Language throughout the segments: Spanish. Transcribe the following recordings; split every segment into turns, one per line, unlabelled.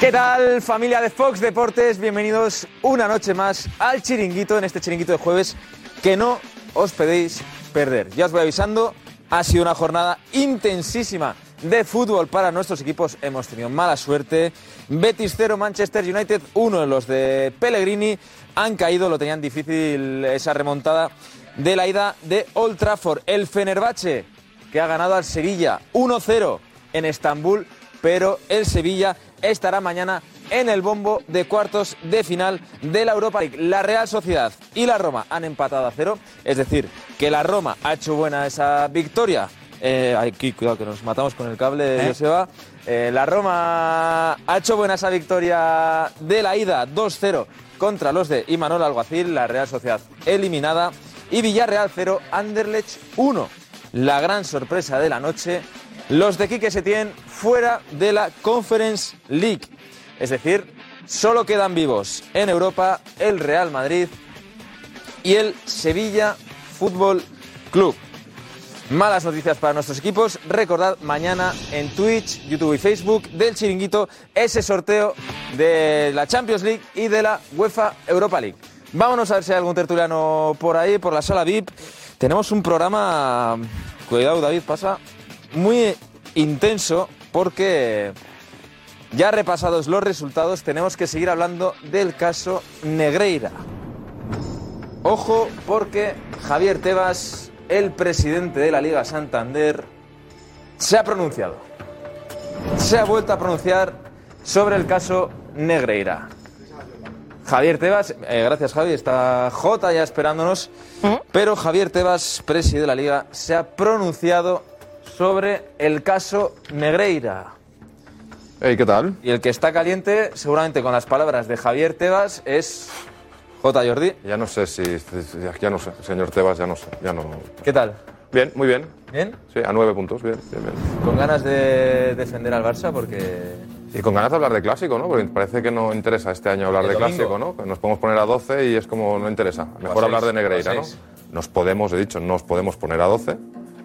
¿Qué tal familia de Fox Deportes? Bienvenidos una noche más al chiringuito, en este chiringuito de jueves que no os pedéis perder. Ya os voy avisando, ha sido una jornada intensísima de fútbol para nuestros equipos. Hemos tenido mala suerte. Betis 0, Manchester United 1 en los de Pellegrini. Han caído, lo tenían difícil esa remontada de la ida de Old Trafford. El Fenerbahce, que ha ganado al Sevilla 1-0 en Estambul, pero el Sevilla estará mañana en el bombo de cuartos de final de la Europa League. La Real Sociedad y la Roma han empatado a cero, es decir, que la Roma ha hecho buena esa victoria. Eh, aquí, cuidado, que nos matamos con el cable,
¿Eh?
Joseba. Eh, la Roma ha hecho buena esa victoria de la ida 2-0 contra los de Imanol Alguacil, la Real Sociedad eliminada y Villarreal 0, Anderlecht 1. La gran sorpresa de la noche, los de Quique Setién fuera de la Conference League. Es decir, solo quedan vivos en Europa el Real Madrid y el Sevilla Fútbol Club. Malas noticias para nuestros equipos. Recordad mañana en Twitch, YouTube y Facebook del Chiringuito ese sorteo de la Champions League y de la UEFA Europa League. Vámonos a ver si hay algún tertuliano por ahí, por la sala VIP. Tenemos un programa, cuidado David, pasa, muy intenso porque ya repasados los resultados tenemos que seguir hablando del caso Negreira. Ojo porque Javier Tebas, el presidente de la Liga Santander, se ha pronunciado. Se ha vuelto a pronunciar sobre el caso Negreira. Javier Tebas, eh, gracias Javi, está J ya esperándonos, pero Javier Tebas, presidente de la Liga, se ha pronunciado sobre el caso Negreira.
¿Qué tal?
Y el que está caliente, seguramente con las palabras de Javier Tebas, es J. Jordi.
Ya no sé si. Ya, ya no sé, señor Tebas, ya no sé. Ya no.
¿Qué tal?
Bien, muy bien.
¿Bien?
Sí, a nueve puntos, bien, bien, bien.
Con ganas de defender al Barça porque...
Y con ganas de hablar de clásico, ¿no? Porque parece que no interesa este año hablar
El
de
domingo.
clásico, ¿no? Que Nos podemos poner a 12 y es como no interesa. Mejor
a
hablar
seis,
de
o a
Negreira, ¿no?
seis.
Nos podemos, he dicho, nos podemos poner a 12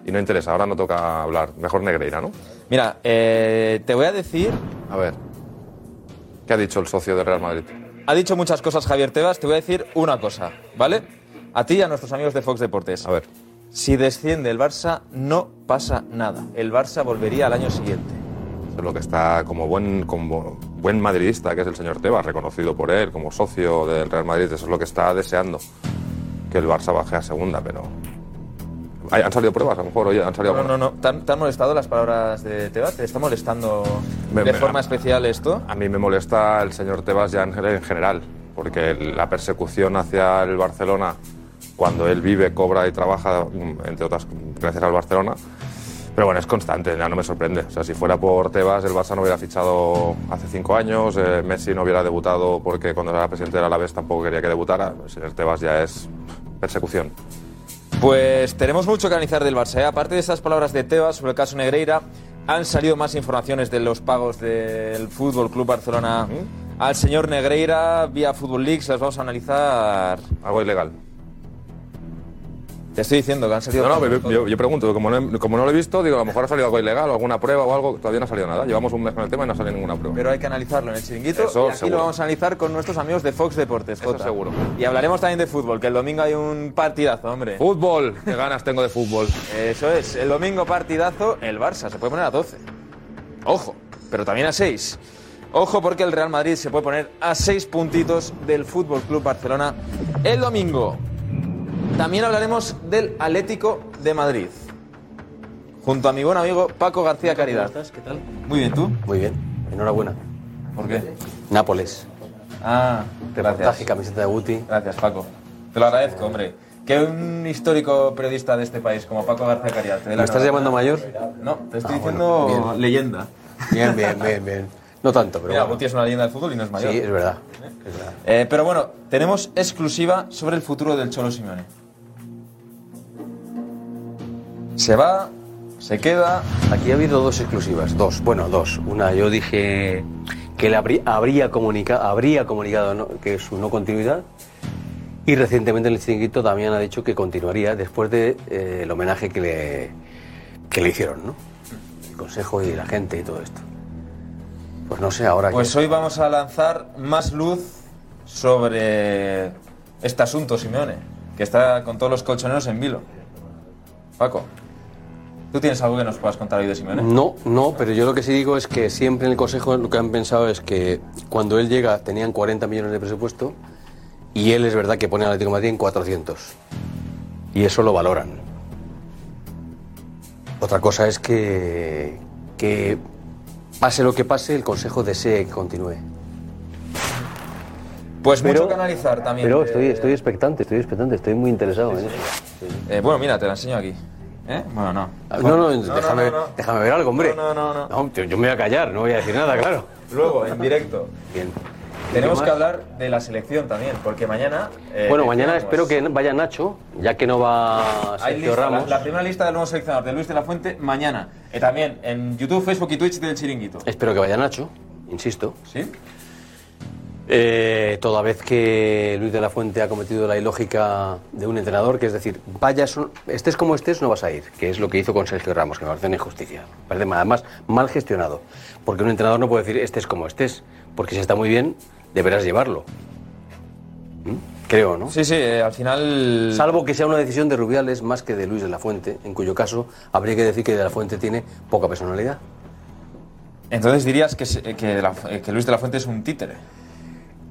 y no interesa. Ahora no toca hablar. Mejor Negreira, ¿no?
Mira, eh, te voy a decir.
A ver. ¿Qué ha dicho el socio de Real Madrid?
Ha dicho muchas cosas Javier Tebas, te voy a decir una cosa, ¿vale? A ti y a nuestros amigos de Fox Deportes. A
ver.
Si desciende el Barça, no pasa nada. El Barça volvería al año siguiente.
de lo que está como buen, como buen madridista, que es el señor Tebas, reconocido por él como socio del Real Madrid, eso es lo que está deseando, que el Barça baje a segunda, pero... Ay, ¿Han salido pruebas? A lo mejor, oye, han salido
No, no, no. ¿Te han, te han molestado las palabras de Tebas? ¿Te está molestando
Me-
de
me-
forma especial esto?
A mí me molesta el señor Tebas ya en, en general, porque la persecución hacia el Barcelona, cuando él vive, cobra y trabaja, mm, entre otras gracias al Barcelona, pero bueno, es constante, ya no me sorprende. O sea, si fuera por Tebas, el Barça no hubiera fichado hace cinco años, eh, Messi no hubiera debutado porque cuando era presidente de la vez tampoco quería que debutara. El señor Tebas ya es persecución.
Pues tenemos mucho que analizar del Barça. ¿eh? Aparte de estas palabras de Tebas sobre el caso Negreira, han salido más informaciones de los pagos del Fútbol Club Barcelona al señor Negreira vía Fútbol League. Se las vamos a analizar.
Algo ilegal.
Te estoy diciendo que han salido.
No, no, yo, yo- yo pregunto, como no, he- como no lo he visto, digo, a lo mejor ha salido algo ilegal o alguna prueba o algo, todavía no ha salido nada. Llevamos un mes con el tema y no ha salido ninguna prueba.
Pero hay que analizarlo en el chiringuito.
Eso
y aquí
seguro.
lo vamos a analizar con nuestros amigos de Fox Deportes. Jota.
seguro.
Y hablaremos también de fútbol, que el domingo hay un partidazo, hombre.
Fútbol, qué ganas tengo de fútbol.
Eso es, el domingo partidazo, el Barça se puede poner a 12. Ojo, pero también a 6. Ojo porque el Real Madrid se puede poner a 6 puntitos del Fútbol Club Barcelona el domingo. También hablaremos del Atlético de Madrid. Junto a mi buen amigo Paco García Caridad.
¿Qué tal?
Muy bien, ¿tú?
Muy bien, enhorabuena.
¿Por qué?
Nápoles.
Ah,
Reportaje, camiseta de Guti.
Gracias, Paco. Te lo agradezco, hombre. Que un histórico periodista de este país como Paco García Caridad. te dé la
¿Me estás
enhorabuena.
llamando mayor? Ah,
No, te estoy diciendo leyenda.
Bien, bien, bien, bien. No tanto, pero
Mira,
bueno.
Guti es una leyenda del fútbol y no es mayor.
Sí, es verdad.
Eh, pero bueno, tenemos exclusiva sobre el futuro del Cholo Simeone. Se va, se queda.
Aquí ha habido dos exclusivas, dos, bueno, dos. Una yo dije que le habría, habría, comunica- habría comunicado ¿no? que su no continuidad y recientemente en el chiringuito también ha dicho que continuaría después de eh, el homenaje que le, que le hicieron, ¿no? El consejo y la gente y todo esto. Pues no sé, ahora
Pues hoy vamos a lanzar más luz sobre este asunto, Simeone, que está con todos los colchoneros en vilo. Paco, ¿tú tienes algo que nos puedas contar hoy de Simeone?
No, no, pero yo lo que sí digo es que siempre en el Consejo lo que han pensado es que cuando él llega tenían 40 millones de presupuesto y él es verdad que pone al Atlético de Madrid en 400. Y eso lo valoran. Otra cosa es que, que pase lo que pase, el Consejo desee que continúe.
Pues mucho
Pero-
que analizar también.
Pero
de-
estoy, estoy expectante, estoy expectante, estoy muy interesado en eso.
Eh, bueno, mira, te la enseño aquí. ¿Eh? Bueno, no.
Ah, No, no, déjame,
no, no.
déjame ver algo, hombre.
No, no, no, no.
No, tío, yo me voy a callar, no voy a decir nada, claro.
Luego, en directo.
Bien.
Tenemos
¿Qué
que
más?
hablar de la selección también, porque mañana. eh,
Bueno, mañana
decíamos,
espero que vaya Nacho, ya que no va
Hay
Sergio
lista, la-
Ramos.
La, primera lista del nuevo seleccionador de Luis de la Fuente mañana. Eh, también en YouTube, Facebook y Twitch del Chiringuito.
Espero que vaya Nacho, insisto.
¿Sí?
Eh, toda vez que Luis de la Fuente ha cometido la ilógica de un entrenador, que es decir, vayas, un- estés como estés, no vas a ir, que es lo que hizo con Sergio Ramos, que me parece una injusticia. Me Parece ma- además mal gestionado, porque un entrenador no puede decir estés como estés, porque si está muy bien, deberás llevarlo. ¿Mm? Creo, ¿no?
Sí, sí, eh, al final.
Salvo que sea una decisión de Rubiales más que de Luis de la Fuente, en cuyo caso habría que decir que de la Fuente tiene poca personalidad.
Entonces dirías que, se- que, de la- eh, que Luis de la Fuente es un títere.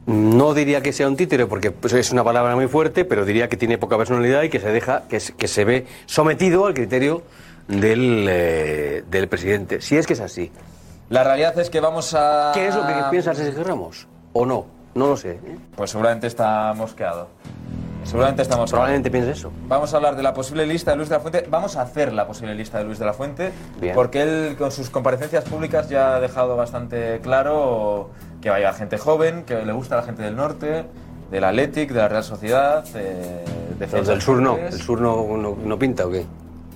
No diría que sea un títere porque pues, es una palabra muy fuerte, pero diría que tiene poca personalidad y que se deja que, se- que se ve sometido al criterio del, eh, del presidente. Si es que es así.
La realidad es que vamos a.
¿Qué es lo que piensa Sergio Ramos? ¿O no? No lo sé. ¿eh?
Pues seguramente está mosqueado. Seguramente está mosqueado.
Probablemente piense eso.
Vamos a hablar de la posible lista de Luis de la Fuente. Vamos a hacer la posible lista de Luis de la Fuente.
Bien.
Porque él, con sus comparecencias públicas, ya ha dejado bastante claro que va a llegar gente joven, que le gusta la gente del norte, del Athletic, de la Real Sociedad. eh,
Los
defensas
del sur no.
fuertes.
¿El sur no, no, no pinta o qué?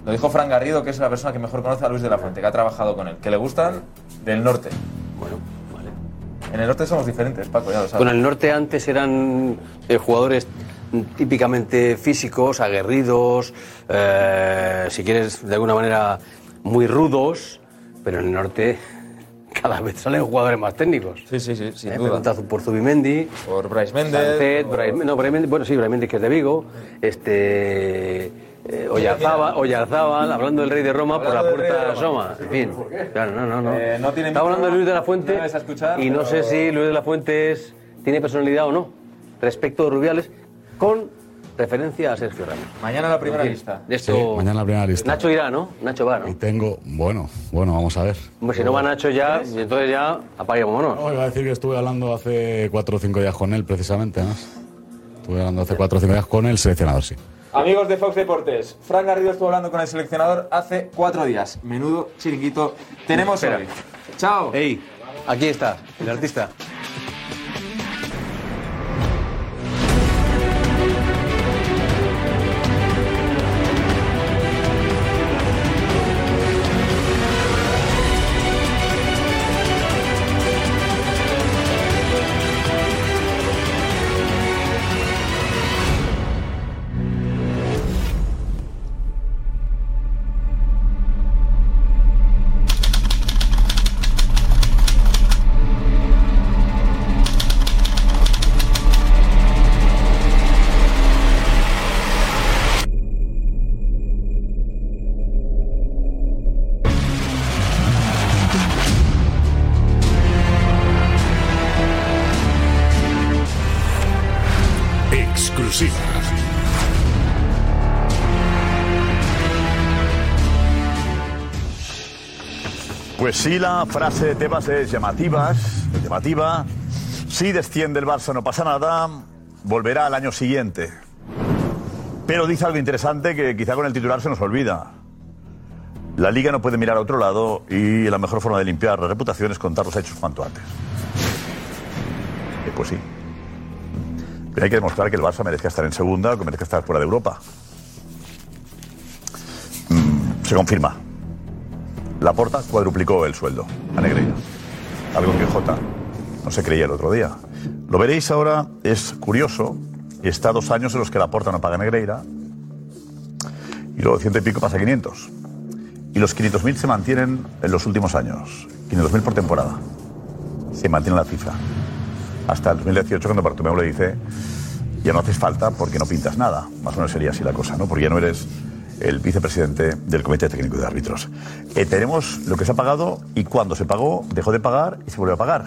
Lo dijo Fran Garrido, que es la persona que mejor conoce a Luis de la Fuente, que ha trabajado con él. Que le gustan del norte.
Bueno, vale.
En el norte somos diferentes, Paco, ya lo sabes.
Bueno, el norte antes eran eh, jugadores típicamente físicos, aguerridos, eh, si quieres de alguna manera muy rudos, pero en el norte cada vez salen jugadores más técnicos.
Sí, sí, sí, sin
Eh,
duda.
pregunta por Zubimendi,
Por Bryce Méndez.
Sancet,
por-
Brahim- no, Brahim- bueno, sí, Brahim que es de Vigo, este, eh, Oyarzabal, Oyarzabal, hablando del rey de Roma, por la
Hablando del rey de
puerta
Roma.
asoma, en fin, claro, no, no, no.
Eh, no tiene
Estaba
micro,
hablando de Luis de la
no
Fuente
debes escuchar,
y no sé
pero-
si Luis de la Fuente es- tiene personalidad o no, respecto de Rubiales, con referencia a Sergio Ramos.
Mañana la primera lista.
De esto,
Sí, mañana la primera lista.
Nacho irá, ¿no? Nacho va,
Y
¿no?
tengo, bueno, bueno, vamos a ver.
Hombre, si no va Nacho ya, entonces ya apagámonos.
No, iba a decir que estuve hablando hace cuatro o cinco días con él, precisamente, además. Estuve hablando hace cuatro o cinco días con el seleccionador, sí.
Amigos de Fox Deportes, Fran Garrido estuvo hablando con el seleccionador hace cuatro días. Menudo chiringuito tenemos hoy. Chao.
Ey, aquí está, el artista.
Exclusiva.
Pues sí, la frase de Tebas es llamativas, es llamativa. Si desciende el Barça no pasa nada, volverá al año siguiente. Pero dice algo interesante que quizá con el titular se nos olvida. La liga no puede mirar a otro lado y la mejor forma de limpiar la reputación es contar los hechos cuanto antes. Eh, pues sí. Pero hay que demostrar que el Barça merezca estar en segunda o que merezca estar fuera de Europa. Mm, se confirma. La Porta cuadruplicó el sueldo a Negreira. Algo que Jota no se creía el otro día. Lo veréis ahora, es curioso. Está dos años en los que La Porta no paga a Negreira. Y luego ciento y pico pasa a 500. Y los 500.000 se mantienen en los últimos años. 500.000 por temporada. se mantiene la cifra. Hasta el 2018, cuando Bartomeu le dice, ya no haces falta porque no pintas nada. Más o menos sería así la cosa, ¿no? Porque ya no eres el vicepresidente del Comité Técnico de Árbitros. Eh, tenemos lo que se ha pagado y cuando se pagó, dejó de pagar y se volvió a pagar.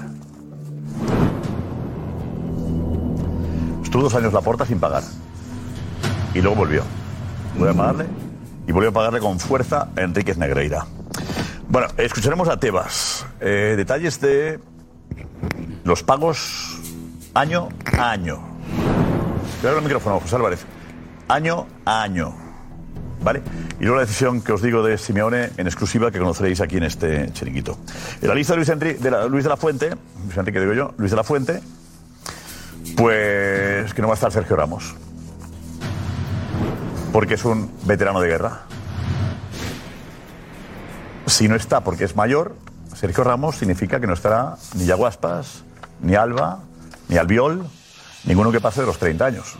Estuvo dos años la puerta sin pagar. Y luego volvió. Volvió a pagarle y volvió a pagarle con fuerza a Enríquez Negreira. Bueno, escucharemos a Tebas. Eh, detalles de los pagos año a año. Te abro el micrófono, José Álvarez. Año a año. ¿Vale? Y luego la decisión que os digo de Simeone en exclusiva que conoceréis aquí en este chiringuito. En la lista de Luis, Enri- de la, Luis de la Fuente, Luis Enrique digo yo, Luis de la Fuente, pues que no va a estar Sergio Ramos. Porque es un veterano de guerra. Si no está porque es mayor, Sergio Ramos significa que no estará ni Yaguaspas, ni Alba, ni Albiol, ninguno que pase de los 30 años.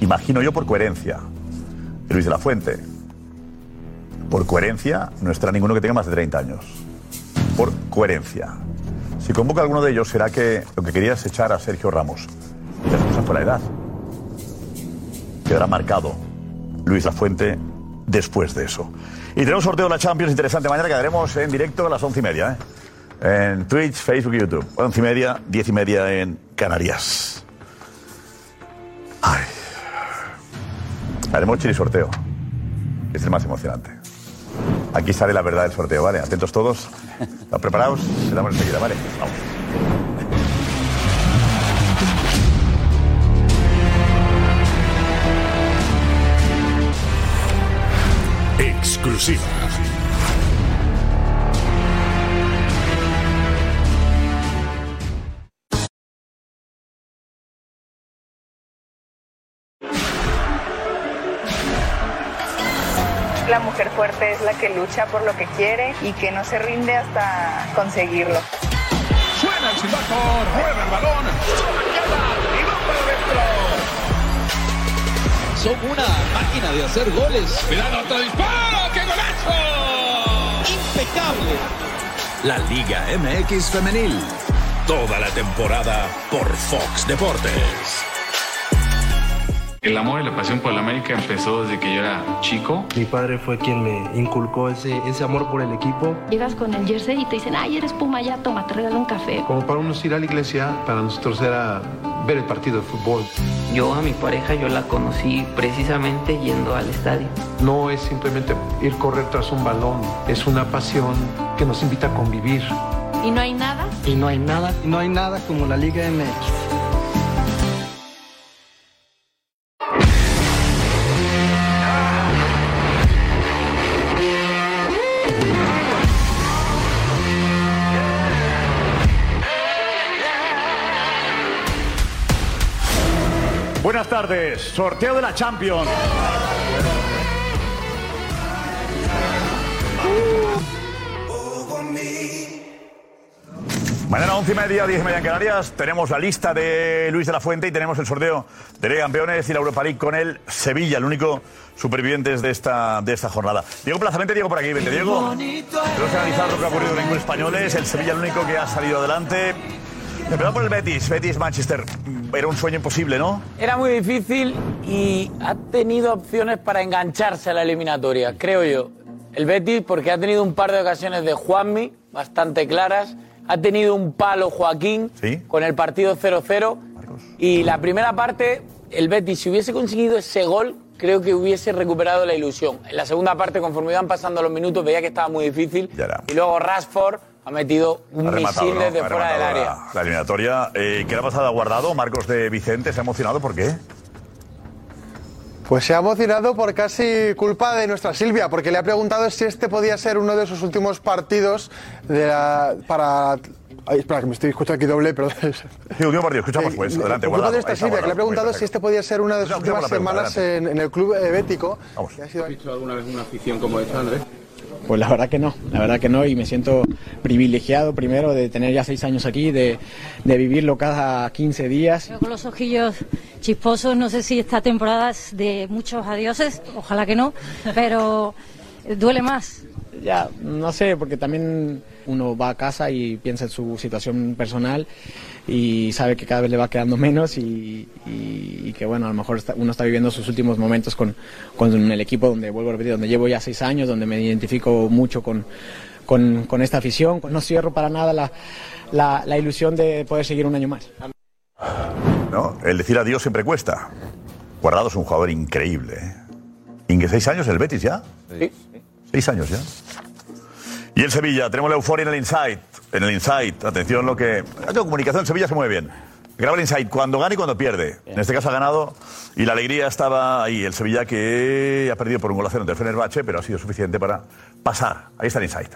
Imagino yo por coherencia. Luis de la Fuente. Por coherencia, no estará ninguno que tenga más de 30 años. Por coherencia. Si convoca a alguno de ellos, será que lo que quería es echar a Sergio Ramos. Y las cosas fue la edad. Quedará marcado Luis La Fuente después de eso. Y tenemos sorteo de la Champions interesante mañana que haremos en directo a las once y media. ¿eh? En Twitch, Facebook y YouTube. Once y media, diez y media en Canarias. Ay. Haremos chile sorteo. que Es el más emocionante. Aquí sale la verdad del sorteo, ¿vale? Atentos todos. ¿Están preparados? Le damos enseguida, ¿vale? Vamos.
Exclusiva.
La mujer fuerte es la que lucha por lo que quiere y que no se rinde hasta conseguirlo.
Suena el silbato, mueve el balón.
Son una máquina de hacer goles.
Cuidado, otro disparo. ¡Qué golazo!
Impecable.
La Liga MX Femenil. Toda la temporada por Fox Deportes.
El amor y la pasión por el América empezó desde que yo era chico.
Mi padre fue quien me inculcó ese, ese amor por el equipo.
Llegas con el jersey y te dicen, ay, eres Puma, ya toma, te regalo un café.
Como para unos ir a la iglesia, para nosotros era ver el partido de fútbol.
Yo a mi pareja yo la conocí precisamente yendo al estadio.
No es simplemente ir correr tras un balón, es una pasión que nos invita a convivir.
Y no hay nada.
Y no hay nada, no hay nada como la Liga MX.
Buenas tardes, sorteo de la Champions. Mañana once y media, diez y media en Canarias, tenemos la lista de Luis de la Fuente y tenemos el sorteo de Liga de Campeones y la Europa League con el Sevilla, el único superviviente de esta, de esta jornada. Diego Plaza, vente Diego por aquí, vente Diego. Tenemos que analizar lo que ha ocurrido en el equipo español, es el Sevilla el único que ha salido adelante. Empezamos por el Betis, Betis-Manchester. Era un sueño imposible, ¿no?
Era muy difícil y ha tenido opciones para engancharse a la eliminatoria, creo yo. El Betis, porque ha tenido un par de ocasiones de Juanmi, bastante claras. Ha tenido un palo Joaquín con el partido 0-0. Y la primera parte, el Betis, si hubiese conseguido ese gol, creo que hubiese recuperado la ilusión. En la segunda parte, conforme iban pasando los minutos, veía que estaba muy difícil. Y luego Rashford ha metido un
Ha rematado,
misil
¿no?
desde
Ha
fuera del
rematado
área.
La, la eliminatoria. Eh, ¿Qué le ha pasado a Guardado? Marcos de Vicente se ha emocionado. ¿Por qué?
Pues se ha emocionado por casi culpa de nuestra Silvia, porque le ha preguntado si este podía ser uno de sus últimos partidos de la- para... Ay, espera, que me estoy escuchando aquí doble, perdón.
Sí, último partido.
Eh,
Escuchamos, pues. Adelante, Guardado.
Por culpa de
Ahí
nuestra
está,
Silvia, que le ha
Guardado.
preguntado si este podía ser una de sus
Escuchamos
últimas
la pregunta,
semanas en, en el club eh, bético.
¿Has visto alguna vez una afición como esta, Andrés?
Pues la verdad que no, la verdad que no y me siento privilegiado primero de tener ya seis años aquí, de, de vivirlo cada 15 días.
Con los ojillos chisposos, no sé si esta temporada es de muchos adioses, ojalá que no, pero duele más
ya, no sé, porque también uno va a casa y piensa en su situación personal y sabe que cada vez le va quedando menos y, y- y que bueno, a lo mejor está- uno está viviendo sus últimos momentos con, con el equipo donde vuelvo a repetir, donde llevo ya seis años, donde me identifico mucho con, con, con esta afición. No cierro para nada la, la- la ilusión de poder seguir un año más.
¿no? El decir adiós siempre cuesta. Guardado es un jugador increíble. ¿eh? Inge, seis años el Betis ya. Seis años ya. Y el Sevilla, tenemos la euforia en el Insight. En el Insight, atención lo que. La comunicación, Sevilla se mueve bien. Graba el Insight cuando gana y cuando pierde. En este caso ha ganado y la alegría estaba ahí. El Sevilla que ha perdido por un gol a cero ante el Fenerbahce, pero ha sido suficiente para pasar. Ahí está el Insight.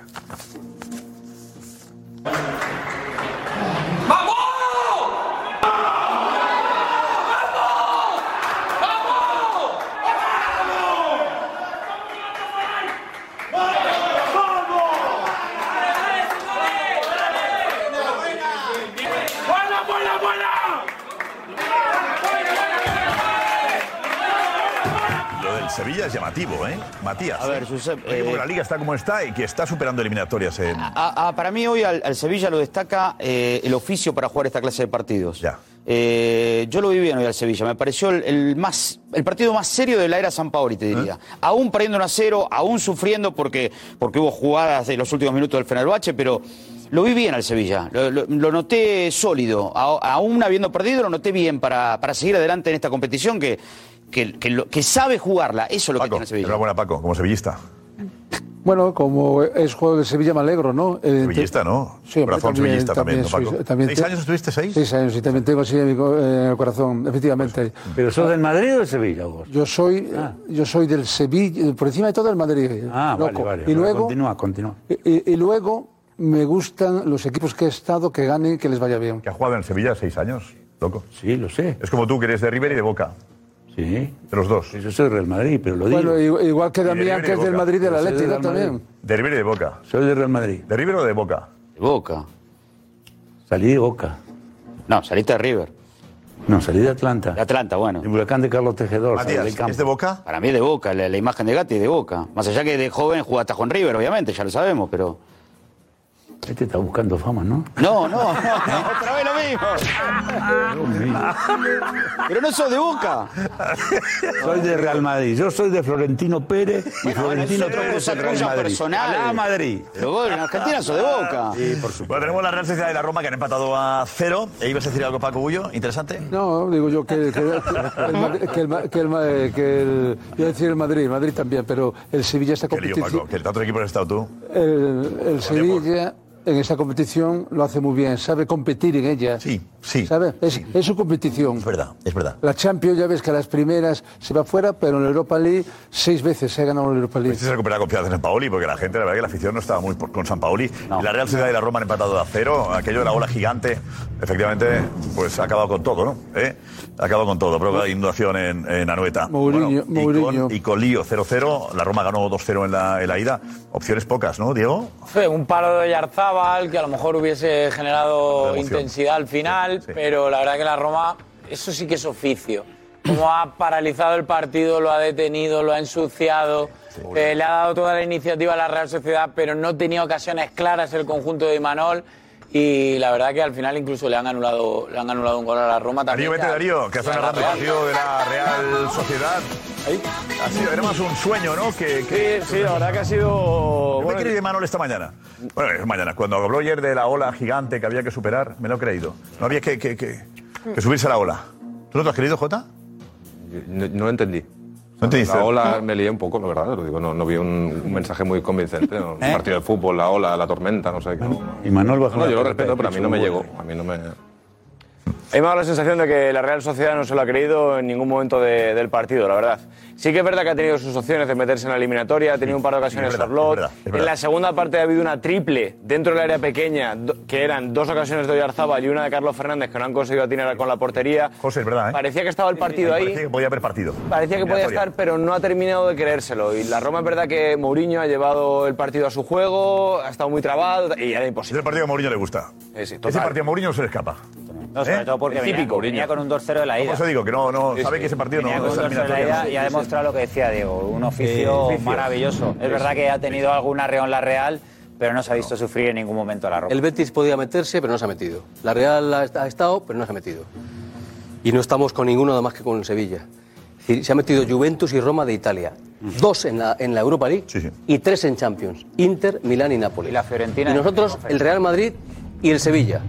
¡Buena, buena, buena!
Lo del Sevilla es llamativo, ¿eh? Matías.
A ver,
¿eh?
Josep,
Oye,
eh,
porque
Ah,
la liga está como está y que está superando eliminatorias en.
A- a- para mí hoy al, al Sevilla lo destaca eh, el oficio para jugar esta clase de partidos. Eh, yo lo vi bien hoy al Sevilla, me pareció el, el más, el partido más serio de la era San Paoli, te diría. Aún perdiendo un a cero, aún sufriendo porque, porque hubo jugadas de los últimos minutos del Fenerbahce, pero lo vi bien al Sevilla, lo, lo- lo noté sólido, A- aún habiendo perdido, lo noté bien para, para seguir adelante en esta competición que, que, que lo- que sabe jugarla, eso es lo que tiene el Sevilla.
Enhorabuena, Paco, como sevillista.
Bueno, como es juego del Sevilla, me alegro, ¿no? Eh,
Sevillista, ¿no?
Sí, hombre,
Razón
también,
sevillista también,
también,
¿no,
soy-
Paco?
también
¿Seis
te-
años estuviste seis?
Seis años, y también tengo así en, mi co- en el corazón, efectivamente.
Pues, mm.
¿Pero sos del Madrid o del Sevilla vos?
Yo soy, yo soy del Sevilla, por encima de todo el Madrid. eh,
Ah,
loco.
vale, vale.
Y luego,
Continúa, continúa.
y, y luego me gustan los equipos que he estado, que ganen, que les vaya bien.
Que ha jugado en Sevilla seis años, loco.
Sí, lo sé.
Es como tú, que eres de River y de Boca.
Sí. De
los dos.
Yo soy Real Madrid, pero lo digo.
Bueno, i- igual que
Y de
Damián,
River y
que es
de
del
Boca.
Madrid,
Yo
del
soy
Atlético
del Madrid.
también.
De River y de Boca.
Soy de Real Madrid.
¿De River o de Boca?
De Boca.
Salí de Boca.
No, saliste de River.
No, salí de Atlanta. De
Atlanta, bueno.
El huracán de Carlos Tejedor.
Matías,
salí del campo.
¿es de
Boca?
Para mí es de Boca, la, la imagen de Gatti es de Boca. Más allá que de joven jugó hasta con River, obviamente, ya lo sabemos, pero...
Este está buscando fama, ¿no?
No, no, no, otra vez lo mismo. Pero no sos de Boca.
Soy de Real Madrid. Yo soy de Florentino Pérez y Florentino
eso es
Pérez es
cosa
de Real
tuya
Madrid.
personal.
Alá Madrid.
Pero vos en Argentina sos de Boca.
Sí, por supuesto.
Bueno, tenemos la Real Sociedad de la Roma que han empatado a cero. ¿E ibas a decir algo, Paco Bullo? ¿Interesante?
No, digo yo que, que- que el, Ma- que el Ma- que el Ma- que el- iba a decir el Madrid, Madrid también, pero el Sevilla está
Qué lío, Paco, que el tanto equipo has estado tú.
El, el Sevilla en esta competición lo hace muy bien, sabe competir en ella.
Sí, sí.
¿Sabe? Es, es su competición. Es
verdad, es verdad.
La Champions ya ves que a las primeras se va fuera, pero en la Europa League seis veces se ha ganado la Europa League.
Este se recupera la confianza en San Paoli, porque la gente, la verdad que la afición no estaba muy por- con San Paoli. Y La Real Sociedad y la Roma han empatado a cero. Aquello de la ola gigante, efectivamente, pues ha acabado con todo, ¿no? ¿Eh? Ha acabado con todo. Prueba de inundación en, en Anoeta.
Mourinho,
y,
Mourinho.
con, y con lío 0-0. La Roma ganó 2-0 en la, en la ida. Opciones pocas, ¿no, Diego?
Fue un palo de Yarzábal que a lo mejor hubiese generado intensidad al final, pero la verdad que la Roma, eso sí que es oficio. Como ha paralizado el partido, lo ha detenido, lo ha ensuciado, eh, le ha dado toda la iniciativa a la Real Sociedad, pero no tenía ocasiones claras el conjunto de Imanol. Y la verdad que al final incluso le han anulado, le han anulado un gol a la Roma
Darío,
también.
vete,
que-
Darío, que hace
a la
narrando el
Real.
partido de la Real Sociedad. Ha sido, era más un sueño, ¿no? Que, sí, sí, la verdad que ha sido. me creí de Manuel esta mañana. Bueno, es mañana. Cuando habló ayer de la ola gigante que había que superar, me lo he creído. No había que, que, que, que subirse a la ola. ¿Tú no te has creído, Jota?
No, no lo entendí.
¿No entendiste?
La ola me lié un poco, la verdad, lo digo, no, no vi un, un mensaje muy convincente.
¿Eh?
¿no? Un partido de fútbol, la ola, la tormenta, no sé qué.
Y Manuel bajó
No,
la
yo lo
pelota
respeto,
y
pero a mí no me
puso
llegó.
un
A mí no me.
He me ha dado la sensación de que la Real Sociedad no se lo ha creído en ningún momento de- del partido, la verdad. Sí que es verdad que ha tenido sus opciones de meterse en la eliminatoria, ha tenido un par de ocasiones
es verdad,
Charlotte.
es verdad, es
En
verdad.
la segunda parte ha habido una triple dentro del área pequeña, do- que eran dos ocasiones de Oyarzabal y una de Carlos Fernández que no han conseguido atinar con la portería.
José, es verdad, ¿eh?
Parecía que estaba el partido ahí.
Parecía que podía haber partido.
Parecía que podía
Eliminatoria.
estar, pero no ha terminado de creérselo. Y la Roma es verdad que Mourinho ha llevado el partido a su juego, ha estado muy trabado y era imposible. El
partido a Mourinho le gusta.
Sí, sí,
Ese
total.
partido a Mourinho no se le escapa.
No, sobre
¿Eh?
todo porque
El
venía,
típico,
venía
Mourinho.
con un 2-0 de la ida.
Por eso digo que no- no-
Sí,
sabe
sí.
que ese partido no-
Venía
no
con
es
un 2-0 de la ida
eliminatoria.
y ha
Sí, sí.
demostrado lo que decía Diego, un oficio
oficio.
maravilloso.
Sí,
Es verdad
sí.
que ha tenido alguna reón la Real, pero no se ha visto sufrir en ningún momento a la Roma.
El Betis podía meterse, pero no se ha metido. La Real ha ha estado, pero no se ha metido. Y no estamos con ninguno nada más que con el Sevilla. Es decir, se ha metido Juventus y Roma de Italia. Dos en la, en la Europa League y tres en Champions. Inter, Milán y Nápoles. Y la Fiorentina. Y nosotros, el Real Madrid y el Sevilla.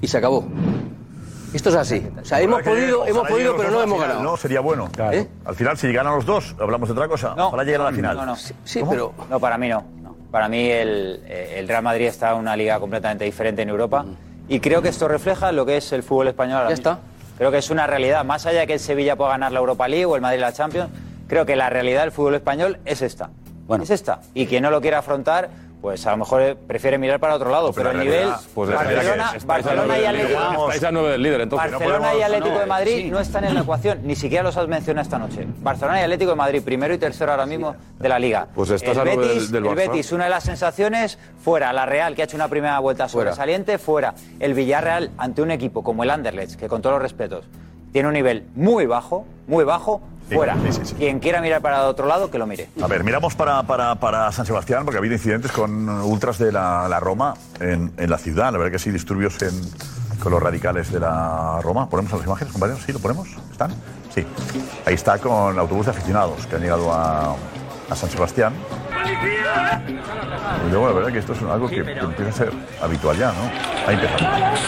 Y se acabó. Esto es así. O sea, hemos
Ojalá que
podido,
lleguen-
hemos
ojalá
podido,
lleguen
pero
los dos
no
a la
hemos
final,
ganado.
No, sería bueno.
¿Eh?
Al final, si llegan los dos, hablamos de otra cosa. Ojalá lleguen a la final.
No, no.
Sí,
pero. No, para mí no. no. Para mí el, eh, el Real Madrid está en una liga completamente diferente en Europa
Mm.
y creo que esto refleja lo que es el fútbol español ahora
Ya
mismo. Creo que es una realidad. Más allá de que el Sevilla pueda ganar la Europa League o el Madrid la Champions, creo que la realidad del fútbol español es esta. Es esta. Y quien no lo quiera afrontar. Pues a lo mejor eh, prefiere mirar para otro lado, pero,
la
el
realidad,
nivel
pues la realidad
Barcelona,
que es, estáis a
Barcelona
nueve
y
del líder.
Atlético
Vamos. Estáis a nueve del líder, entonces. No
Barcelona y
podemos-
Atlético
no,
de
eh,
Madrid
sí.
no están en la ecuación, ni siquiera los has mencionado esta noche. Barcelona y Atlético de Madrid primero y tercero ahora mismo de la liga.
Pues estás
el
a nueve
Betis,
del- del
el
Barcelona.
Betis, una de las sensaciones, fuera. La Real, que ha hecho una primera vuelta sobresaliente, fuera. El Villarreal, ante un equipo como el Anderlecht, que con todos los respetos, tiene un nivel muy bajo, muy bajo, fuera. Quien quiera mirar para otro lado, que lo mire.
A ver, miramos para, para, para San Sebastián, porque ha habido incidentes con ultras de la, la Roma en, en la ciudad. La verdad que sí, disturbios en- con los radicales de la Roma. ¿Ponemos las imágenes, compañeros? ¿Sí? ¿Lo ponemos? ¿Están? Sí. Ahí está con autobús de aficionados que han llegado a, a San Sebastián. Y luego, la verdad que esto es algo que, que empieza a ser habitual ya, ¿no? Ahí empezamos.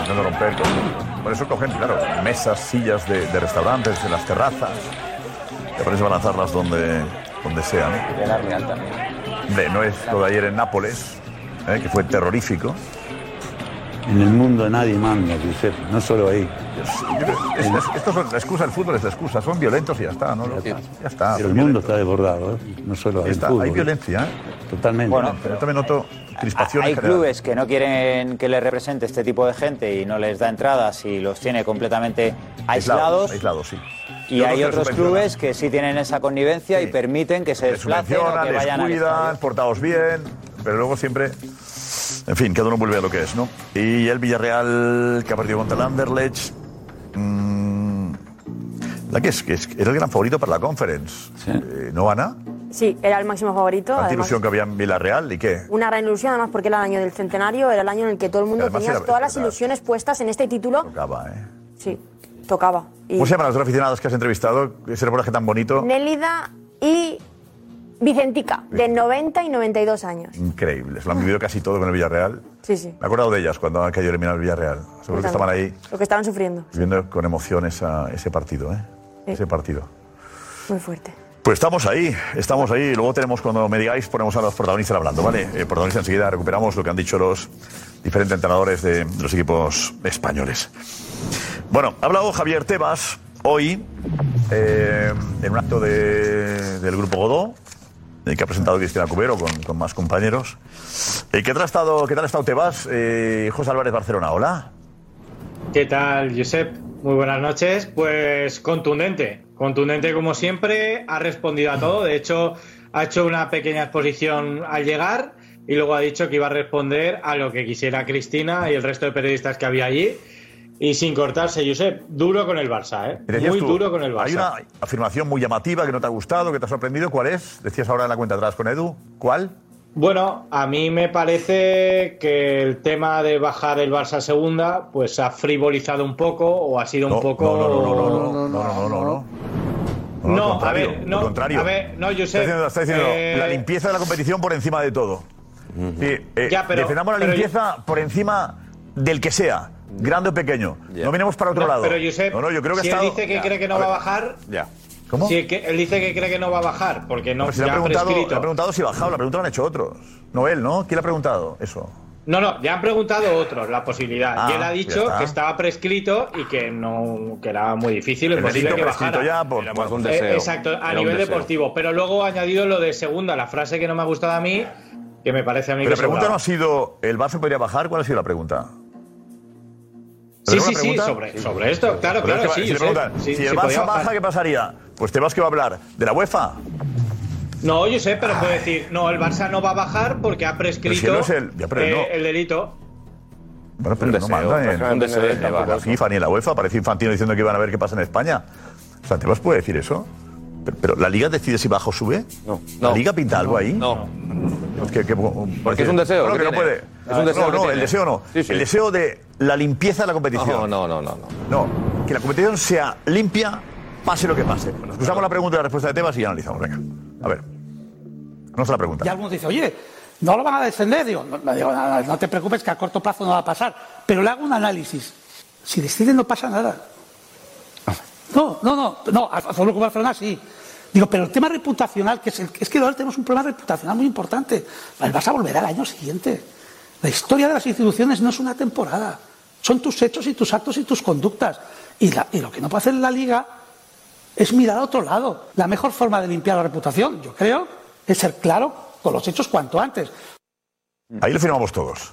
Intentando romper. todo. Por eso cogen, claro, mesas, sillas de, de restaurantes, de las terrazas. Te pones a lanzarlas donde, donde sea, ¿no?
De la Real también.
Hombre, no es lo de ayer en Nápoles, ¿eh? que fue terrorífico.
En el mundo nadie manda, Josep, no solo ahí.
Yo creo- es- es- esto son- la excusa del fútbol es la excusa, son violentos y ya está, ¿no? Ya está.
Pero el mundo está desbordado, ¿eh? no solo
Ya
el
está,
fútbol.
hay violencia, ¿eh?
Totalmente.
Bueno,
pero también noto crispación
Hay
en general.
clubes que no quieren que les represente este tipo de gente y no les da entradas y los tiene completamente aislados.
Aislados, sí.
Y
Yo creo
hay
que
otros
subvencionan.
clubes que sí tienen esa connivencia y permiten que se
Les
desplacen o
subvencionan,
que
les
vayan al
cuidan, portados bien, pero luego siempre. En fin, cada uno vuelve a lo que es, ¿no? Y el Villarreal que ha perdido contra el Anderlecht. mm, la que es, que es, era el gran favorito para la conference. Eh, ¿No, Ana?
Sí, era el máximo favorito.
Tanta
además.
ilusión que había en Villarreal y qué.
Una gran ilusión, además, porque era el año del centenario, era el año en el que todo el mundo
Además,
tenía
era-
todas las
era-
ilusiones puestas en este título.
Tocaba, ¿eh?
Sí, tocaba. Y
¿Cómo se llaman las dos aficionadas que has entrevistado? Ese reportaje tan bonito.
Nélida y Vicentica, de 90 y 92 años.
Increíbles. Lo han vivido casi todo con el Villarreal.
Sí, sí,
Me he acordado de ellas cuando han caído eliminado el Villarreal. Seguro que estaban ahí
lo que estaban sufriendo.
viviendo con emoción esa- ese partido, ¿eh? Ese partido.
Muy fuerte.
Pues estamos ahí, estamos ahí. Luego tenemos, cuando me digáis, ponemos a los protagonistas hablando, ¿vale? Eh, protagonistas enseguida recuperamos lo que han dicho los diferentes entrenadores de los equipos españoles. Bueno, ha hablado Javier Tebas hoy eh, en un acto de- del Grupo Godó, eh, que ha presentado Cristina Cubero con, con más compañeros. Eh, ¿qué, tal ha estado, ¿Qué tal ha estado Tebas? Eh, José Álvarez Barcelona, hola.
¿Qué tal, Josep? Muy buenas noches. Pues contundente, contundente como siempre, ha respondido a todo. De hecho, ha hecho una pequeña exposición al llegar y luego ha dicho que iba a responder a lo que quisiera Cristina y el resto de periodistas que había allí. Y sin cortarse, Josep, duro con el Barça, ¿eh?
Decías
Muy
tú,
duro con el Barça.
Hay una afirmación muy llamativa que no te ha gustado, que te ha sorprendido. ¿Cuál es? Decías ahora en la cuenta atrás con Edu. ¿Cuál?
Bueno, a mí me parece que el tema de bajar el Barça a segunda, pues ha frivolizado un poco o ha sido un poco.
No, no, no, no. no.
No,
al
a
contrario,
ver, no,
al contrario.
a ver, no, Josep,
Está diciendo, está diciendo,
eh,
la limpieza de la competición por encima de todo. Sí, eh,
Ya, pero-
defendamos la
pero yo-
limpieza por encima del que sea, grande o pequeño. No miremos para otro
No,
lado.
Pero Josep,
no, no, yo creo que
si
ha
él
estado-
dice que
Ya,
cree que no va
ver,
a bajar,
Ya. ¿Cómo?
si que- él dice que cree que no va a bajar, porque no
Pero si
ya
pues le, ha
ha
preguntado,
prescrito.
le ha preguntado si bajaba, la pregunta la han hecho otros. No él, ¿no? ¿Quién le ha preguntado eso?
No, no, ya han preguntado otros la posibilidad.
Ah,
y él ha
ya
dicho
está.
que estaba prescrito y que no que era muy difícil,
El
imposible
delito
que
prescrito
bajara.
ya por- Era más un
Eh,
deseo.
exacto, a
Era un
nivel
deseo.
deportivo. Pero luego ha añadido lo de segunda, la frase que no me ha gustado a mí, que me parece a mí
Pero
que
la pregunta no
sobraba.
ha sido, ¿el Barça podría bajar? ¿Cuál ha sido la pregunta?
Sí,
¿Era una
sí, sí,
pregunta?
sobre, sobre esto, claro,
Pero
claro,
es que
sí.
va- si le
Josep,
preguntan,
sí,
si el
sí, podía
Barça
bajar.
baja, ¿qué pasaría? Pues Tebas que va a hablar de la UEFA.
No, yo sé, pero puede decir, no, el Barça no va a bajar porque ha prescrito
Pero si no es él, ya, pero
eh,
no.
el delito.
Bueno, pero
Un
no
deseo,
manda en,
un deseo de
tampoco
llevar.
la FIFA ni en la UEFA. Parece infantino diciendo que iban a ver qué pasa en España. O sea, ¿Tebas puede decir eso? Pero, pero ¿la Liga decide si baja o sube? No. ¿La
No.
Liga pinta algo ahí?
No.
Que- que-
Porque es un deseo
No,
que
que no
tiene.
puede. Ah,
Es un deseo
no,
que
no,
tiene.
el deseo no.
Sí, sí.
El deseo de la limpieza de la competición.
No, no, no, no.
No, que la competición sea limpia, pase lo que pase. Nos cruzamos la pregunta y la respuesta de Tebas y ya analizamos. Venga, a ver. No se la pregunta.
Y algunos dicen, oye, no lo van a descender. Digo, no, no, digo, no, no te preocupes que a corto plazo no va a pasar. Pero le hago un análisis. Si descienden no pasa nada. No, no, no, no, a a favor de Barcelona sí. Digo, pero el tema reputacional, que es, el- es que ahora tenemos un problema reputacional muy importante. El Barça volverá al año siguiente. La historia de las instituciones no es una temporada. Son tus hechos y tus actos y tus conductas. Y, la- y lo que no puede hacer la Liga es mirar a otro lado. La mejor forma de limpiar la reputación, yo creo, es ser claro con los hechos cuanto antes.
Ahí lo firmamos todos.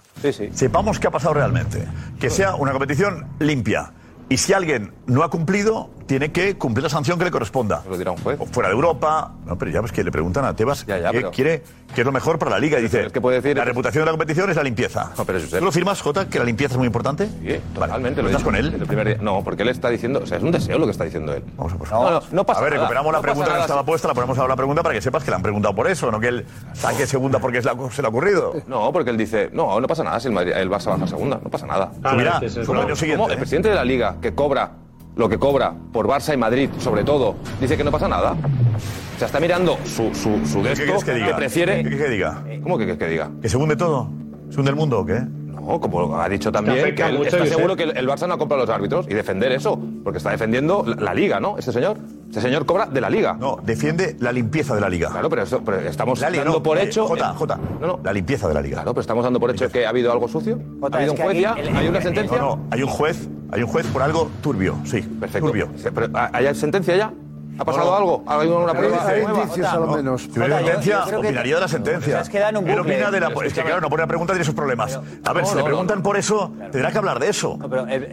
Sepamos qué ha pasado realmente. Que sea una competición limpia. Y si alguien no ha cumplido, tiene que cumplir la sanción que le corresponda. Lo dirá un juez. fuera de Europa. No, pero ya ves que le preguntan a Tebas qué,
pero-
quiere, qué es lo mejor para la liga. Y dice, la reputación de la competición es la limpieza. ¿Tú lo firmas, Jota, que la limpieza es muy importante?
Sí, totalmente.
¿Estás
dije
con él?
desde el primer día. No, porque él está diciendo. O sea, es un deseo lo que está diciendo él.
Vamos a por
No, no, no pasa
A ver,
nada.
recuperamos la
No pasa
pregunta que
nada,
no estaba
sí.
puesta, la ponemos ahora la pregunta para que sepas que la han preguntado por eso, no que él saque segunda porque es la- se le ha ocurrido.
No, porque él dice, no, no pasa nada si el, Madrid, el Barça baja a segunda, no pasa nada.
Claro, Subirá, es eso, sube al
¿Cómo-
año siguiente, ¿eh?
cómo el presidente de la Liga, que cobra lo que cobra por Barça y Madrid, sobre todo, dice que no pasa nada. O sea, está mirando su, su, su de
¿Qué
esto,
quieres que diga?
prefiere...
¿Qué quieres que diga?
¿Cómo que quieres que diga?
¿Que se hunde todo? ¿Se hunde el mundo o qué?
No, como ha dicho también,
afecta
que él
mucho,
está
Josep.
seguro que el el Barça no ha comprado a los árbitros y defender eso, porque está defendiendo la, la Liga, ¿no? Este señor. Este señor cobra de la Liga.
No, defiende la limpieza de la Liga.
Claro, pero, eso- pero estamos
La li-
dando
no,
por
eh,
hecho...
Jota, Jota, la limpieza de la Liga.
Claro, pero estamos dando por hecho que ha habido algo sucio. ha habido un juez ya, hay una sentencia.
No, no, hay un juez, hay un juez por algo turbio, sí. Perfecto. Turbio.
Pero, ¿ha- ¿Hay sentencia ya? ¿Ha pasado algo? ¿Ha habido una prueba? nueva?
Si hubiera sentencia, opinaría de la sentencia.
has quedado en un
Él
bucle.
opina de la- Es que claro, no pone la pregunta, tiene sus problemas. A ver,
No,
si le
no,
preguntan por eso, tendrá que hablar de eso.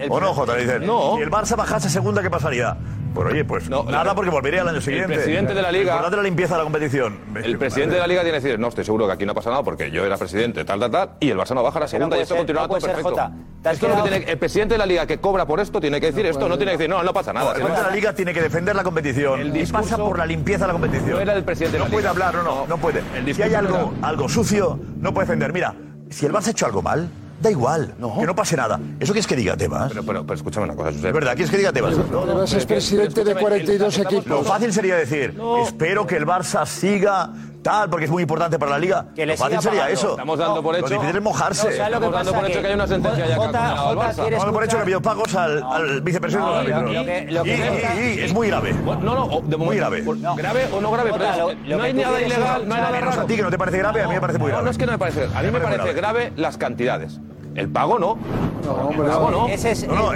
O no, Jota, dicen.
eh, No.
Si el Barça bajase a segunda, ¿qué pasaría? Pues oye, pues nada, porque volvería al año siguiente.
El presidente de la Liga-
Recordad de la limpieza de la competición.
El presidente de la liga tiene que decir, no, estoy seguro que aquí no pasa nada porque yo era presidente, tal, tal, tal, y el Barça no baja a la segunda
puede
y esto
ser,
continuará
no puede
todo
ser,
perfecto.
Jota. Te has
Esto es lo que
quedado-
tiene- el presidente de la liga que cobra por esto tiene que decir esto, no tiene que decir, no, no pasa nada.
El presidente de la liga tiene que defender la competición.
El
El
discurso
pasa por la limpieza de la competición.
no era del presidente de
No
la
puede
liga.
hablar, no, no, no puede. Si hay algo, algo sucio, no puede defender. Mira, si el Barça ha hecho algo mal, da igual, que no pase nada. ¿Eso quieres que diga, Tebas? Pero,
pero, escúchame una cosa, Josep.
Es verdad, ¿quieres que diga, Tebas?
Tebas es presidente de 42 equipos.
Lo fácil sería decir, espero que el Barça siga tal, porque es muy importante para la Liga.
Que le
lo fácil
siga
sería
pagando.
eso.
Estamos dando por
Lo
hecho-
difícil es
No,
mojarse.
¿sabes lo que Estamos dando pasa? por hecho Que que hay una sentencia ya que ha Jota- condenado al Jota Barça. quiere
Estamos dando por hecho que
escuchar-
ha habido pagos al, al vicepresidente
No,
de los
lo
árbitros.
que- lo que
Y-
pasa-
y- y es muy grave.
No, no, o- de
muy
momento-
grave.
por- grave o no grave, pero
Jota,
es-
lo- lo
no hay
que tú
nada
quieres
ilegal,
es-
no hay nada
Menos
raro.
a ti, que no te parece grave, a mí me parece muy
No,
grave.
no es que no me parece grave. A mí me parece grave las cantidades. El pago no. el pago no.
Ah, no, no,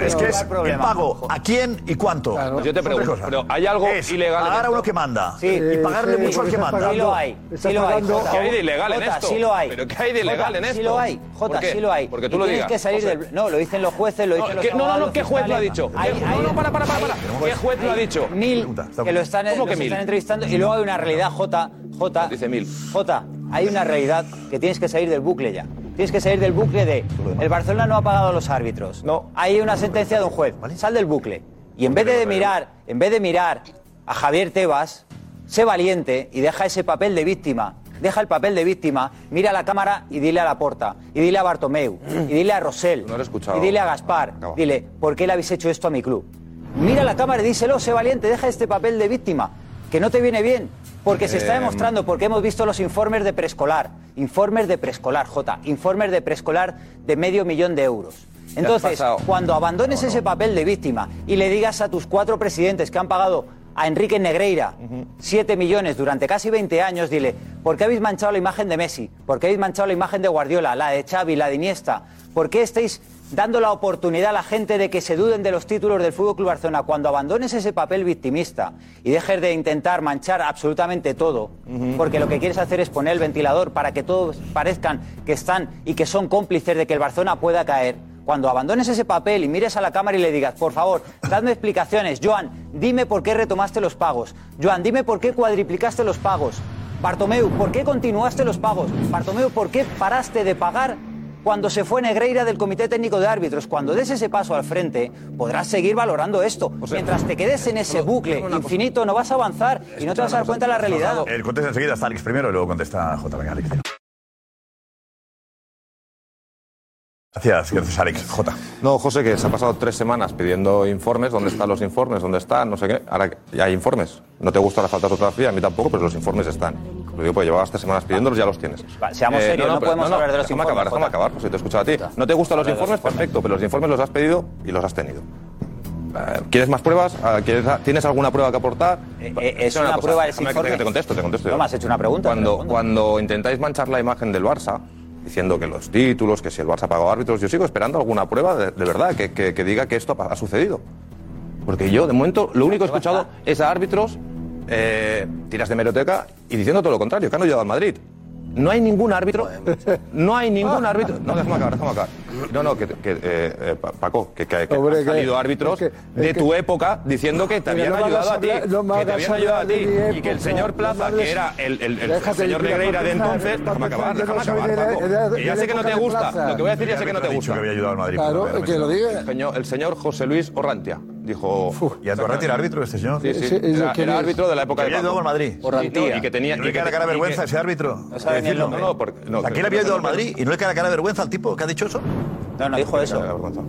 es que es el pago a quién y cuánto.
Pues yo te
Son tres
pregunto,
cosas.
pero ¿hay algo
Es
ilegal en
Pagar a
esto?
uno que manda
Sí.
y
Eh,
pagarle
sí,
mucho al
porque
que
estás
manda.
Sí lo hay. Sí lo hay. Jota.
¿Qué hay de ilegal en
Jota,
esto?
Sí lo hay.
¿Pero qué hay de ilegal
Jota,
en
Sí
esto?
lo hay.
¿Por
Jota,
qué?
sí lo hay.
Porque
Y
tú lo
tienes
digas,
que salir
José.
del... No, lo dicen los jueces, lo dicen los
que- no, no,
abogados,
no,
los
¿qué juez lo ha
fiscales.
dicho?
Hay-
¿Qué- no,
hay-
no, para, para, para,
hay-
para. ¿Qué juez lo ha dicho?
Mil que lo están,
¿Cómo que
los
mil?
están entrevistando y luego hay una realidad, Jota, Jota. Dice mil. Jota, hay una realidad que tienes que salir del bucle ya. Tienes que salir del bucle de el Barcelona no ha pagado a los árbitros. No. Hay una sentencia de un juez. Sal del bucle. Y en vez de mirar, en vez de mirar a Javier Tebas, sé valiente y deja ese papel de víctima. Deja el papel de víctima, mira a la cámara y dile a la porta, y dile a Bartomeu, y dile a Rosell, y dile a Gaspar,
Acaba.
dile, ¿por qué le habéis hecho esto a mi club? Mira la cámara y díselo, sé valiente, deja este papel de víctima, que no te viene bien, porque se está
Eh,
demostrando, porque hemos visto los informes de preescolar, informes de preescolar, J, informes de preescolar de medio millón de euros.
Ya has
Entonces,
pasado.
cuando abandones ese papel de víctima y le digas a tus cuatro presidentes que han pagado a Enrique Negreira 7 millones durante casi 20 años, dile, ¿por qué habéis manchado la imagen de Messi? ¿Por qué habéis manchado la imagen de Guardiola, la de Xavi, la de Iniesta? ¿Por qué estáis dando la oportunidad a la gente de que se duden de los títulos del Fútbol Club Barcelona? Cuando abandones ese papel victimista y dejes de intentar manchar absolutamente todo, porque lo que quieres hacer es poner el ventilador para que todos parezcan que están y que son cómplices de que el Barcelona pueda caer, cuando abandones ese papel y mires a la cámara y le digas, por favor, dadme explicaciones. Joan, dime por qué retomaste los pagos. Joan, dime por qué cuadriplicaste los pagos. Bartomeu, ¿por qué continuaste los pagos? Bartomeu, ¿por qué paraste de pagar cuando se fue Negreira del Comité Técnico de Árbitros. Cuando des ese paso al frente, podrás seguir valorando esto. Mientras te quedes en ese bucle infinito, no vas a avanzar y no te vas a dar cuenta de la realidad.
El contesta enseguida está Alex primero y luego contesta J. Venga, Alex.
Gracias, gracias Alex. J. No, José, que se ha pasado tres semanas pidiendo informes, dónde están los informes, dónde están, no sé qué. Ahora ya hay informes. No te gusta la falta de ortografía, a mí tampoco, pero los informes están. Lo digo, pues llevabas tres semanas pidiéndolos, ya los tienes. Eh,
Va, seamos serios, no
pero-
podemos hablar de los
déjame
informes,
Acabar, déjame
Jota.
acabar, pues si te he escuchado a ti. No te gustan
Habla
los
de los
informes, perfecto, pero los informes los has pedido y los has tenido. Eh, ¿Quieres más pruebas? Ah, ¿quieres- ¿Tienes alguna prueba que aportar?
eh, es
Escucha
una
cosa,
prueba de ese
déjame que-
informe.
que Te contesto, te contesto.
No me has hecho una pregunta,
Cuando,
pero
cuando intentáis manchar la imagen del Barça, diciendo que los títulos, que si el Barça pagó árbitros, yo sigo esperando alguna prueba de, de verdad que, que- que diga que esto ha, ha sucedido. Porque yo, de momento, lo único que he escuchado es a árbitros, eh, tiras de meroteca y diciendo todo lo contrario, que han ayudado al Madrid. No hay ningún árbitro, no hay ningún árbitro. No, déjame acabar, déjame acabar. No, no, que, que, eh, eh, Pa- Paco, que, que, que
Hombre,
han
que-
salido árbitros
es que- es
de tu
que-
época diciendo que te
Mira,
habían
no me hagas
ayudado a ti,
hablar- no me
que te
hagas
habían ayudado a
hablar
ti
de mi
y que el
época,
señor
no
Plaza,
me hables-
que era el, el- el
Déjate
señor
de ir a
Negreira de
empezar,
entonces,
para
déjame acabar,
empezar,
déjame
yo no soy
acabar,
de la-
Paco,
de la-
que ya
de
sé
la
que no te
época de
gusta,
Plaza.
lo que voy a decir ya sé que no te
Ha dicho
gusta.
que había ayudado al Madrid,
Claro,
por lo
que lo diga.
El señor, el señor José Luis Orrantia dijo...
¿Y Andorrete era árbitro este señor?
Sí, sí,
Sí, es
era,
el que
era
es.
árbitro de la época
Que
de
había
Paco.
ayudado al Madrid.
Y, y que tenía...
¿Y no le
y que-
cara cara
y que-
vergüenza a ese árbitro?
No sabe ni el
Decirlo.
nombre. No, no, porque- no,
¿A quién
que-
le había
que-
ayudado al Madrid? ¿Y no le cara cara vergüenza al tipo que ha dicho eso?
No, no dijo eso.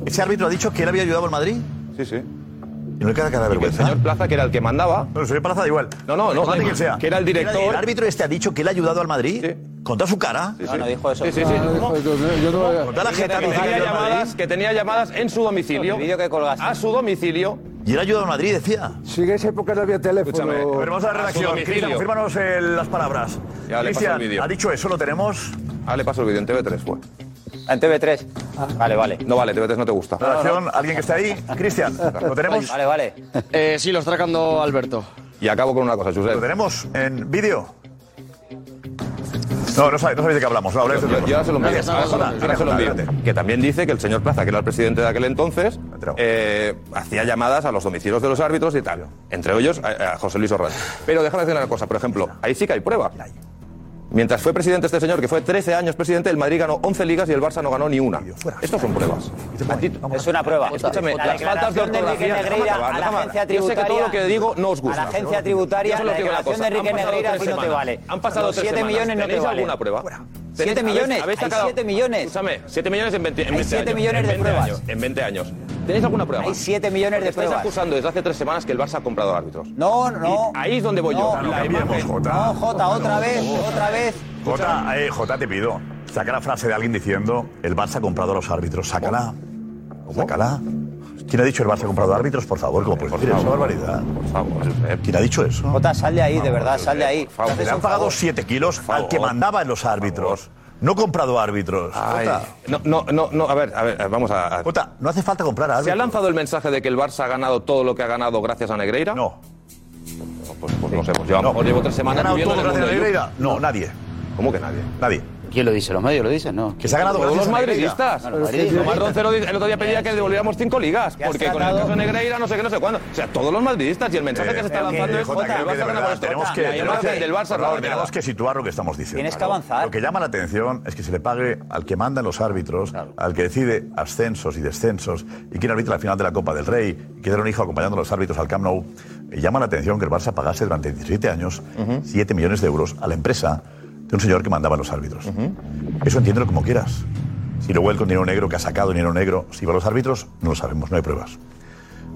¿Ese árbitro ha dicho que él había ayudado al Madrid?
Sí, sí.
¿Y no le cara cara vergüenza?
El señor Plaza, que era el que mandaba...
No, el señor Plaza da igual.
No, no, no,
Mate
da
quien
igual.
sea.
Que era el director.
El árbitro este ha dicho que le ha ayudado al Madrid. Contra su cara.
Sí, sí. Sí, sí, sí.
No, yo no-
Contra la gente
que, tenía llamadas, que tenía llamadas en su domicilio. A su domicilio.
Y él ayudado al Madrid, decía.
Si en esa época no había teléfono.
Escúchame, a ver,
Vamos a la
A su
redacción.
domicilio.
Cristian, confírmanos eh, las palabras.
Ya le paso el
Cristian,
vídeo.
ha dicho eso, lo tenemos.
Ah, le paso el vídeo en TV3, fue.
En TV3. Vale, vale.
No vale, TV3 no te gusta.
Redacción, alguien que esté ahí. Cristian, ¿lo tenemos?
Vale, vale.
Eh, sí, lo está sacando Alberto. Y acabo con una cosa, Josep.
¿Lo tenemos en vídeo? No, no sabéis, no sabéis de qué hablamos. No, habláis de
Yo, yo ahora se lo envío.
Gracias,
Ahora,
Álvaro.
ahora- ahora se lo envío.
Adelante.
Que también dice que el señor Plaza, que era el presidente de aquel entonces, eh, hacía llamadas a los domicilios de los árbitros y tal. Entre ellos a, a José Luis Orrán. Pero déjame decir una cosa, por ejemplo, ahí sí que hay prueba. Mientras fue presidente este señor, que fue 13 años presidente, el Madrid ganó 11 ligas y el Barça no ganó ni una. Estos son pruebas. A ti-
Es una prueba.
Pues Escúchame,
La
las faltas de
declaración de Enrique
ortografía. déjame
Negreira
acabar,
a la
déjame
agencia
acabar. Yo sé que todo lo que digo no os gusta.
A la agencia tributaria,
Yo solo
la
os digo una
declaración
cosa.
de Enrique
Han pasado
Negreira a ti
tres
no te
semanas.
vale.
Han pasado
Los
tres
siete
semanas.
millones no te
¿Tenéis
vale.
alguna prueba?
Siete
¿Tenéis-
millones, hay
sacado-
siete millones.
Escúchame, 7 millones en 20, en
Hay
20
siete
años.
millones
en
de
20
pruebas.
años, en 20 años. ¿Tenéis alguna prueba?
Hay 7 millones
Porque
de pruebas.
Estáis acusando desde hace tres semanas que el Barça ha comprado árbitros.
No, no.
Y ahí es donde voy
No,
yo.
no,
La
cambiemos,
imagen-
No, Jota, otra vez, otra vez.
Jota, eh, Jota, te pido. Saca la frase de alguien diciendo el Barça ha comprado a los árbitros. Sácala. Sácala. ¿Quién ha dicho el Barça ha comprado árbitros? Por favor, ¿cómo puedes decir esa
favor.
barbaridad?
Por favor.
¿Quién ha dicho eso?
Jota, sal de ahí, de verdad, sal de ahí.
Le han pagado 7 kilos al que mandaba en los árbitros. No comprado árbitros.
Ay.
Jota,
No, no, no, no, a ver, a ver, vamos a. a-
no hace falta comprar
¿Se ha
árbitros.
lanzado el mensaje de que el Barça ha ganado todo lo que ha ganado gracias a Negreira? No. Pues, pues no sé, pues yo a lo
No.
mejor llevo tres
¿Ha
semanas
ganado
viviendo en
todo
el mundo
gracias a
del
Negreira?
yuca.
No, nadie.
¿Cómo que nadie?
Nadie.
¿Quién lo dice? ¿Los medios lo dicen? No.
Que se ha ganado
Todos los
gracias a Negreira.
madridistas.
No, no, Madrid.
Tomás Roncero dice- el otro día pedía que devolviéramos cinco ligas,
has
porque con el
tratado-
caso de Negreira no sé qué, no sé cuándo. O sea, todos los madridistas y el mensaje
Eh,
que se está
creo que-
lanzando es
Jota,
Jota, el
creo que de
Barça gana
verdad
por esto.
Tenemos que,
La
tenemos
imagen
que-
del Barça
perdón, tenemos que situar lo que estamos diciendo.
Tienes que avanzar.
Lo que llama la atención es que se le pague al que manda los árbitros, al que decide ascensos y descensos, y quien arbitra la final de la Copa del Rey, y que era un hijo acompañando a los árbitros al Camp Nou. Y llama la atención que el Barça pagase durante 17 años 7 millones de euros a la empresa de un señor que mandaba los árbitros. Eso entiéndelo como quieras. Si lo vuelve con dinero negro, que ha sacado dinero negro, si va a los árbitros, no lo sabemos, no hay pruebas.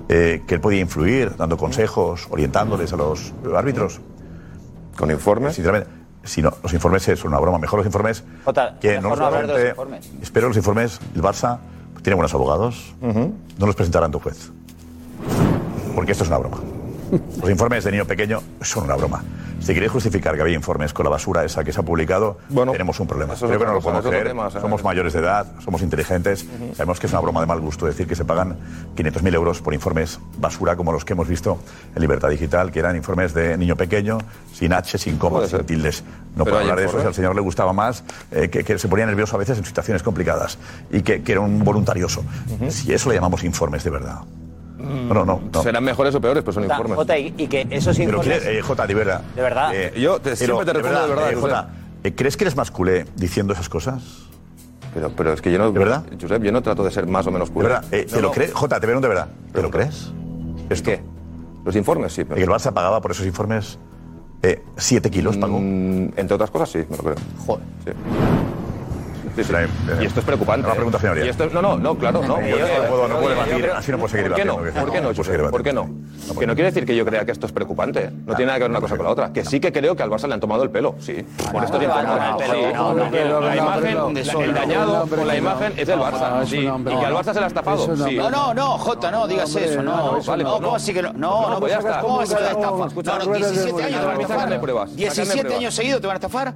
Eh, que él podía influir, dando consejos, orientándoles a los árbitros. Eh,
¿Con informes?
Sinceramente, si no, los informes son una broma. Mejor los informes
Jota,
que
mejor
nos
no
la
hablar de los
gente-
informes.
Espero los informes. El Barça tiene buenos abogados. No los presentarán tu juez. Porque esto es una broma. Los informes de niño pequeño son una broma. Si queréis justificar que había informes con la basura esa que se ha publicado, tenemos un problema.
eso es
Creo que
otra
no lo
cosa,
podemos
es otro
creer.
tema, o sea,
somos mayores de edad, somos inteligentes. Sabemos que es una broma de mal gusto decir que se pagan 500.000 euros por informes basura como los que hemos visto en Libertad Digital, que eran informes de niño pequeño, sin H, sin comas, sin tildes. No
Pero
puedo
hay
hablar de eso.
informes.
Si al señor le gustaba más, eh, que, que se ponía nervioso a veces en situaciones complicadas y que, que era un voluntarioso. Si eso le llamamos informes de verdad. No, no, no. no.
Serán mejores o peores, pero son
Jota,
informes.
Jota, y, y que esos
Pues Pero
informes...
quiere- eh, Jota, de verdad.
De verdad.
Eh,
Yo te- siempre te
pero,
respondo de verdad,
eh,
José.
Jota, eh, ¿crees que eres más culé diciendo esas cosas?
Pero, pero es que yo no. ¿De verdad? Josep, yo no trato de ser más o menos culero.
¿De verdad? Eh, ¿te lo crees? Jota, te pregunto de verdad. ¿Te lo crees?
¿Es qué? Los informes, sí. Pero...
¿El Barça pagaba por esos informes 7 kilos, pagó?
Mm, entre otras cosas, sí, me lo creo. Joder. Sí. Sí, sí. Y esto es preocupante.
Una
¿eh?
pregunta final, ya.
Y esto, no, no, no, claro, no.
No, yo no puedo- no puedo debatir,
creo-
así no puedo seguir
¿Por qué no?
debatiendo,
¿Por qué no?
no puedo seguir
Josep? ¿Por qué no? Que no quiere decir que yo crea que esto es preocupante. No tiene nada que ver una cosa con la otra. Que sí que creo que al Barça le han tomado el pelo, sí. Por estos
Ah, no, no,
informes.
no,
Sí.
no, no, no,
La
no, no,
imagen, la-
no, no,
el
no, no,
dañado
hombre,
por la
no.
imagen es del
Ah,
Barça,
es
sí.
un
Y
hombre,
que al
no.
Barça se la ha
Es
estafado,
un
sí.
No, no, no, Jota, no digas
hombre,
eso,
no,
no. pues
vale,
no,
no.
¿cómo así que no? No,
No,
no,
pues ya está.
¿cómo se la estafa?
Escucha,
No, no,
ruedas de
17 años te van a
Sácame
estafar.
pruebas, sácame
17
pruebas.
años seguidos te van a estafar.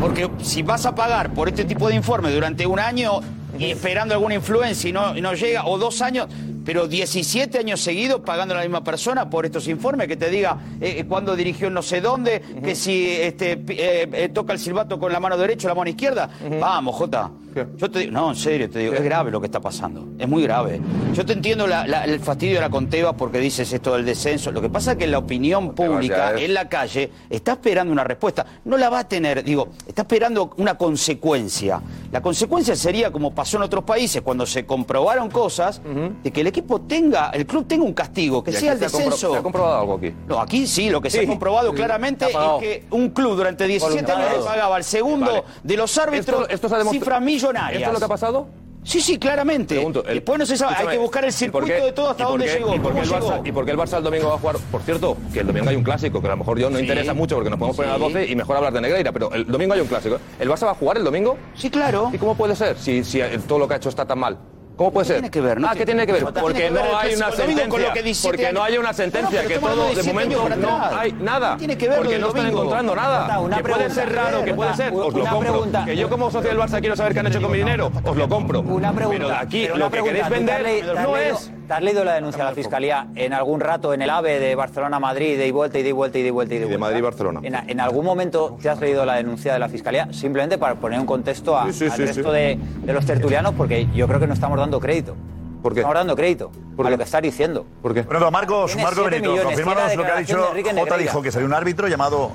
Porque si vas a pagar por este tipo de informe durante un año y esperando alguna influencia y no, y no llega, o dos años, pero 17 años seguidos pagando a la misma persona por estos informes, que te diga eh, eh, cuándo dirigió en no sé dónde, que si este, pi- eh, eh, toca el silbato con la mano derecha o la mano izquierda. Vamos, Jota. Yo te digo, no, en serio, te digo, es grave lo que está pasando. Es muy grave. Yo te entiendo la- la- el fastidio de la conteba porque dices esto del descenso. Lo que pasa es que la opinión pública
ya es-
en la calle está esperando una respuesta. No la va a tener, digo, está esperando una consecuencia. La consecuencia sería, como pasó en otros países, cuando se comprobaron cosas, de que el equipo tenga, el club tenga un castigo, que
Y aquí
sea el
se ha compro-
descenso.
¿Se ha comprobado algo aquí?
No, aquí sí, lo que se
Sí.
ha comprobado
Sí.
claramente
Se ha pagado.
es que un club durante 17 años
Voluntariado.
le pagaba al segundo
Vale.
de los árbitros
Esto- esto se ha demostrado-
cifras millonarias.
¿Esto es lo que ha pasado?
Sí, sí, claramente.
el-
Después no se sabe, hay
Escúchame,
que buscar el
¿y por
circuito
qué-
de todo hasta
y por
dónde
qué-
llegó.
Y por, qué
cómo
el Barça,
llegó.
y por qué el Barça el domingo va a jugar? Por cierto, que el domingo hay un clásico, que a lo mejor yo no interesa mucho porque nos podemos poner a las 12 y mejor hablar de Negreira, pero el domingo hay un clásico. ¿El Barça va a jugar el domingo?
Sí, claro.
¿Y cómo puede ser si, si eh, todo lo que ha hecho está tan mal? ¿Cómo puede ser?
tiene que ver? No
ah, ¿qué tiene que ver?
tiene
Porque
que ver el
no hay
clásico
una
el domingo
sentencia.
con lo que 17
porque no
años.
hay una
No,
sentencia
no, pero
que
estamos
todo,
hablando
de
de 17
momento,
años
no
para atrás.
hay nada.
¿Qué tiene que ver lo
Porque
del
no están
domingo?
encontrando nada.
Jota, una
que puede
pregunta,
ser raro, que
Jota,
puede ser. Os lo
una
compro.
pregunta.
Que yo como socio del Barça quiero saber qué han hecho con mi dinero. Os lo compro. Una
pregunta,
Pero de aquí
pero
lo
una
que
pregunta,
queréis
¿tú te has
vender
leído- te has
no
leído-
es... pues.
¿Te has leído la denuncia de la Fiscalía en algún rato en el AVE de Barcelona a Madrid, de y vuelta y de y vuelta y de y vuelta y de vuelta?
Madrid a Barcelona.
¿En, en algún momento te has leído la denuncia de la Fiscalía? Simplemente para poner un contexto a-
Sí, sí,
al
sí,
resto
sí.
De, de los tertulianos, porque yo creo que no estamos dando crédito.
¿Por qué?
Estamos dando crédito a lo que estás diciendo.
¿Por qué?
Bueno, don Marcos,
Tiene
Marco
siete
Benito,
millones,
confirmanos
tiene la
lo que ha
declaración
dicho.
de Enrique
Jota
Negreira.
dijo que salió un árbitro llamado.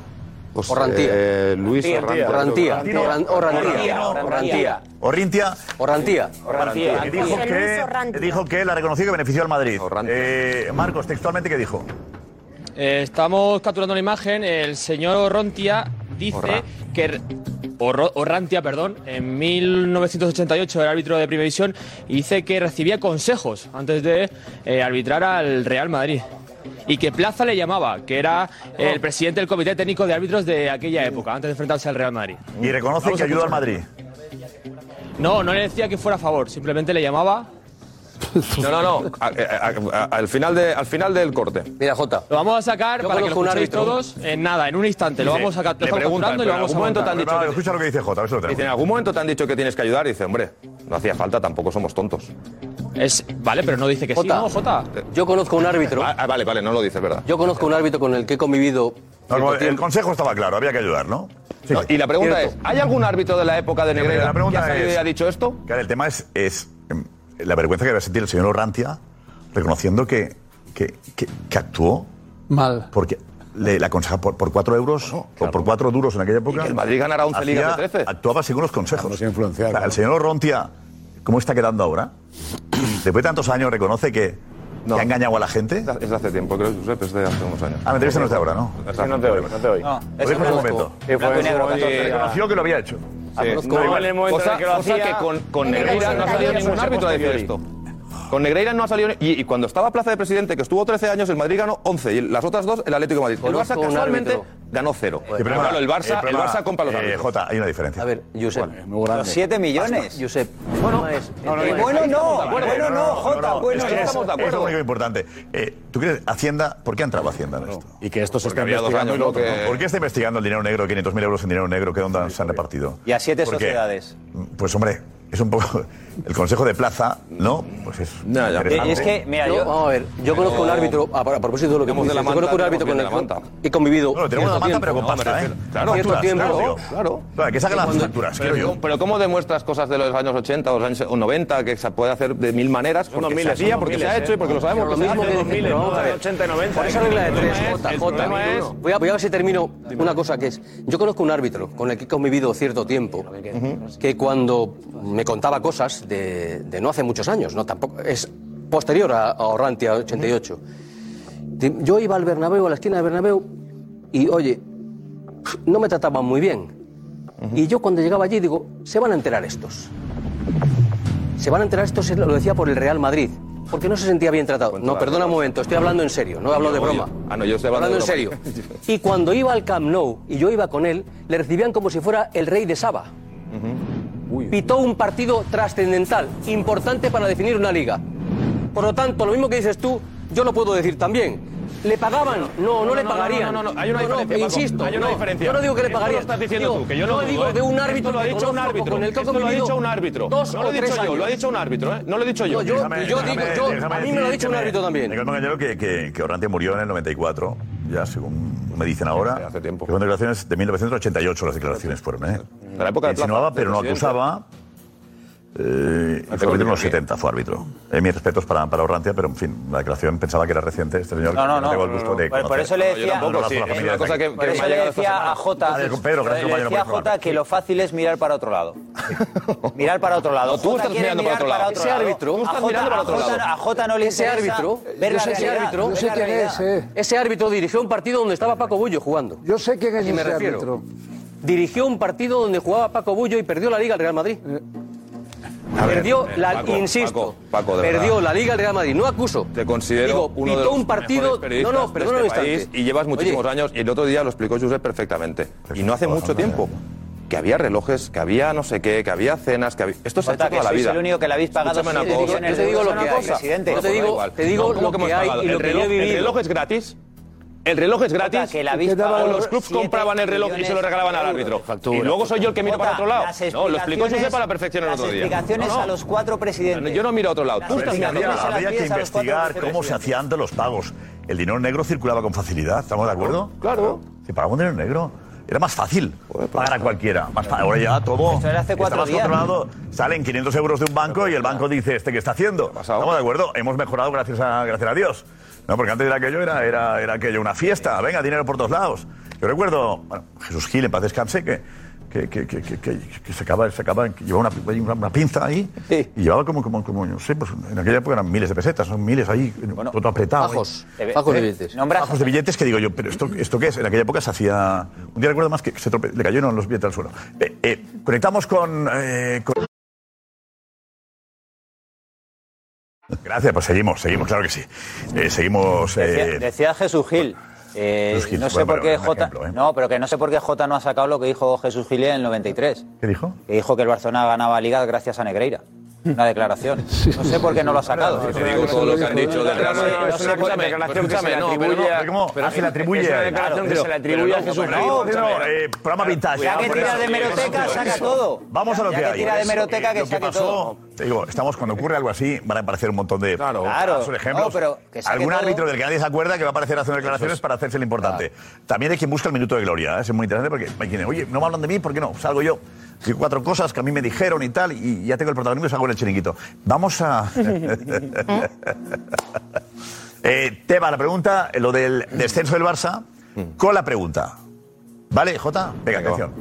Pues,
Orrantía.
eh, Luis
Sí, Orrantía. Orrantía.
Orrantino.
Orran- Orrantía.
Orrantino.
Orrantía.
Orrintía.
Orrantía.
Orrantía. Que dijo
Orrantía.
Luis
que,
Orrantía.
dijo que la reconoció que benefició al Madrid. Eh, Marcos, textualmente, ¿qué dijo?
Eh, estamos capturando la imagen. El señor Orrontia dice que. Orro- Orrantia, perdón, en 1988 era árbitro de Primera División y dice que recibía consejos antes de eh, arbitrar al Real Madrid. Y que Plaza le llamaba, que era
Oh.
el presidente del Comité Técnico de Árbitros de aquella época, antes de enfrentarse al Real Madrid.
Y reconoce
Vamos
que
a
ayudó al
escuchar.
Madrid.
No, no le decía que fuera a favor, simplemente le llamaba
No, no, no. A-
eh,
a- a- a- al, final de, al final del corte.
Mira, Jota.
Lo vamos a sacar
Yo
para que
conozco
lo
un
escuchéis
árbitro.
todos en nada, en un instante. Lo
Dice,
vamos a sacar.
le preguntan,
y
pero
lo
en
vamos a
algún momento te
montar.
han dicho que-
Escucha lo que dice Jota, a ver si lo
Dice, en
tenemos.
algún momento te han dicho que tienes que ayudar y dice, hombre, no hacía falta, tampoco somos tontos.
Es, vale, pero no dice que
Jota, Yo conozco un árbitro.
Ah, vale, vale, no lo dices, ¿verdad?
Yo conozco un árbitro con el que he convivido.
No, no, el consejo estaba claro, había que ayudar, ¿no?
No, y la pregunta es, ¿hay algún árbitro de la época de Negreira
La pregunta
que ha salido
es-
y ha dicho esto?
Claro, el tema es, es em, la vergüenza que debe sentir el señor Orrantia reconociendo que, que, que- que actuó
mal.
Porque le, le aconseja por, por cuatro euros o por cuatro duros en aquella época.
Y que el Madrid ganará 11 ligas de
hacía- Actuaba según los consejos. O sea, el señor Orrantia, ¿cómo está quedando ahora? Después de tantos años, reconoce que, que ha engañado a la gente.
Es de hace tiempo, creo, Josep, es de hace unos años.
Ah, la entrevista no es de ahora, ¿no?
Es de hace-
No, es un momento.
Sí, fue en ese momento.
Y Reconoció que lo había hecho.
Sí.
No,
No,
igual.
en el momento
Cosa-
en el que lo
cosa
hacía,
que
con, con
en el
Negreira no ha salido
88
ningún
se
árbitro a decir esto.
posteriori.
Con Negreira no ha salido. ni- Y, y cuando estaba Plaza de Presidente, que estuvo 13 años, el Madrid ganó 11. Y las otras dos, el Atlético de Madrid. El
Conozco
Barça
un
casualmente
árbitro.
ganó 0.
Sí, pero
claro, el Barça, el
problema,
Barça compra los
eh,
árbitros.
Jota, hay una diferencia.
A ver, Josep.
Los 7 millones.
Josep.
Bueno,
no,
bueno,
ahí estamos de
no.
acuerdo.
Bueno, no, Jota.
no,
Bueno,
es que
no.
es-
estamos de
Es lo
acuerdo.
único importante. Eh, ¿Tú crees, Hacienda, por qué ha entrado Hacienda en esto?
Y que esto se
Porque
está
había dos
investigando
años,
y lo
¿no?
que-
¿Por qué está investigando el dinero negro, 500.000 euros en dinero negro? ¿Qué onda se han repartido?
Y a siete
Porque,
sociedades.
Pues hombre, Es un poco el consejo de plaza, ¿no? Pues es. interesante.
Es que, mira,
yo,
yo-
Vamos a ver, yo conozco un árbitro, a, a propósito de lo que hemos
Tenemos de la
yo conozco un
manta,
árbitro
tenemos
con el
bien de la manta.
que he convivido.
No,
cierto
tenemos la manta, pero
tiempo.
con pasta, ¿eh?
Claro,
Cierto
facturas,
tiempo.
claro.
Claro. Claro, que saquen las facturas,
pero,
creo yo.
¿cómo- Pero ¿cómo demuestras las cosas de los años 80 o los años 90 que se puede hacer de mil maneras? Porque
unos
se
miles,
hacía,
unos
porque
miles,
se ha
¿eh?
hecho y porque lo sabemos.
Pero lo
que se
mismo
hace.
que- pero vamos a ver. 80 y 90,
Por esa regla de
el
tres,
problema
Jota,
es-
Jota.
el problema es-
Voy a, voy a ver si termino una cosa que es. Yo conozco un árbitro con el que he convivido cierto tiempo, que cuando me contaba cosas de, de no hace muchos años, no tampoco es posterior a, a Orrantia 88. Te- Yo iba al Bernabéu, a la esquina del Bernabéu, y oye, no me trataban muy bien. Y yo cuando llegaba allí digo, se van a enterar estos. Se van a enterar estos, lo decía por el Real Madrid, porque no se sentía bien tratado. No, perdona un momento, estoy hablando en serio, no hablo de broma.
Ah, no, yo estoy
Hablando
hablando
en
de
serio.
broma.
Y cuando iba al Camp Nou y yo iba con él, le recibían como si fuera el rey de Saba. Pitó un partido trascendental, importante para definir una liga. Por lo tanto, lo mismo que dices tú, yo lo puedo decir también. ¿Le pagaban? No, no, le
no, no,
pagarían.
no, no, no, hay una diferencia, Paco.
insisto,
Hay una
no,
diferencia.
Yo no digo que le
Esto lo
pagarían.
estás diciendo
Digo,
tú, que yo no
no
dudo,
digo
¿eh?
de un
Esto
árbitro
lo ha
que
dicho un
conozco,
árbitro.
con el que he
Esto lo ha
convivido
dicho un árbitro.
Dos
No
o
lo he dicho
tres
yo,
años.
lo ha dicho un árbitro, ¿eh? No lo he dicho yo.
No, yo,
Déjame,
yo
déjame,
digo, yo,
déjame
a mí me lo ha
decir
dicho
que
un
me-
árbitro también.
Me calma, Cañero, que, que, que Orrantia murió en el 94, ya según me dicen ahora. Hace tiempo. Son declaraciones de 1988 las declaraciones fueron, ¿eh?
De la época de Plaza,
Insinuaba,
de
pero no
presidente.
acusaba. Eh, y fue árbitro en los 70 fue árbitro. Eh, mis respetos para, para Orrantia, pero en fin, la declaración pensaba que era reciente. Este señor
No, no, no.
tengo el gusto de
Por- por
conocer.
eso le
No, yo
decía-
tampoco, sí, es una cosa que-
Por
que
eso
me ha
le
llegado esta
decía
semana.
a Jota,
Dale, con Pedro, que gracias,
le
compañero,
decía a
por favor.
Jota que lo fácil es mirar para otro lado. Mirar para otro lado.
No, tú
Jota
estás
quiere
mirando
mirar
para otro lado. Ese árbitro, tú
A
estás
Jota-
mirando para otro
a Jota-
lado.
A Jota no le
Ese
interesa
árbitro,
ver
yo
la
sé ese
realidad,
árbitro,
ver
yo sé
la
quién
realidad.
es, eh. Ese árbitro dirigió un partido donde estaba Paco Bullo jugando. Yo sé quién
es
y me
ese
refiero.
árbitro.
Dirigió un partido donde jugaba Paco Bullo y perdió la liga al Real Madrid.
A ver,
perdió
eh,
la
Paco,
insisto,
Paco, Paco, de
perdió
verdad.
la liga al Real Madrid, no acuso.
Te considero
Digo,
uno de
pitó
los
un partido-
mejores periodistas
no, no,
de
perdona un
este
instante.
país y llevas muchísimos
Oye.
años y el otro día lo explicó Josep perfectamente. Y no hace mucho tiempo que había relojes, que había no sé qué, que había cenas, que había... esto se ha hecho
Jota, que
toda la
sois
vida.
el único que le habéis pagado
Escúchame una
7
cosa.
millones de euros a una cosa. Presidente. Yo
Bueno,
te
pues da
digo-
igual.
te digo
No, ¿cómo
lo
hemos
que hay
pagado?
y lo
el
que yo
reloj,
he
el
vivido.
reloj es gratis. El reloj es gratis.
Jota, que la habéis
o
pagado
los clubs
siete
compraban el reloj y se lo
millones
regalaban al
de
árbitro.
euros. Factura,
y luego
factura.
soy yo el que miro para
Jota,
otro lado.
las
No, lo explicó Josep a la perfección el
las
otro día.
explicaciones
No, no.
a los cuatro presidentes.
Yo no miro a otro lado.
Las
Tú estás mirando a
explicaciones
otro
a
lado.
las
Habría que
piezas, a los cuatro
investigar
presidentes.
cómo se hacían antes los pagos. El dinero negro circulaba con facilidad, ¿estamos de acuerdo? Claro. Se pagaba un dinero negro. Era más fácil pagar a cualquiera. Más fa- Ahora ya todo
pues Esto era hace
está
cuatro
más
días.
controlado. Salen 500 euros de un banco y el banco dice, ¿este qué está haciendo? ¿Estamos de acuerdo? Hemos mejorado gracias a, gracias a Dios. No, porque antes de aquello era, era, era aquello una fiesta. Venga, dinero por todos lados. Yo recuerdo, bueno, Jesús Gil, en paz descanse, que, que, que, que, que, que- que sacaba, sacaba- que llevaba una, una- una pinza ahí y llevaba como, como, como, no sé, pues en aquella época eran miles de pesetas, son miles ahí, todo apretado. ahí.
Fajos, fajos de billetes.
Nombras- Fajos de billetes que digo yo, pero esto, ¿esto qué es? En aquella época se hacía... Un día recuerdo más que se trope- le cayeron los billetes al suelo. Eh, eh, conectamos con, eh, con- Gracias, pues seguimos, seguimos, claro que sí. Eh, seguimos...
Decía,
eh,
decía Jesús Gil. eh,
Jesús Gil,
no sé
bueno,
por qué
bueno, un
Jota,
ejemplo, ¿eh?
no, pero que no sé por qué Jota no ha sacado lo que dijo Jesús Gil en el 93,
¿Qué dijo?
que dijo que el Barcelona ganaba liga gracias a Negreira. Una declaración. No sé por qué no lo ha sacado.
Te digo todo lo que han dicho del Real Madrid.
No
Es
sé
una
por qué-
declaración que se le
escúchame, no, pero
atribuye
no.
a- pero
Ah, se le atribuye.
Es una declaración que
Claro,
se le
pero-
atribuye a
pero
Jesús
no,
Gil.
no,
Vamos a ver.
eh, programa vintage.
Ya que
Por
tira
eso.
de hemeroteca, saca todo.
Vamos a lo
Ya
que
que
hay.
tira de hemeroteca, que
lo que
saque
pasó,
todo.
te digo, estamos cuando ocurre algo así, van a aparecer un montón de
Claro.
casos,
Claro.
ejemplos.
No, pero que saque
Algún
todo.
árbitro del que nadie se acuerda que va a aparecer haciendo declaraciones para hacerse el importante. También hay quien busca el minuto de gloria, ¿eh? es muy interesante porque hay quien, oye, no me hablan de mí, ¿por qué no? Salgo yo. Digo cuatro cosas que a mí me dijeron y tal, y ya tengo el protagonismo y salgo en el chiringuito. Vamos a... Eh, tema, la pregunta, lo del descenso del Barça,
Mm.
con la pregunta. ¿Vale, Jota? Venga, atención.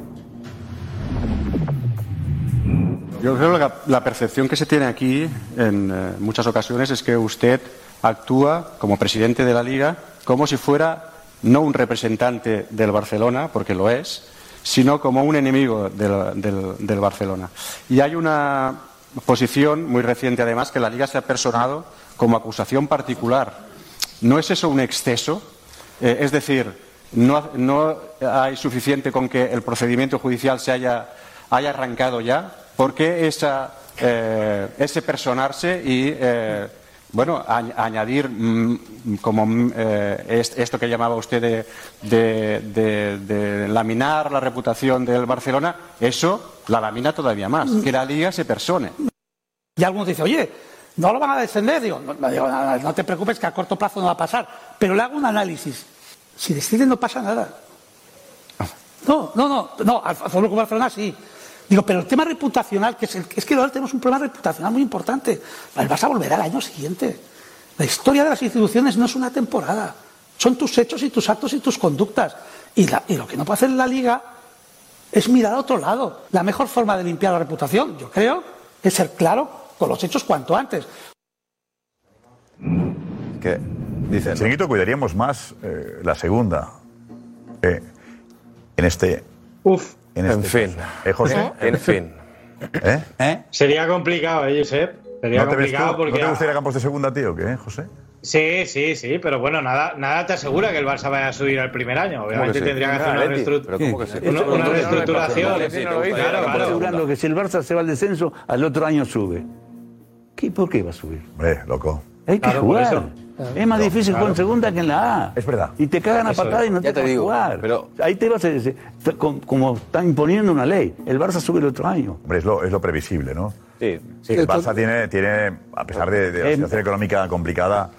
Yo creo que la- la percepción que se tiene aquí en eh, muchas ocasiones es que usted actúa como presidente de la liga como si fuera no un representante del Barcelona, porque lo es, sino como un enemigo del, del- del Barcelona. Y hay una posición muy reciente, además, que la liga se ha personado como acusación particular. ¿No es eso un exceso? Eh, es decir, no, no hay suficiente con que el procedimiento judicial se haya, haya arrancado ya. ¿Por qué esa, eh, ese personarse y eh, Bueno, añ- añadir mm, como mm, eh, est- esto que llamaba usted de, de- de- de laminar la reputación del Barcelona, eso la lamina todavía más, que la liga se persone.
Y algunos dicen, oye, no lo van a descender. Digo, no, no, digo, no, no te preocupes que a corto plazo no va a pasar. Pero le hago un análisis. Si descienden no pasa nada. No, no, no, no, al al solo con Barcelona sí. Digo, pero el tema reputacional, que es, el, es que ahora tenemos un problema reputacional muy importante. El Barça volverá al año siguiente. La historia de las instituciones no es una temporada. Son tus hechos y tus actos y tus conductas. Y, la- y lo que no puede hacer la liga es mirar a otro lado. La mejor forma de limpiar la reputación, yo creo, es ser claro con los hechos cuanto antes.
que dicen. Chiringuito, cuidaríamos más eh, la segunda. Eh, en este.
Uf.
En, este
fin.
¿Eh, José?
En fin.
¿Eh?
Sería complicado, ¿eh, Josep? Sería
¿No te ves tú-
complicado porque.
¿No te gustaría campos de segunda, tío, o qué, José?
Sí, sí, sí, pero bueno, nada, nada te asegura que el Barça vaya a subir al primer año. Obviamente
que sí?
tendría que hacer
Ah,
una,
Leti,
restru-
pero ¿cómo que sí?
una- una
Pero no le pasa
reestructuración.
nada.
Claro,
Está
claro.
asegurando que si el Barça se va al descenso, al otro año sube. ¿Qué, ¿Por qué va a subir?
Hombre, loco.
Hay que
Claro, por eso.
jugar. Es más
No,
difícil
claro.
jugar en segunda que en la A.
Es verdad.
Y te cagan a
Eso
patada
es.
y no
Ya
te,
te
dejan
digo,
jugar. Ahí te vas a, se- te- com- como están imponiendo una ley. El Barça sube el otro año.
Hombre, es lo, es lo previsible, ¿no?
Sí.
Sí, el Barça tiene, tiene a pesar de, de la
Em.
Eh,
situación económica complicada.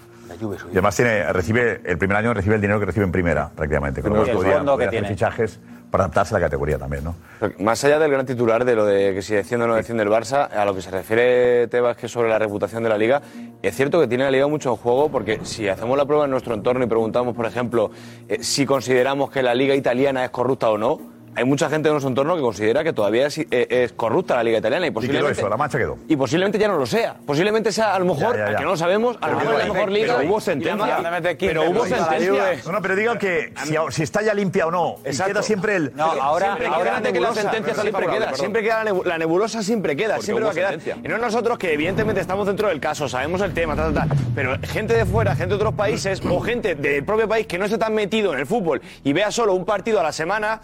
Y además tiene, recibe, el primer año recibe el dinero que recibe en primera, prácticamente. Con lo
Pero
cual
el
podía-
fondo que
podía hacer
tiene.
fichajes para adaptarse a la categoría también, ¿no?
Más allá del gran titular de lo de que si defiende o no defiende el Barça, a lo que se refiere Tebas, que es sobre la reputación de la liga, es cierto que tiene la liga mucho en juego porque si hacemos la prueba en nuestro entorno y preguntamos, por ejemplo, eh, si consideramos que la liga italiana es corrupta o no, hay mucha gente en nuestro entorno que considera que todavía es, eh, es corrupta la liga italiana
Y
y
quedó
posiblemente,
eso, la mancha quedó.
y posiblemente ya no lo sea. Posiblemente sea a lo mejor,
Ya, ya, ya.
a que no lo sabemos, a lo mejor es la mejor liga.
Pero
y
hubo
la
sentencia.
más- Pero hubo sentencia.
No, no, pero digo que si, si está ya limpia o no, y queda siempre el.
No, ahora,
siempre queda
ahora
la
de que la
nebulosa.
sentencia
Pero
siempre
sí,
queda,
perdón.
siempre queda la, nebu- la nebulosa siempre queda,
Porque
siempre
hubo
va a quedar.
sentencia.
Y no nosotros que evidentemente estamos dentro del caso, sabemos el tema, ta, ta, ta, pero gente de fuera, gente de otros países o gente del propio país que no esté tan metido en el fútbol y vea solo un partido a la semana,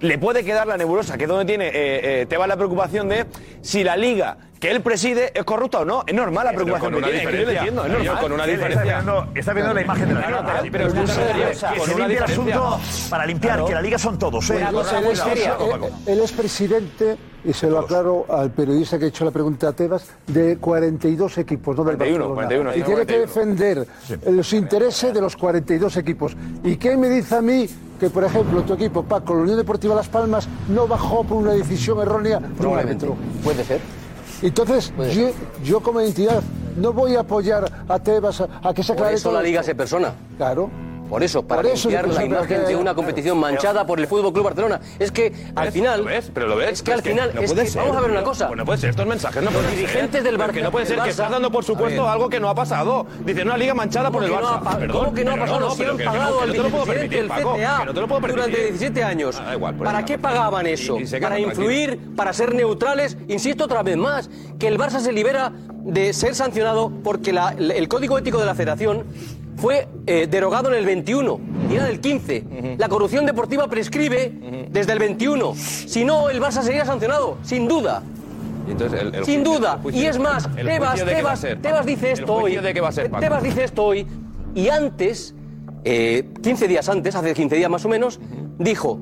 le puede quedar la nebulosa, que es donde tiene eh, eh, te va la preocupación de si la liga que él preside es corrupta o no. Es normal la
Pero
preocupación
con una
que tiene, que yo lo
diferencia.
entiendo, es
Pero
normal.
con una
Sí, le está
diferencia.
mirando-
Está viendo la imagen de la
Claro,
liga.
claro, pero
Que
es
se
una
limpia el
diferencia.
asunto para limpiar, que la liga son todos, ¿eh?
Bueno, pues él, es, él- él es presidente, y se lo aclaro al periodista que ha hecho la pregunta a Tebas, de 42 equipos, no del
41,
Barcelona.
41,
y
sí,
tiene que
41.
defender los intereses de los 42 equipos. ¿Y qué me dice a mí que, por ejemplo, tu equipo, Paco, la Unión Deportiva Las Palmas, no bajó por una decisión errónea de un árbitro?
Puede ser.
Entonces, yo, yo como entidad no voy a apoyar a Tebas a, a que se
Por
aclare
eso
todo
la liga
esto.
se persona.
Claro.
Por eso, para
Por eso
limpiar
se
la
persona,
imagen de
claro,
una
claro.
competición manchada por el Fútbol Club Barcelona. Es que al final.
¿Lo ves? Pero lo ves.
Es que al final.
no
es
puede
que-
ser.
vamos a ver una
No,
cosa.
pues no puede ser. Estos mensajes no
Los
pueden ser.
dirigentes del
Porque
Barça-
no puede ser
del
que
Barça-
estás dando por
A
supuesto
ver.
algo que no ha pasado. Dice una liga manchada por el
¿Cómo que no
Barça.
ha pa-
Perdón.
¿Cómo que no ha
Pero
pasado? Si
pero
han
que no,
pagado
que
al
no te lo puedo
vicepresidente
permitir,
del
Paco,
CTA
que no te lo puedo permitir.
durante 17 años.
Ah, da igual, por
¿Para
eso.
qué pagaban eso?
Y- y se
Para
calma, tranquilo.
influir, para ser neutrales. Insisto otra vez más, que el Barça se libera de ser sancionado porque la- el código ético de la federación fue eh, derogado en el 21 y era del 15. La corrupción deportiva prescribe desde el 21. Si no, el Barça sería sancionado, sin duda.
Y entonces el- el
Sin
juicio-
duda.
el juicio-
Y es más,
el
Tebas,
juicio de qué va a
Tebas,
ser, Paco.
Tebas dice
El
esto hoy.
juicio de qué va a ser, Paco.
Tebas dice esto hoy. Y antes, eh, 15 días antes, hace 15 días más o menos, dijo,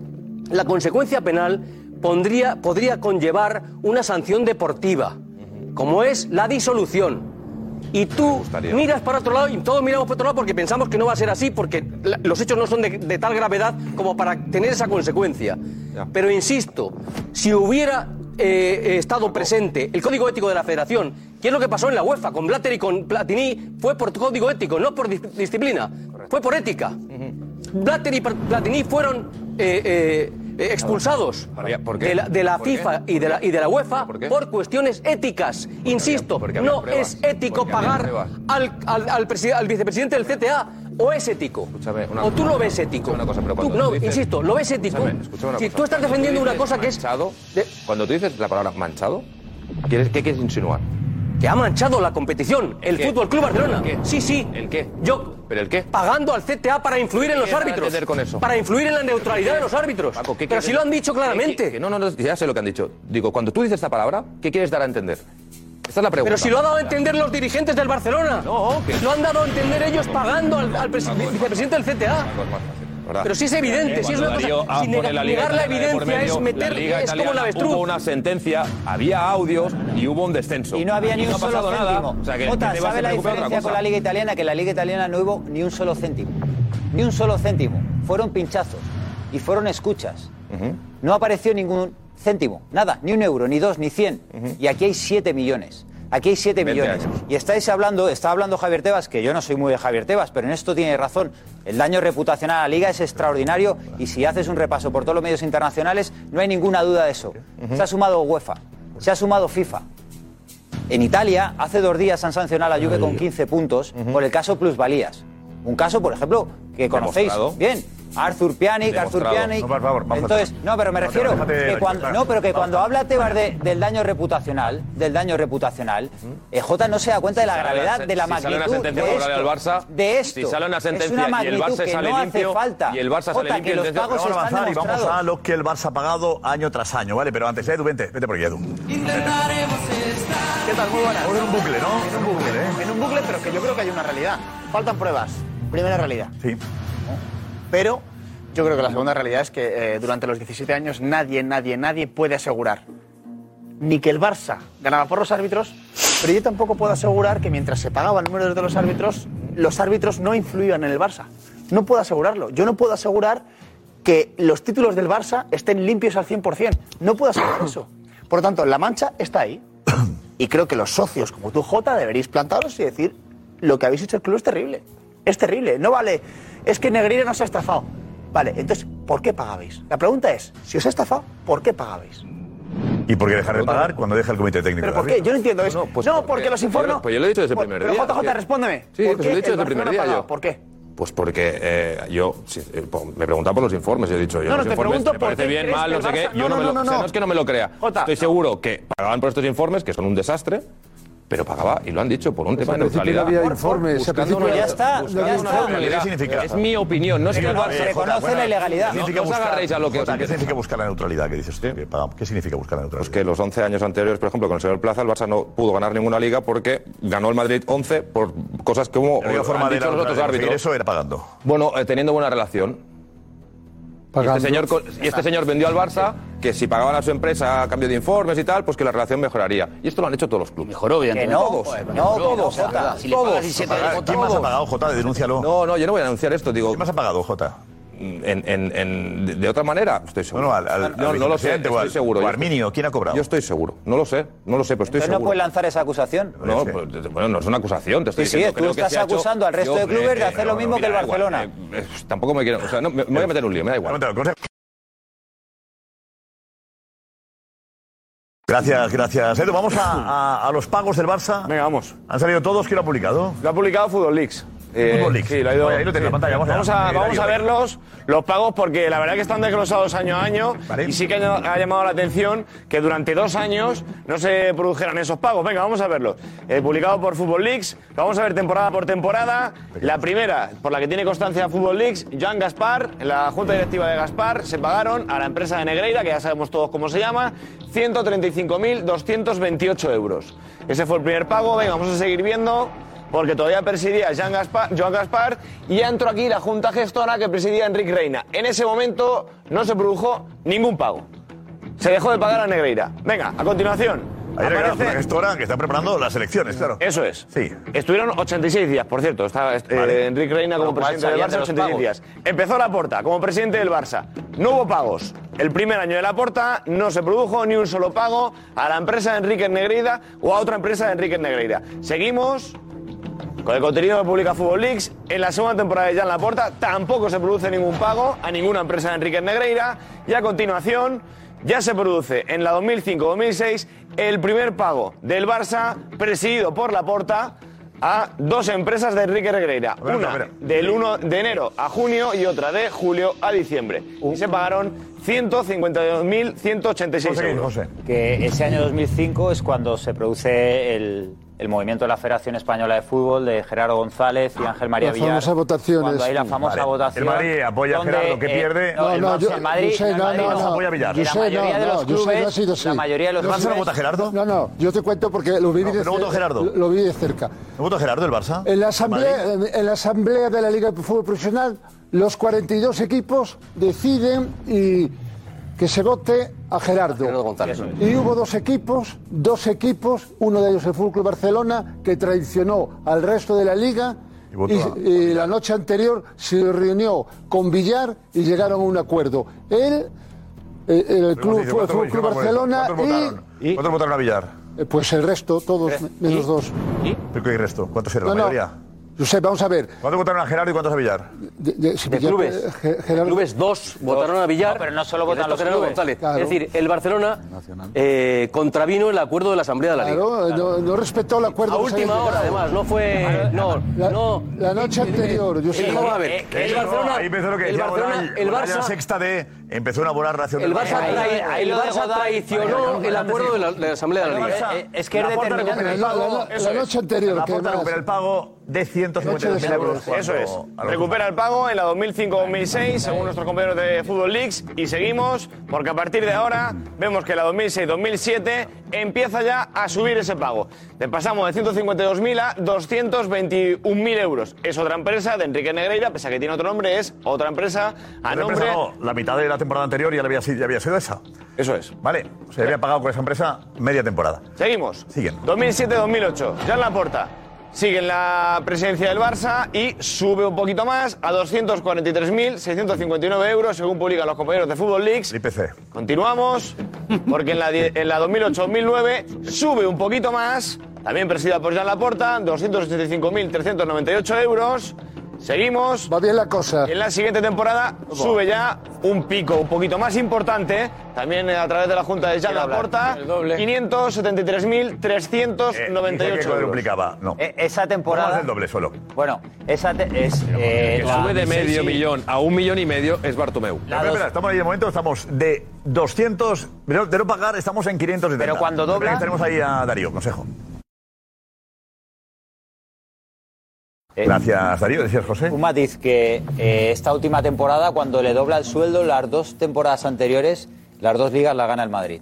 la consecuencia penal pondría, podría conllevar una sanción deportiva, como es la disolución. Y tú miras para otro lado y todos miramos para otro lado porque pensamos que no va a ser así, porque la- los hechos no son de, de tal gravedad como para tener esa consecuencia. Pero insisto, si hubiera eh, eh, estado presente el código ético de la federación, que es lo que pasó en la UEFA con Blatter y con Platini, fue por código ético, no por dis- disciplina, fue por ética. Blatter y Pla- Platini fueron eh, eh, eh, expulsados
¿Por qué?
de la, de la
¿Por qué?
FIFA y de la, y de la UEFA
¿Por
por,
qué?
cuestiones éticas. Insisto,
porque había
no
pruebas.
es ético
Porque había
pagar
pruebas.
al, al, al presi- al vicepresidente del CTA o es ético.
una-
o tú lo ves ético.
Una cosa, pero
Tú-
cuando
no,
tú dices-
insisto, lo ves ético.
Escúchame, escúchame una
si
cosa.
tú estás
Cuando
defendiendo una
dices
cosa que es
manchado,
de-
Cuando tú dices la palabra manchado, ¿quieres- ¿qué quieres insinuar?
que ha manchado la competición, el
qué?
Fútbol Club Barcelona.
¿El qué?
Sí, sí.
¿El qué?
Yo
¿Pero el qué?
pagando al CTA para influir en
¿Qué
los
vas a
árbitros,
entender con eso?
para influir en la neutralidad de los árbitros.
Paco, ¿qué
Pero
quieres-
si lo han dicho
¿Qué-
claramente.
qué- qué- no, no, no, ya sé lo que han dicho. Digo, cuando tú dices esta palabra, ¿qué quieres dar a entender?
Esta es la pregunta.
Pero si lo han dado a entender los dirigentes del Barcelona. No,
que-
Lo han dado a entender ellos pagando al, al presi- vicepresidente del CTA.
¿verdad?
Pero si es evidente, si es
Cuando
una cosa-
Darío
si
pone
nega-
Liga
negar la
Italiana de por
evidencia es meter-
la Liga
es como
Italiana
la avestruz.
Hubo una sentencia, había audios y hubo un descenso.
Y no había ni un
ha
solo
pasado nada.
céntimo.
O sea, que
Jota,
te vas a
¿sabe la
preocupar de otra
diferencia con
cosa.
la Liga Italiana? Que en la Liga Italiana no hubo ni un solo céntimo. Ni un solo céntimo. Fueron pinchazos. Y fueron escuchas. No apareció ningún céntimo. Nada. Ni un euro, ni dos, ni cien. Y aquí hay siete millones. Aquí hay siete
20
millones.
años.
Y estáis hablando, está hablando Javier Tebas, que yo no soy muy de Javier Tebas, pero en esto tiene razón. El daño reputacional a la liga es extraordinario y si haces un repaso por todos los medios internacionales, no hay ninguna duda de eso. Se ha sumado UEFA, se ha sumado FIFA. En Italia, hace dos días han sancionado a la Juve con 15 puntos por el caso Plusvalías. Un caso, por ejemplo, que conocéis
Demostrado.
bien. Arthur Pianic, Arthur
Demostrado.
Pianic.
No, por favor, vamos a-
Entonces, no, pero me
No,
refiero
déjate de
que cuando,
ayudar.
no, pero que cuando habla Tebas de- del daño reputacional, del daño reputacional, eh, Jota no se da cuenta de la
Si sale
gravedad,
una-
de la
si sale una
magnitud
sentencia
de
favorable
esto.
al Barça,
de esto.
si sale una
Es
sentencia y el
magnitud
Barça
que
sale
no
limpio,
hace falta.
y el Barça sale
Jota,
limpio,
que los
entonces-
pagos
Vamos a
están
avanzar
Y vamos
demostrados.
a lo que el Barça ha pagado año tras año, ¿vale? Pero antes, Edu, vente, vente por aquí, Edu.
¿Qué tal? Muy buenas.
Ahora en un bucle, ¿no? En un bucle, ¿eh?
En un bucle, pero que yo creo que hay una realidad. Faltan pruebas. Primera realidad.
Sí.
Pero yo creo que la segunda realidad es que eh, durante los 17 años nadie, nadie, nadie puede asegurar ni que el Barça ganaba por los árbitros, pero yo tampoco puedo asegurar que mientras se pagaba el número de los árbitros, los árbitros no influían en el Barça. No puedo asegurarlo. Yo no puedo asegurar que los títulos del Barça estén limpios al 100%. No puedo asegurar eso. Por lo tanto, la mancha está ahí. Y creo que los socios como tú, Jota, deberéis plantaros y decir, lo que habéis hecho el club es terrible. Es terrible. No vale, es que Negreira no se ha estafado. Vale, entonces, ¿por qué pagabais? La pregunta es, si os ha estafado, ¿por qué pagabais?
¿Y por qué dejar de pagar cuando deja el comité técnico?
¿Pero por qué? Yo no entiendo eso. No, porque los informes...
pues yo lo he dicho desde el
Por-
primer
pero
día,
JJ,
sí.
respóndeme. ¿Por
Sí, pues lo he
qué
dicho
el
desde el primer
Barcelona
día
ha pagado?
yo.
¿Por qué?
Pues porque eh, yo sí, eh, po- me preguntaba por los informes, yo he dicho,
No,
yo
no,
los
te
informes
pregunto
me
por
parece
qué
bien,
crees
mal,
que
no
el
sé qué,
Barça-
yo
no,
no, me
no,
lo,
no,
o sea,
no.
no es que no me lo crea.
Jota.
Estoy seguro que pagaban por estos informes que son un desastre, pero pagaba y lo han dicho por un
Pues
tema de
al principio
neutralidad.
no había
Por- por-
informes, al
buscando
principio
una-
ya está,
buscando
ya
una
está.
neutralidad.
¿Qué significa?
Es mi opinión, no es que el
Bueno,
Barça
eh, Jota, bueno, ¿Qué
No,
significa
no os
buscar-
agarréis a lo que
Jota, ¿Qué significa buscar la neutralidad que dices usted? que pagamos? ¿Qué significa buscar la neutralidad?
Pues que los 11 años anteriores, por ejemplo, con el señor Plaza, el Barça no pudo ganar ninguna liga porque ganó el Madrid 11 por cosas que hubo
La única forma de, la,
los otros
de conseguir
árbitros.
eso era pagando.
Bueno, eh, teniendo buena relación. Y este, señor, co- y este señor vendió al Barça que si pagaban a su empresa a cambio de informes y tal, pues que la relación mejoraría. Y esto lo han hecho todos los clubes. Mejoró,
evidentemente.
No
Todos.
todos.
No todos, Jota. Todos.
Ah,
Pagar.
¿Quién más ha pagado,
Jota? Denúncialo.
No, no, yo no voy a denunciar esto. Digo, ¿Quién
más ha pagado, Jota?
En, en, en, de, de otra manera, estoy seguro. No,
al
no, lo sé,
vicepresidente o
estoy
al-
seguro.
o
Yo
a Arminio,
estoy-
¿quién ha cobrado?
Yo estoy seguro. No lo sé, no lo sé, pero estoy
Entonces no
seguro.
puedes lanzar esa acusación.
No, pues, bueno, no es una acusación, te estoy
Sí, sí,
diciendo.
tú
creo que
estás
se ha hecho-
acusando al resto de clubes de
eh,
hacer lo mismo que el
da igual,
Barcelona.
eh, eh, tampoco me quiero. O sea, no, me, me voy a meter en un lío, me da igual.
Gracias, gracias. Edu, vamos a, a- a los pagos del Barça. Venga,
vamos.
¿Han salido todos? ¿Quién lo ha publicado?
Lo ha publicado Fútbol Leaks.
Fútbol Leaks.
Eh, sí, lo ha ido-
Oye, ahí lo tenéis en la pantalla. Vamos,
Vamos
a,
a, vamos a verlos, los pagos, porque la verdad que están desglosados año a año y sí que ha ha llamado la atención que durante dos años no se produjeran esos pagos. Venga, vamos a verlos. Eh, publicado por Football Leaks, lo vamos a ver temporada por temporada. La primera, por la que tiene constancia Football Leaks, Joan Gaspar, en la junta directiva de Gaspar, se pagaron a la empresa de Negreira, que ya sabemos todos cómo se llama, 135.228 euros. Ese fue el primer pago. Venga, vamos a seguir viendo porque todavía presidía Jean Gaspar, Joan Gaspar y ya entró aquí la junta gestora que presidía Enrique Reina. En ese momento no se produjo ningún pago. Se dejó de pagar a Negreira. Venga, a continuación.
Ahí era
aparece-
una gestora que está preparando las elecciones, claro.
Eso es.
Sí.
Estuvieron 86 días, por cierto. Está eh, Enrique Reina como
Con lo cual
presidente del
salían de
Barça
los
86
pagos.
días. Empezó la porta como presidente del Barça. No hubo pagos. El primer año de la porta no se produjo ni un solo pago a la empresa de Enrique Negreira o a otra empresa de Enrique Negreira. Seguimos con el contenido que publica Fútbol Leaks, en la segunda temporada de Jan Laporta tampoco se produce ningún pago a ninguna empresa de Enrique Negreira. Y a continuación ya se produce en la 2005-2006 el primer pago del Barça presidido por Laporta a dos empresas de Enrique Negreira.
ver,
Una
a ver.
del 1 de enero a junio y otra de julio a diciembre. Y
Uh.
se pagaron 152.186 euros.
Que ese año 2005 es cuando se produce el, el movimiento de la Federación Española de Fútbol, de Gerardo González y Ángel María
Las
Villar.
famosas votaciones.
Cuando hay la famosa
Vale.
votación.
El Madrid apoya a
donde
Gerardo, que
el-
pierde.
No,
eh, No,
el,
no,
Barça-
yo-
el Madrid,
José,
el
no,
Madrid
no, no. Apoya a Villar.
La
José,
mayoría
no,
de los
no, José, no ha
clubes.
sido así.
La mayoría de los
¿El Barça no
clubes-
vota Gerardo? No, no, yo te cuento porque lo vi,
No,
de,
que no votó
cer-
Gerardo.
Lo, lo vi de cerca.
¿No votó Gerardo el Barça?
¿Ah? En la, asamblea, en, en la asamblea de la Liga de Fútbol Profesional, los 42 equipos deciden y que se vote a Gerardo. Y hubo dos equipos, dos equipos, uno de ellos el Fútbol Club Barcelona, que traicionó al resto de la Liga.
Y votó
y-
a-
y la noche anterior se reunió con Villar y llegaron a un acuerdo. Él eh, el, club,
dicho,
fue
¿cuántos
el Club
hemos
Club
dicho?
Barcelona
¿Cuántos votaron?
y,
¿Cuántos votaron a Villar?
eh, pues el resto, todos me- menos dos.
¿Y? ¿Qué hay resto? ¿Cuántos eran?
No,
¿La
no.
mayoría?
Josep, vamos a ver.
¿Cuántos votaron a Gerardo y cuántos a Villar?
De, de- si
De
me-
clubes.
eh, Ge- Gerardo-
clubes, dos votaron a Villar.
No, pero no solo
y el
votan
resto
los
Gerardo
clubes.
González.
Claro.
Es decir, el Barcelona eh, contravino el acuerdo de la Asamblea de la Liga.
Claro, No, no respetó el acuerdo.
A
que se había
última hora,
llegado.
además, no fue. No,
La,
no.
la noche anterior, yo sé.
Eh, vamos a ver. El Barcelona.
Ahí empezó lo que
El
decía
Barcelona.
Godall,
El
Godall en la
Barça.
sexta de... Empezó una buena relación.
El
del
Barça,
Barça.
trai- el Barça traicionó el acuerdo de la, de la Asamblea de la Liga.
Barça, la
La Porta
Porta recupera el
recupera el
pago,
balón.
eso
la
es.
noche anterior,
La
¿qué
Porta
más?
recupera el pago de 150.000
Noche de
euros.
Eso es.
cuando-
Recupera el pago en la 2005-2006, según nuestros compañeros de Fútbol Leaks. Y seguimos, porque a partir de ahora vemos que la 2006-2007 empieza ya a subir ese pago. Le pasamos de 152.000 a 221.000 euros. Es otra empresa de Enrique Negreira, pese a que tiene otro nombre, es otra empresa a
Otra
nombre.
empresa no, la mitad de la temporada anterior ya, le había, sido- ya había sido esa.
Eso es.
Vale, se había pagado con esa empresa media temporada.
Seguimos.
Siguen.
2007-2008, Jan Laporta. Sigue en la presidencia del Barça y sube un poquito más a 243.659 euros, según publican los compañeros de Fútbol Leaks.
IPC.
Continuamos, porque en la, die- en la 2008-2009 sube un poquito más, también presidida por Jan Laporta, 285.398 euros. Seguimos.
Va bien la cosa.
En la siguiente temporada sube ya un pico un poquito más importante, también eh, a través de la Junta de Jan Laporta, 573.398 euros. Eh,
E- esa temporada.
del doble
solo.
Bueno, esa te- es. eh,
que
la-
sube
de medio
sí, sí.
millón a un millón y medio es Bartomeu.
Espera, espera, estamos ahí de momento, estamos de 200, de no, de no pagar, estamos en 570.
Pero cuando dobla-
Tenemos ahí a Darío, consejo.
Eh,
Gracias, Darío, decías José.
Un matiz que eh, esta última temporada, cuando le dobla el sueldo, las dos temporadas anteriores, las dos ligas las gana el Madrid.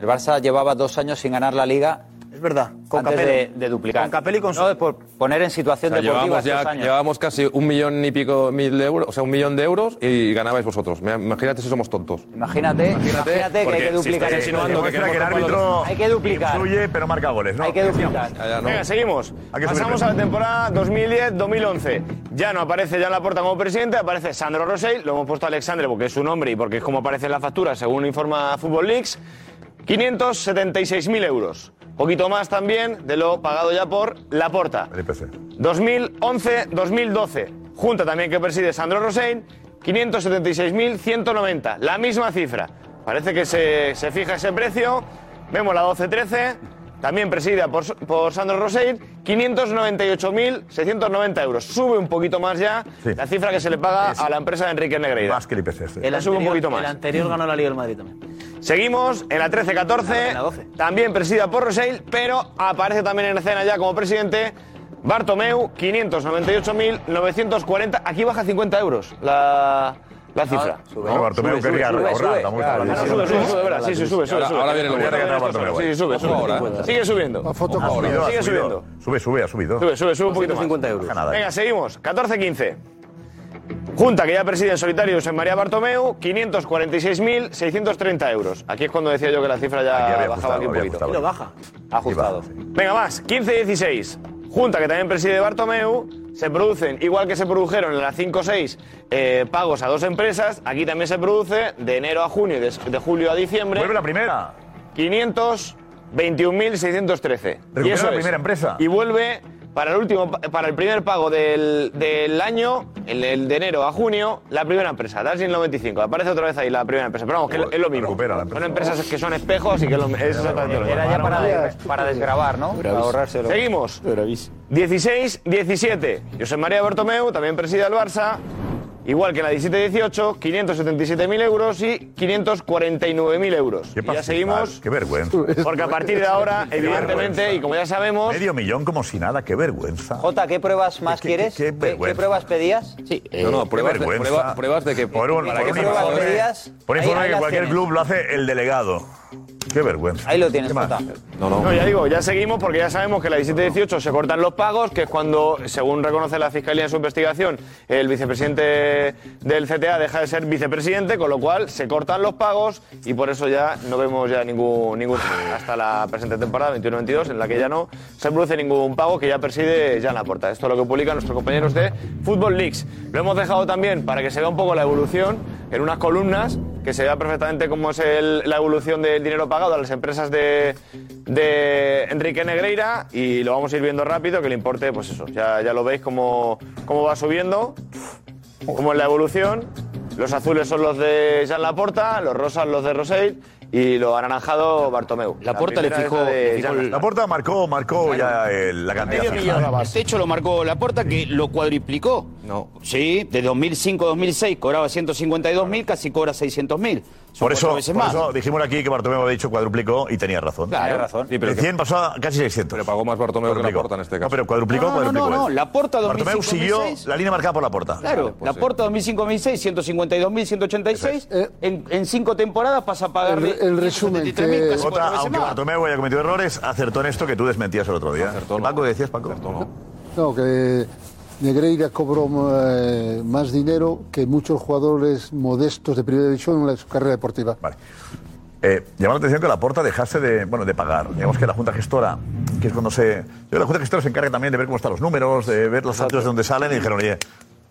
El Barça llevaba dos años sin ganar la liga.
Es verdad, con
antes
Capello.
de, de duplicar. Con Capelli con por poner en
O
situación
sea,
deportiva
llevábamos,
estos
ya,
años.
llevábamos casi un millón y pico mil de euros, o sea, un millón de euros y ganabais vosotros. Me- Imagínate si somos tontos.
Imagínate, imagínate, que hay
porque
que
si
duplicar.
estáis
el
insinuando
sueldo.
que queremos tapar los-
Hay que duplicar.
Influye, pero marca goles, ¿no?
Hay que duplicar.
Venga, seguimos.
que subir
Pasamos
precio.
a la temporada 2010-2011. Ya no aparece Jan Laporta como presidente, aparece Sandro Rosell. Lo hemos puesto a Alexandre porque es su nombre y porque es como aparece en la factura, según informa Football Leaks. 576.000 euros. Poquito más también de lo pagado ya por Laporta.
pues
2011-2012. Junta también que preside Sandro Rosein, 576.190. La misma cifra. Parece que se, se fija ese precio. Vemos la 12-13, también presidida por, por Sandro Rosein, 598.690 euros. Sube un poquito más ya la cifra que se le paga a la empresa de Enrique Negreira.
Más que el IPC. sí.
La sube un poquito más.
El anterior ganó la Liga del Madrid también.
Seguimos en la 13-14, también presidida por Rosell, pero aparece también en escena ya como presidente Bartomeu, 598.940. Aquí baja 50 euros la, la cifra.
No, Bartomeu
Sube,
quería
sube,
ahorrar,
sube.
estamos
Claro,
hablando
sube,
de-
sube, sube, verdad, sí, sí, sube, sube,
Ahora-
sube.
ahora viene lo bueno.
Ahora viene
Ahora
Bartomeu. Sí,
viene
sube,
Ojo
sube.
ahora, ¿eh?
Sigue subiendo.
Ha subido, ha
Sigue
subido.
subiendo.
Sube, sube, ha subido.
Sube, sube, sube un poquito más.
150 euros. No baja nada,
Venga, seguimos. 14-15. Junta que ya preside en solitario José María Bartomeu, 546.630 euros. Aquí es cuando decía yo que la cifra ya
Aquí había
Ah, bajaba
ajustado,
aquí un
había
poquito.
ajustado. Y lo
baja.
Ajustado.
Venga, más. 15-16. Junta que también preside Bartomeu. Se producen, igual que se produjeron en las 5-6 eh, pagos a dos empresas, aquí también se produce de enero a junio y de, de julio a diciembre.
Vuelve la primera.
521.613.
Recupera
eso
la
es.
primera empresa.
Y vuelve para el último, pa- para el primer pago del, del año, el, el de enero a junio, la primera empresa, Darsin 95. Aparece otra vez ahí la primera empresa. Pero vamos, que es lo- es lo mismo. Son empresas que son espejos y que es lo- es exactamente lo mismo.
Era ya para, de- para desgravar, ¿no? Para ahorrárselo.
Seguimos. 16-17. José María Bertomeu, también preside el Barça. Igual que en la 17-18, 577.000 euros y 549.000 euros. Y ya
pasa?
seguimos.
Qué vergüenza.
Porque a partir de ahora,
Qué
evidentemente,
vergüenza.
y como ya sabemos.
Medio millón como si nada, qué vergüenza.
Jota, ¿qué pruebas más quieres? ¿Qué, qué pruebas pedías? Sí,
Eh, No, no, pruebas de- prueba-
pruebas de que.
Por un,
¿Para
por
qué
un
pruebas
informe,
pedías?
por un
Ahí-
informe
ahí
que
las
cualquier
tienes.
club lo hace el delegado. Qué vergüenza.
Ahí lo tienes, Jota.
No, ya digo, ya seguimos porque ya sabemos que la 17-18 se cortan los pagos, que es cuando, según reconoce la Fiscalía en su investigación, el vicepresidente del CTA deja de ser vicepresidente, con lo cual se cortan los pagos y por eso ya no vemos ya ningún, ningún hasta la presente temporada 21-22, en la que ya no se produce ningún pago que ya preside Jan Laporta. Esto es lo que publican nuestros compañeros de Football Leaks. Lo hemos dejado también para que se vea un poco la evolución en unas columnas que se vea perfectamente cómo es el- la evolución del dinero pagado a las empresas de, de Enrique Negreira y lo vamos a ir viendo rápido, que el importe, pues eso, ya, ya lo veis cómo, cómo va subiendo, cómo es la evolución. Los azules son los de Jean Laporta, los rosas los de Rosell y lo anaranjado Bartomeu.
Laporta le
primera es
fijó-
de
le fijó
Jean
el-
Laporta.
La puerta marcó, marcó ya el- la cantidad.
Medio
fija.
millón. El techo lo marcó Laporta, que lo cuadriplicó. No. Sí, de 2005 a 2006 cobraba 152.000, casi cobra 600.000. Son
Por eso,
cuatro veces
por
más.
eso dijimos aquí que Bartomeu había dicho cuadruplicó y tenía razón.
Claro. Tenía razón.
De 100 pasó a casi 600. Pero pagó más Bartomeu que Laporta en este caso. No, pero cuadruplicó,
No, no,
cuadruplicó.
no, no,
él.
Laporta
Bartomeu
2005,
siguió
2006.
la línea marcada por Laporta.
Claro,
pues
Laporta 2005-2006, 152.186. En, en cinco temporadas pasa a pagar.
El- el resumen,
173.000, casi cuatro
Jota,
veces
aunque
más.
Bartomeu haya cometido errores, acertó en esto que tú desmentías el otro día. Paco, ¿qué decías, Paco?
No, que Negreira cobró eh, más dinero que muchos jugadores modestos de primera división en la- su carrera deportiva.
Eh, llama la atención que la porta dejase de, bueno, de pagar. Digamos que la Junta Gestora, que es cuando se. yo creo que la Junta Gestora se encarga también de ver cómo están los números, de ver los saltos de dónde salen, y dijeron, oye,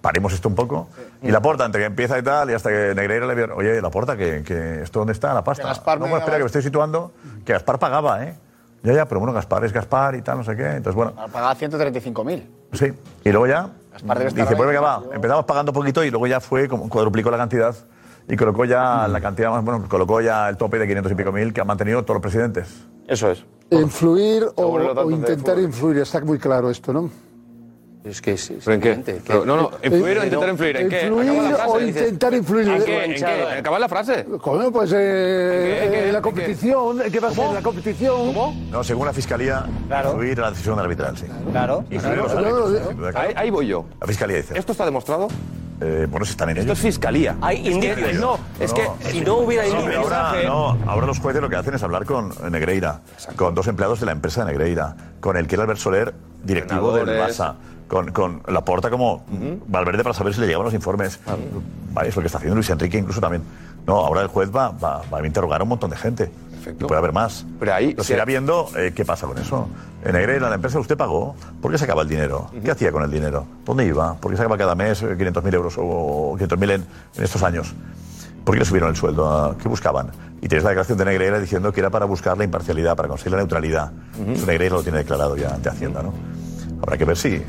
paremos esto un poco. Y la porta, entre que empieza y tal, y hasta que Negreira le vieron, oye, la porta, que, que esto dónde está, la pasta. no, bueno, espera, que me estoy situando, que Gaspar pagaba, ¿eh? Ya, ya, pero bueno, Gaspar es Gaspar y tal, no sé qué. Entonces, bueno,
Pagaba 135.000.
sí. Y luego ya.
Gaspar debe estar
Dice, pues
ahí,
venga, va, empezamos pagando poquito y luego ya fue, como cuadruplicó la cantidad y colocó ya la cantidad más, bueno, colocó ya el tope de 500 y pico mil que han mantenido todos los presidentes.
Eso es.
Influir o,
Según los
o
datos de
intentar
fútbol.
influir, está muy claro esto, ¿no?
Es que es, es
¿Pero en qué?
evidente que-
Pero, no, no, influir o intentar influir. ¿En qué?
Eh, Influir
Acaba la
o
frase, dices.
intentar influir.
¿En qué? ¿En qué? ¿Acaba la frase?
Coño, pues eh,
¿En qué? ¿En qué?
eh, la
¿En qué?
competición, ¿qué va a ser? La competición. Pues
No, según la fiscalía, influir a la decisión arbitral, sí.
Claro.
Influir a los
Claro.
árbitros, sin duda, claro.
Ahí, ahí voy yo.
La fiscalía dice.
¿Esto está demostrado?
Eh, bueno, si están en
Esto
ello.
es fiscalía.
Hay
indicios. No, es que si no hubiera indicios-
Ahora, no, ahora los jueces lo que hacen es hablar con Negreira, con dos empleados de la empresa de Negreira, con el que era Albert Soler, directivo del
Entrenadores.
Barça, con, con Laporta como Valverde para saber si le llegaban los informes. Vale, es lo que está haciendo Luis Enrique incluso también. No, ahora el juez va, va- va a interrogar a un montón de gente. Y puede haber más. Pero ahí
si-
se irá viendo eh, qué pasa con eso. En Negreira, la empresa, usted pagó. ¿Por qué sacaba el dinero? ¿Qué hacía con el dinero? ¿Dónde iba? ¿Por qué sacaba cada mes eh, 500.000 euros o 500.000 en- en estos años? ¿Por qué le subieron el sueldo? ¿A ¿Qué buscaban? Y tenéis la declaración de Negreira diciendo que era para buscar la imparcialidad, para conseguir la neutralidad. Eso Negreira lo tiene declarado ya ante Hacienda, ¿no? Habrá que ver si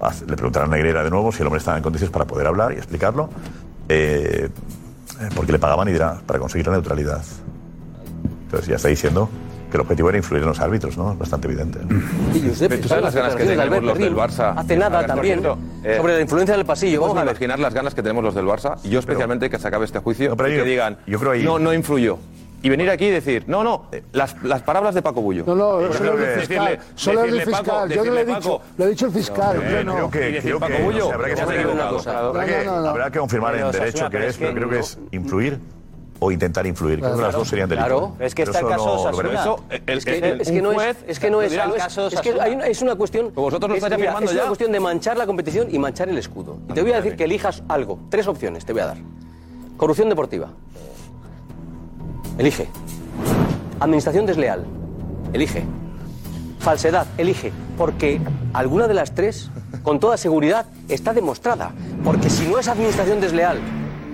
hace- le preguntarán a Negreira de nuevo si el hombre está en condiciones para poder hablar y explicarlo, eh, eh, porque le pagaban y dirá, para conseguir la neutralidad. Entonces ya está diciendo que el objetivo era influir en los árbitros, ¿no? Es bastante evidente.
Giuseppe,
¿Tú sabes las ganas que
refieres,
tenemos
Albert
los del
Berrín?
Barça?
Hace nada
A ver, por
también.
cierto, eh,
sobre la influencia del pasillo.
Vamos
Vamos a ver.
imaginar las ganas que tenemos los del Barça, y yo especialmente que se acabe este juicio y que digan, no, no influyó. Y venir aquí y decir, no, no, eh, las, las palabras de Paco Bullo.
No, no,
Yo
solo
Pues creo
el
que
fiscal.
decirle-
Solo el
decirle,
fiscal.
Paco,
Yo no lo
decirle,
he dicho.
Paco, Eh,
Lo ha dicho el fiscal.
Hombre,
yo no.
creo que, creo que
Paco Bullo,
no sé, habrá que, saber
ya se ha
equivocado.
equivocado.
Habrá que-
No, no, no.
habrá que confirmar
Pero,
en
Osasuna,
derecho
pero
que
es
es, pero
que
creo que
no-
es influir o intentar influir. Creo que las dos serían delitos.
Claro.
Pero eso no lo veremos.
es que, es que no es, es que no es, no es- es que hay una, es una cuestión.
vosotros lo
es,
estáis
mira,
afirmando
es una
ya.
cuestión de manchar la competición y manchar el escudo. Y te voy a decir que elijas algo. Tres opciones te voy a dar. Corrupción deportiva. Elige. Administración desleal. Elige. Falsedad. Elige. Porque alguna de las tres, con toda seguridad, está demostrada. Porque si no es administración desleal,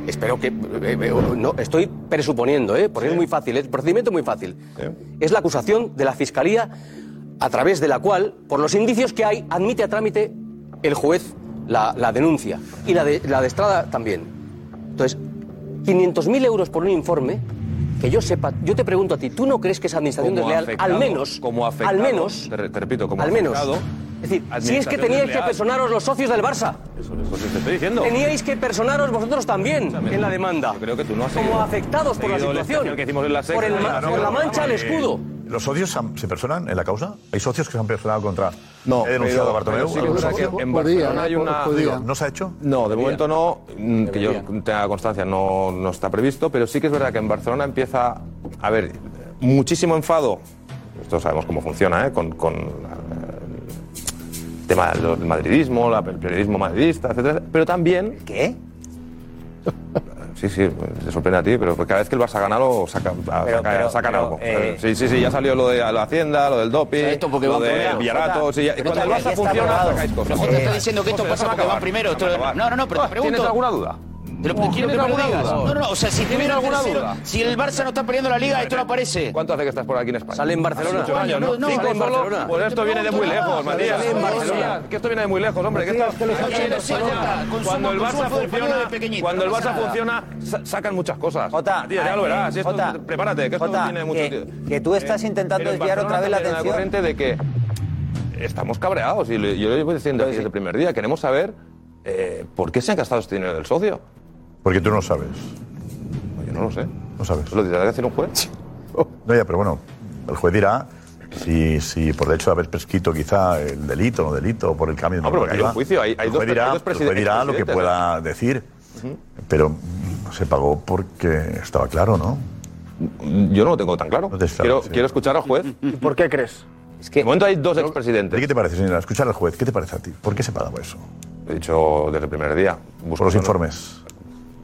espero que... eh, eh, no, estoy presuponiendo, ¿eh? Porque es muy fácil, es un procedimiento muy fácil. Es la acusación de la Fiscalía a través de la cual, por los indicios que hay, admite a trámite el juez la, la denuncia. Y la de, la de Estrada también. Entonces, 500.000 euros por un informe, que yo sepa, yo te pregunto a ti, ¿tú no crees que es administración
como
desleal?
afectado,
al menos,
como afectado,
al menos,
te, re- te repito, como
al menos,
afectado,
Es decir, si es que teníais que personaros los socios del Barça.
Eso, eso
Pues
sí te estoy diciendo.
Teníais que personaros vosotros también en la demanda.
Yo creo que tú no has
Como
seguido-
afectados por
seguido
la
el
situación.
especial que hicimos en la
por, el
sexta.
ma-
Claro,
por la
claro,
mancha al
eh,
escudo.
¿Los socios se han- se personan en la causa? ¿Hay socios que se han personado contra.? No. ¿He denunciado
pero-
a Bartomeu?
pero sí que es verdad que en Barcelona hay una- digo,
¿No se ha hecho?
No, de momento no, mm, que yo tenga constancia, no, no está previsto, pero sí que es verdad que en Barcelona empieza a haber muchísimo enfado. Esto sabemos cómo funciona, ¿eh? Con, con, eh, el tema del madridismo, la- el periodismo madridista, etcétera, pero también. ¿Qué? Sí, sí, te sorprende a ti, pero cada vez que el Barça gana lo saca, saca-
pero,
sacan
pero,
algo.
eh,
sí, sí, sí, ya salió lo de la Hacienda, lo del doping,
Esto porque
lo
van
del
primero.
Villarato. Sí, ya-
Pero
cuando el
todavía
Barça
está
funciona,
aprobado.
sacáis cosas.
José está diciendo que esto
José,
pasa
déjame
porque van
acabar,
primero.
déjame
Esto-
acabar.
No, no, no, pero te pregunto.
¿Tienes alguna duda?
Te lo- quiero que
¿Tienes
me lo
alguna
digas.
duda?
No, no, no, o sea, si te
¿Tienes
viene
alguna
tercero,
duda?
Si el Barça no está perdiendo la liga, esto no aparece.
¿Cuánto hace que estás por aquí en España?
Sale en Barcelona.
Hace muchos años, ¿no?
No, no,
Cinco
sale en
solo.
Barcelona.
Pues esto viene de muy
No,
lejos,
sale en
Matías.
Barcelona.
Que esto viene de muy lejos, hombre. Que
Matías,
esto-
que lo saca en Barcelona. Con su-
Cuando el
con su
Barça
fútbol
funciona,
español de pequeñito,
cuando el
no pasa
Barça
nada.
funciona, sa- sacan muchas cosas. Matías,
eh,
ya lo verás. Esto-
Jota,
Prepárate, que esto
Jota,
tiene mucho
que-
sentido.
que tú estás intentando
Eh, pero en
desviar
Barcelona
otra vez la
también hay
atención.
corriente de que estamos cabreados y lo- yo lo llevo diciendo desde el primer día. Queremos saber eh, por qué se han gastado este dinero del socio. Pues
Porque tú no sabes.
Yo no lo sé.
No sabes.
¿Lo tendrá que hacer un juez?
No, ya, pero bueno, el juez dirá si, si por el hecho de haber prescrito quizá el delito o no delito, o por el cambio de
No, pero porque hay un
normativa,
juicio, hay- hay
el
dos-
juez dirá,
hay dos
el juez dirá lo que
presidentes,
pueda decir, pero mm, se pagó porque estaba claro, ¿no?
Yo no lo tengo tan claro. Quiero, quiero escuchar al juez.
¿Por qué crees?
Es que
de momento hay dos expresidentes.
¿Qué te parece, señora? Escuchar al juez, ¿qué te parece a ti? ¿Por qué se pagaba eso?
He dicho desde el primer día.
Por los informes.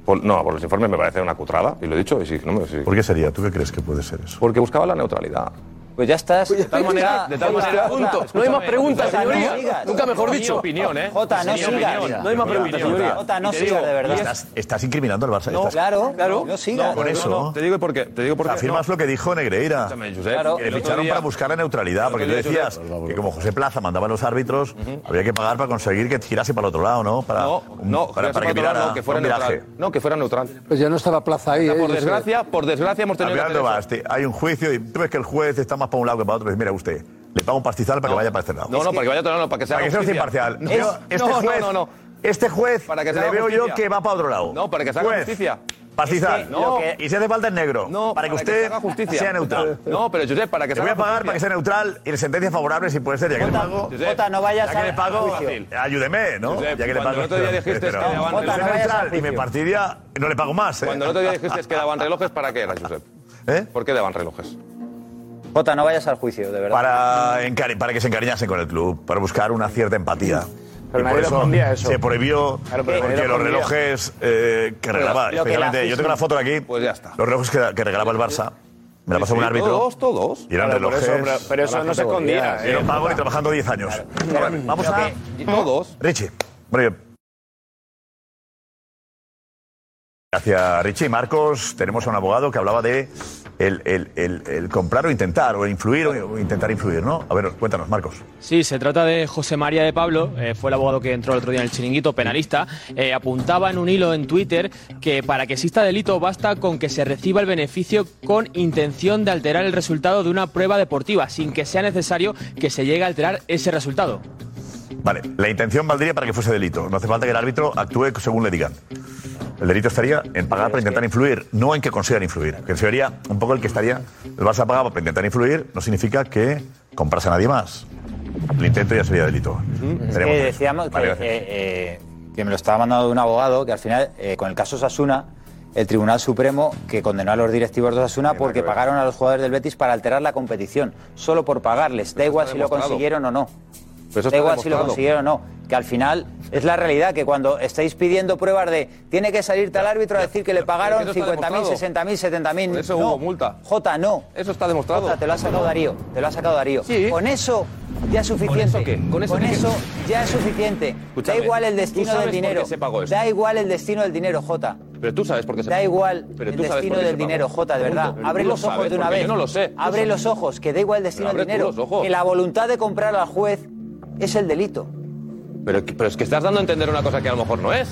Por- no, por los informes me parece una cutrada, y lo he dicho. Y sí, no me- sí.
¿Por qué sería? ¿Tú qué crees que puede ser eso?
Porque buscaba la neutralidad.
Pues ya estás.
De tal manera, de tal manera.
No hay más
Escúchame,
preguntas,
escúchame,
señoría.
no sigas.
Nunca mejor
Mi
dicho.
opinión, ¿eh?
Jota, no
Mi
sigas.
opinión.
No hay
Pero
más preguntas,
mira,
señoría.
Jota, no
y te
sigas,
digo,
de verdad.
y es-
Estás, estás incriminando al Barça.
No,
estás-
claro, claro. No
No,
sigas.
por eso.
no, te digo porque. Te digo porque
Afirmas
no.
lo que dijo Negreira.
Escúchame, Josep,
que
el
le
otro
ficharon
día-
para buscar la neutralidad,
el
porque tú
otro día,
decías que como José Plaza mandaba a los árbitros, había que pagar para conseguir que girase para el otro lado, ¿no? Para,
No, no,
para, para que
Josep Matorra,
mirara
no, que fuera
un viraje.
neutral. No, que fuera neutral.
Pues ya no está la plaza ahí. ¿eh?
Por
Yo sé.
desgracia, por desgracia hemos tenido que
Hablando
hacer eso.
Basti, hay un juicio y tú ves que el juez está más para un lado que para otro. Pues mira, usted, le paga un pastizal para que vaya para este lado.
No, no, para que vaya otro lado, no, para que sea
Para que sea
justicia.
imparcial.
Es-
Veo este
no,
juez-
no, no, no.
Este juez
Para que se
le
haga
veo yo
justicia.
que va para otro lado.
No, para que se haga
Juez,
justiza.
Pastizal.
Es que lo que-
Y si hace falta en negro. para,
No,
que
para que
usted
se haga justicia.
sea neutral.
No, pero Josep, para que
Le
se
voy
haga
a pagar
justicia.
para que sea neutral y las sentencias favorables si puede ser. Ya que le pago.
Jota, no vayas
Ya que le
a
pago,
juicio.
ayúdeme, ¿no?
Josep,
ya que le
cuando
pago.
el otro día dijiste
Pero-
que daban
Jota, no
relojes-
vayas al y me partiría, no le pago más. ¿eh?
Cuando el otro día dijiste que daban relojes, ¿para qué era, Josep? ¿Por qué daban relojes?
Jota, no vayas al juicio, de verdad.
para, encari- para que se encariñasen con el club, para buscar una cierta empatía.
Pero
Y
nadie
por
respondía a eso.
se prohibió
Claro, pero nadie
porque los
respondía.
relojes eh, que
Pero
regalaba,
lo que
especialmente-
la-
yo tengo la foto aquí,
Pues ya está.
los relojes que, que regalaba el Barça, me la pasó
Sí,
un árbitro.
Todos, todos.
Y eran
Claro, por
relojes.
eso, pero- pero eso no se escondía,
Yo
eh.
no pago ni trabajando 10 años. A ver, vamos a.
Todos.
Richie. Bueno, yo- Gracias, Richie. Marcos, tenemos a un abogado que hablaba de el, el- el- el comprar o intentar, o influir, o intentar influir, ¿no? A ver, cuéntanos, Marcos.
Sí, se trata de José María de Pablo, eh, fue el abogado que entró el otro día en el chiringuito, penalista. eh, apuntaba en un hilo en Twitter que para que exista delito basta con que se reciba el beneficio con intención de alterar el resultado de una prueba deportiva, sin que sea necesario que se llegue a alterar ese resultado.
Vale, la intención valdría para que fuese delito. No hace falta que el árbitro actúe según le digan. El delito estaría en pagar para intentar influir, no en que consigan influir. Que sería un poco el que estaría. El Barça pagaba para intentar influir, no significa que comprase a nadie más. El intento ya sería delito.
Es
Tenemos
que
tres.
decíamos que,
Vale,
eh, eh, que me lo estaba mandando de un abogado que al final, eh, con el caso Sasuna, el Tribunal Supremo que condenó a los directivos de Sasuna porque pagaron a los jugadores del Betis para alterar la competición, solo por pagarles. Da igual si lo
demostrado.
consiguieron o no.
Pero Pues eso
da
está
igual si lo
demostrado.
consiguieron o no. Que al final es la realidad, que cuando estáis pidiendo pruebas de tiene que salir tal árbitro a decir que le pagaron
eso está
50.000,
demostrado.
60.000, 70.000.
Por eso
no.
hubo multa.
Jota, no.
Eso está demostrado.
Jota, te lo ha sacado Darío. Te lo ha sacado Darío. Con eso ya es suficiente.
¿Con eso qué? ¿Con eso qué?
ya es suficiente.
Escúchame,
da igual el
¿tú
destino
sabes
del
por qué
dinero.
se pagó eso?
Da igual el destino del dinero, Jota.
Pero tú sabes por qué se
Da
pagó.
igual
Pero
el
tú sabes por
destino
qué se
del
pagó.
dinero, Jota, de
Punto.
verdad.
Pero
Abre
tú lo
los ojos
sabes,
de una
porque
vez.
yo no lo sé. Tú
Abre
sabes.
los ojos, que da igual el destino
Pero
del
abre tú
dinero.
los ojos.
Que la voluntad de comprar al juez es el delito.
Pero, pero es que estás dando a entender una cosa que a lo mejor no es.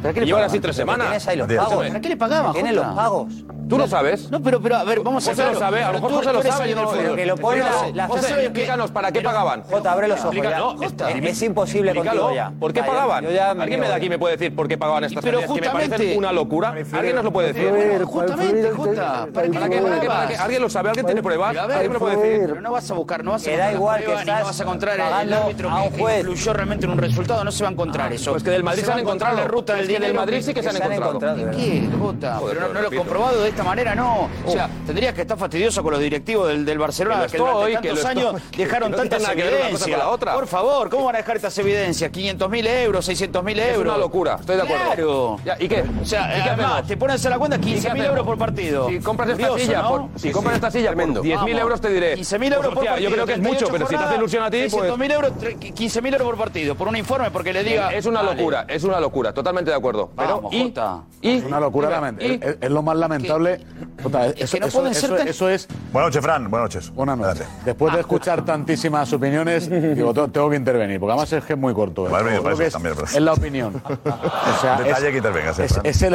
¿Para qué le
Llevan
pagaban?
así tres
Pero
semanas.
Tienes ahí los
Escúchame.
pagos. le pagaban? Tienes los
Jota?
pagos.
Tú lo sabes.
No, pero, pero a ver, vamos a
José lo
claro.
sabe, a
Pero
lo mejor
tú-
José
tú
lo
eres
sabe y no lo
el-
sabe.
que lo pone- la-
José,
José,
explícanos, ¿para qué pagaban?
Jota, abre los ojos. ya.
Explícanos, está.
es imposible
Explícalo.
contigo ya.
¿Por qué
Vaya,
pagaban?
yo ya me
¿Alguien me de
niego.
aquí me puede decir por qué pagaban estas
Pero
salidas, que me parecen
justamente-
una locura? ¿Alguien nos lo puede decir?
Justamente, Jota. ¿Para qué
¿Para qué? ¿Para qué? ¿Para qué? ¿Alguien lo sabe? ¿Alguien tiene pruebas?
A ver,
¿Alguien me lo puede decir?
Pero no vas a buscar, no vas a
Que da
buscar las
igual que
pruebas, ni
estás
no vas a encontrar el
pagando
árbitro
a un
que-
juez.
que influyó realmente en un resultado, no se va a encontrar eso.
pues que del Madrid se
va
han
a encontrar
encontrado.
La ruta
Es
del
que
día
del Madrid sí que se han encontrado, de verdad.
¿Qué? Jota,
Joder,
pero no,
pero
no lo he
repito. Oh,
comprobado de esta manera, no. O sea, tendrías que estar fastidioso con los directivos del, del Barcelona,
Que lo
que durante
estoy, que
tantos
lo
años
estoy.
dejaron
Que no tiene
tantas
nada que ver una cosa con
evidencias.
la otra.
Por favor, ¿cómo van a dejar estas evidencias? 500.000 euros, 600.000 euros.
Es una locura, estoy de acuerdo.
Claro.
Ya, ¿Y qué?
O sea,
¿Y qué
además,
hacemos?
te pones a la cuenta
¿Y qué
15.000
hacemos?
euros por partido.
Si compras esta
Curioso,
silla,
¿no?
por, si compras esta silla por 10.000 euros te diré.
15.000 euros
pues,
por
hostia,
partido.
Yo creo que es mucho,
38
pero si te hace
jornadas,
ilusión a ti, pues...
600.000 euros, tre- 15.000 euros por partido, por un informe, porque le diga...
Es una
Vale.
locura, es una locura, totalmente de acuerdo. Pero
Vamos,
y,
Jota.
y-
Una locura
Mira,
lamentable.
y-
Es, es lo más lamentable. Puta, eso, no eso- pueden eso- ser tan- eso es.
Buenas noches, Fran. Buenas noches.
Buenas noches. Después de escuchar tantísimas opiniones, digo, "Tengo- tengo que intervenir, porque además es que es muy corto. ¿eh?
Vale,
Yo creo
para eso
que es,
también, pero-
es la opinión. O sea,
Detalle
es-
que intervengas, eh,
es,
Fran.
es el,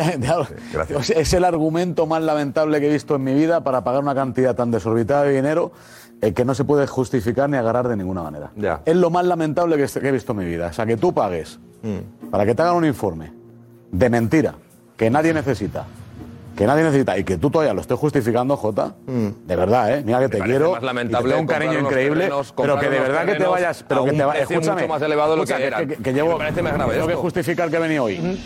gracias.
o sea, es el argumento más lamentable que he visto en mi vida para pagar una cantidad tan desorbitada de dinero eh, que no se puede justificar ni agarrar de ninguna manera.
Ya.
Es lo más lamentable que, que he visto en mi vida. O sea, que tú pagues
Mm.
para que te hagan un informe de mentira que nadie necesita. Que nadie necesita y que tú todavía lo estés justificando, Jota. De verdad, ¿eh? Mira que te
parece
quiero.
más
y te
lamentable
tengo un
comprar
cariño
unos
increíble.
terrenos-
pero
comprar
que de
unos
verdad que te
terrenos
vayas. Pero
a
que
un
te va-
precio mucho
escúchame,
más elevado de lo que
escucha,
eran.
Que, que
Me
llevo,
parece más grave
Tengo que
esto.
justificar que he venido hoy.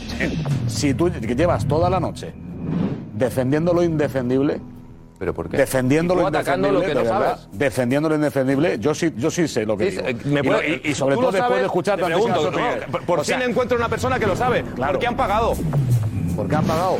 Si tú que llevas toda la noche defendiendo lo indefendible.
¿Pero por qué?
Defendiendo
Y tú
lo
atacando
indefendible,
lo que
de
no
verdad,
sabes.
defendiendo lo indefendible, yo sí, yo sí sé lo que
Sí,
digo.
eh, me
Y
puede-
lo- y, y sobre
tú
todo
lo
después
sabes,
de escuchar
te
tantísimas
pregunto, ¿no?
opiniones.
Por, por
O sea,
fin encuentro una persona que lo sabe.
Claro.
Porque han pagado.
¿Por qué han pagado?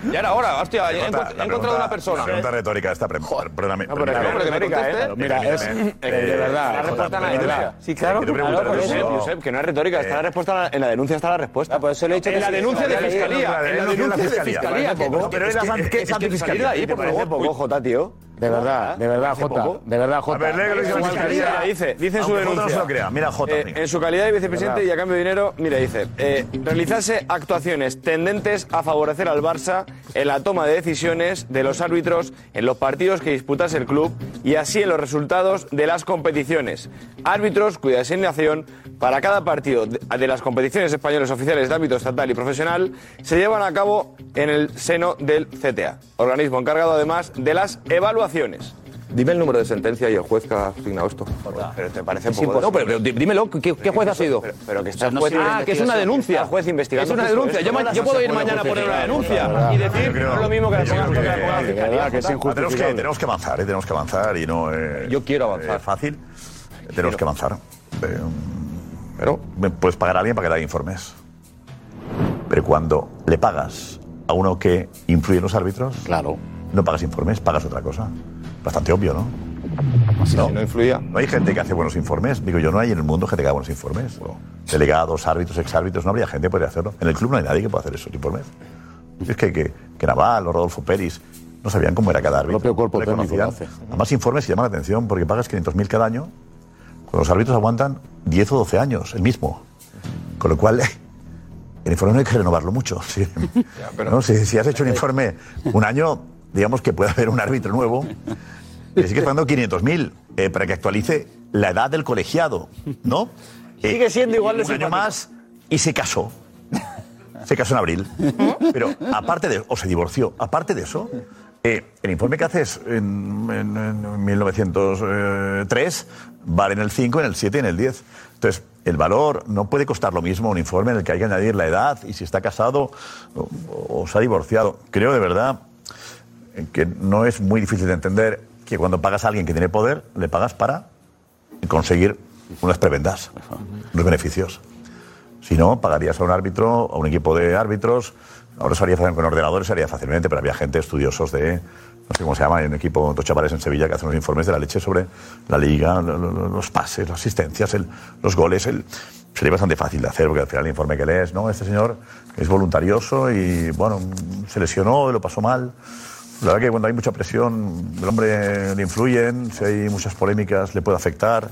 Y ahora, ahora, hostia, he,
La
encuentro- he
pregunta-
encontrado una
La
persona. ¿eh?
pregunta retórica está. Perdóname.
No, pero
permíteme.
no, porque me conteste.
¿eh?
Claro, mira, es- eh,
Permíteme.
de verdad,
Jota,
La respuesta a la
permíteme.
denuncia.
Sí, claro. Quiero preguntar
Claro,
algo.
Josep, Josep, que no es retórica, está la respuesta a la- en la denuncia está la respuesta. en la denuncia de fiscalía, en la denuncia de fiscalía. que-
Pero
es
era
que-
antes-
es antes de salir de ahí, por favor. Ah, poco, Jota, tío.
De verdad, de verdad, Jota. De verdad, Jota.
ver, léelo,
Es
yo-
igual que-
Fiscalía.
Mira, dice, dice en su
Aunque
denuncia.
Jota no se lo crea, mira, Jota,
Eh,
venga.
en su calidad de vicepresidente
Verdad.
y a cambio de dinero, mira, dice, eh, realizarse actuaciones tendentes a favorecer al Barça en la toma de decisiones de los árbitros en los partidos que disputase el club y así en los resultados de las competiciones. Árbitros cuya designación para cada partido de de las competiciones españolas oficiales de ámbito estatal y profesional se llevan a cabo en el seno del CTA, organismo encargado además de las evaluaciones. Dime el número de sentencia y el juez que ha asignado esto. Pero te parece poco No, pero, pero di- dímelo, ¿qué, qué juez ha sido? Pero, que está el juez- Ah, que es una denuncia. El juez investigando Es una justo denuncia. esto. Yo, ma- yo puedo ir mañana a poner una denuncia y decir no es lo mismo que la ponga- que la ponga la fiscalía.
que es
Ah, tenemos, que,
injustificable.
tenemos que avanzar, eh, tenemos que avanzar y no. yo quiero avanzar. Es fácil. Eh, Tenemos que avanzar. Eh, um, pero. Puedes pagar a alguien para que te haga informes. Pero cuando le pagas a uno que influye en los árbitros.
Claro.
No pagas informes, pagas otra cosa. Bastante obvio, ¿no? no,
influía.
No hay gente que hace buenos informes. Digo, yo no hay en el mundo gente que haga buenos informes. Delegados, árbitros, exárbitros, no habría gente que podría hacerlo. En el club no hay nadie que pueda hacer esos informes. Es que, que, que Naval o Rodolfo Pérez no sabían cómo era cada árbitro. El propio cuerpo
técnico lo hace.
Además, informes llaman la atención porque pagas 500.000 cada año. Cuando los árbitros aguantan 10 o 12 años, el mismo. Con lo cual, el informe no hay que renovarlo mucho. Sí. ¿No? si, si has hecho un informe un año, digamos que puede haber un árbitro nuevo que sigue pagando 500.000 eh, para que actualice la edad del colegiado, ¿no? sigue siendo igual de Un año más y se casó. Se casó en abril. Pero aparte de o se divorció, aparte de eso, eh, el informe que haces en, en- en 1903 vale en el 5, en el 7 y en el 10. Entonces, el valor no puede costar lo mismo un informe en el que hay que añadir la edad y si está casado o, o se ha divorciado. Creo de verdad que no es muy difícil de entender que cuando pagas a alguien que tiene poder, le pagas para conseguir unas prebendas, unos beneficios. Si no, pagarías a un árbitro, a un equipo de árbitros. Ahora se haría fácil- con ordenadores, se haría fácilmente, pero había gente, estudiosos de, no sé cómo se llama, hay un equipo, dos chavales en Sevilla que hacen los informes de la leche sobre la liga, lo- lo- lo- los pases, las asistencias, el- los goles. El, sería bastante fácil de hacer, porque al final el informe que lees, no, este señor es voluntarioso y, bueno, se lesionó, lo pasó mal. La verdad que cuando hay mucha presión, el hombre le influyen, si hay muchas polémicas, le puede afectar,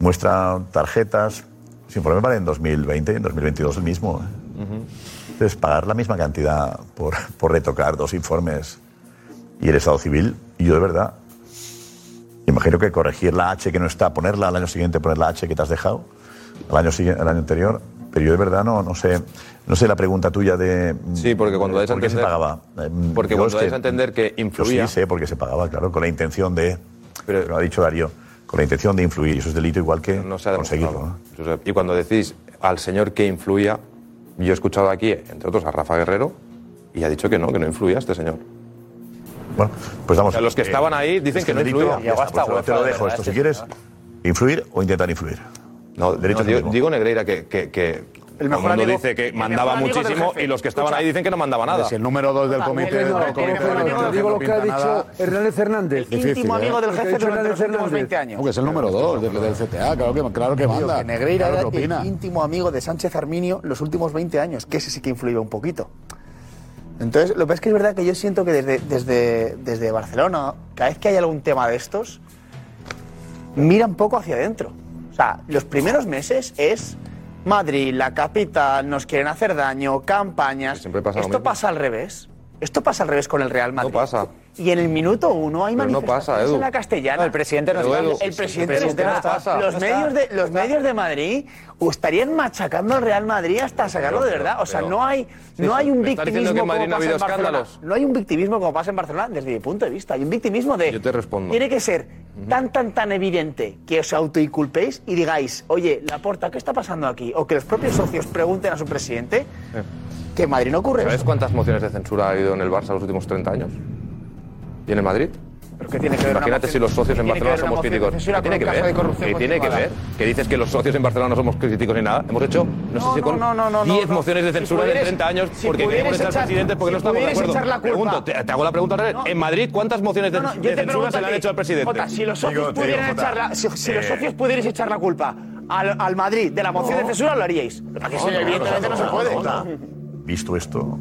muestra tarjetas. Su informe vale en 2020 y en 2022 el mismo. ¿eh? Entonces, pagar la misma cantidad por, por retocar dos informes y el Estado Civil, yo de verdad, imagino que corregir la H que no está, ponerla al año siguiente, poner la H que te has dejado, al año, siguiente, al año anterior, pero yo de verdad no, no sé, no sé la pregunta tuya de...
Sí, porque cuando
de
dais a
¿Por qué se
entender-
pagaba? Em,
porque
yo
cuando
es
dais a entender que influía-
Yo sí sé por qué se pagaba, claro, con la intención de... Pero, lo ha dicho Darío, con la intención de influir, y eso es delito igual que conseguirlo. ¿no?
Josep, Y cuando decís al señor que influía, yo he escuchado aquí, entre otros, a Rafa Guerrero, y ha dicho que no, que no influía este señor.
Bueno, pues vamos.
O sea, los que estaban ahí dicen
es
que no
delito,
influía.
ya
Llegó
está,
hasta
pues te
UEFA,
lo
de
dejo
verdad,
esto. Si
este
quieres, influir o intentar influir.
No,
derecho
No,
es el
digo,
mismo.
digo Negreira que, que- que
El mejor
todo el mundo
amigo-
dice que
el
mandaba
mejor amigo del
muchísimo
jefe.
y los que estaban
Escucha.
ahí dicen que no mandaba nada.
Si el número dos del comité, del comité de dirección
Digo
no
lo que ha
pinta nada,
dicho Hernández Hernández.
El Difícil, íntimo ¿eh? amigo del
Lo que ha
jefe
dicho
durante
Hernández
los últimos
Hernández.
20 años. Aunque es el número dos del, del CTA, claro que, claro que
Tío,
manda.
que Negreira
claro
era
que
el
opina.
íntimo amigo de Sánchez Arminio los últimos 20 años, que ese sí que influía un poquito. Entonces, lo que es que es verdad que yo siento que desde, desde, desde Barcelona, cada vez que hay algún tema de estos, mira un poco hacia adentro. O sea, los primeros meses es Madrid, la capital, nos quieren hacer daño, campañas.
pasa lo
Esto
mismo.
pasa al revés. Esto pasa al revés con el Real Madrid. No pasa. Y en el minuto uno hay
Pero no
manifestaciones
pasa, Edu.
en la castellana.
No, el presidente no
Pero,
está.
Edu,
El
El presidente,
presidente
no
no
está.
pasa.
Los
No está.
medios de los medios de Madrid estarían machacando al Real Madrid hasta sacarlo de
pero,
verdad. O sea,
pero-
no hay
Sí,
no
sí.
hay un
Me está diciendo
victimismo
que en
como
Madrid no ha
pasa en
habido
Barcelona.
escándalos.
No hay un victimismo como pasa en Barcelona desde mi punto de vista. Hay un victimismo de Yo te
respondo.
Tiene que ser tan tan tan evidente que os autoinculpéis y digáis, "Oye, la porta, ¿qué está pasando aquí?" o que los propios socios pregunten a su presidente que en Madrid no ocurre.
Eh. ¿Sabes
eso.
cuántas mociones de censura ha habido en el Barça los últimos 30 años? ¿Y en el Madrid?
¿Pero qué tiene que ver una
Imagínate
moción-
si los socios
qué
en
tiene que
Barcelona
ver una
somos
moción de
críticos.
censura
¿Qué tiene
con
que
un caso
ver?
de corrupción
¿Qué tiene que ver?
continuada?
Que dices que los socios en Barcelona no somos críticos ni nada. Hemos hecho, no, sé si con
no, no, no,
10
no.
mociones de
Si
censura
pudieras-
de 30 años
si
porque
pudieras
queremos echar
echar-
presidentes porque
si
no estamos de
pudieras
acuerdo.
echar la culpa-
Pregunto, te, te hago la pregunta al revés. En Madrid, ¿cuántas mociones de,
No, no, yo
de
te
censura
pregunto
se le
a
han
ti,
hecho al presidente?
Jota, si los socios pudieran echar la, si, si
Eh,
Eh.
los socios pudierais echar la culpa al, al Madrid de la moción de censura, lo haríais. Para que
No,
sí,
no,
evidentemente no,
no,
se
no,
puede.
no, no. Visto esto,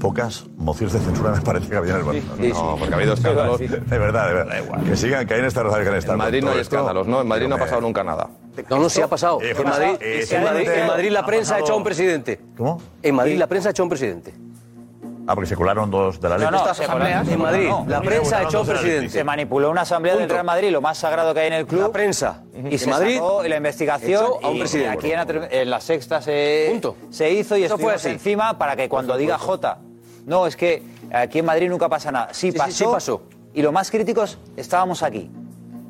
pocas mociones de censura me parece que había en el Barça.
sí, sí. Sí, sí.
De verdad, de verdad. igual. Que sigan, que hay en esta que en esta.
En Madrid no hay escándalos, ¿no? En Madrid no ha pasado nunca nada.
No, no, sí ha pasado.
Eh,
en, Madrid,
eh,
en
sí,
Madrid-
eh,
en Madrid
ha
la prensa ha,
pasado-
echado a un presidente.
¿Cómo?
En Madrid la prensa ha echado a un presidente.
Ah, porque se colaron dos de la ley.
No, no, Estas se colaron asambleas- dos. En Madrid, la
No,
prensa
se
echó
colaron dos de la
presidente.
ley. Se manipuló una asamblea del
Punto.
Real Madrid, lo más sagrado que hay en el club. La prensa. Y
En
se
Madrid
sacó la investigación.
echó a un
y
presidente.
Aquí en, la tre- en la sexta se, se hizo y
Eso fue
estuvimos
así.
encima para que cuando diga J, no, es que aquí en Madrid nunca pasa nada. Sí,
Sí, sí,
pasó,
sí pasó.
Y los más críticos estábamos aquí.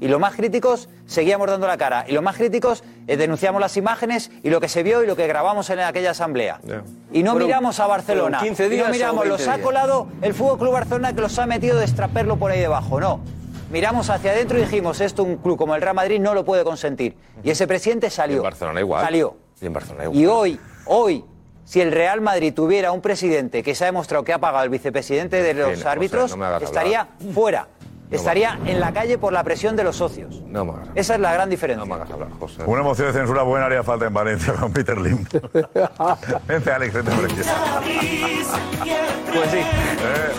Y los más críticos seguíamos dando la cara. Y los más críticos eh, denunciamos las imágenes y lo que se vio y lo que grabamos en aquella asamblea. Y no
Fueron-
miramos a Barcelona.
fueron 15
y
días
no
o
miramos, los
20
ha
días.
colado el Fútbol Club Barcelona que los ha metido de estraperlo por ahí debajo. No. Miramos hacia adentro y dijimos, esto un club como el Real Madrid no lo puede consentir. Y ese presidente salió.
En Barcelona igual.
Salió.
Y en Barcelona igual.
Y hoy, hoy, si el Real Madrid tuviera un presidente que se ha demostrado que ha pagado el vicepresidente de
o
los
sea,
árbitros,
no me hagas hablar.
estaría fuera.
No
estaría
me hagas.
en la calle por la presión de los socios.
No me hagas hablar.
Esa es la gran diferencia.
No me hagas hablar, José.
Una moción de censura buena haría falta en Valencia con Peter Lim. Vente, Alex, vente por aquí.
Pues sí.
Eh,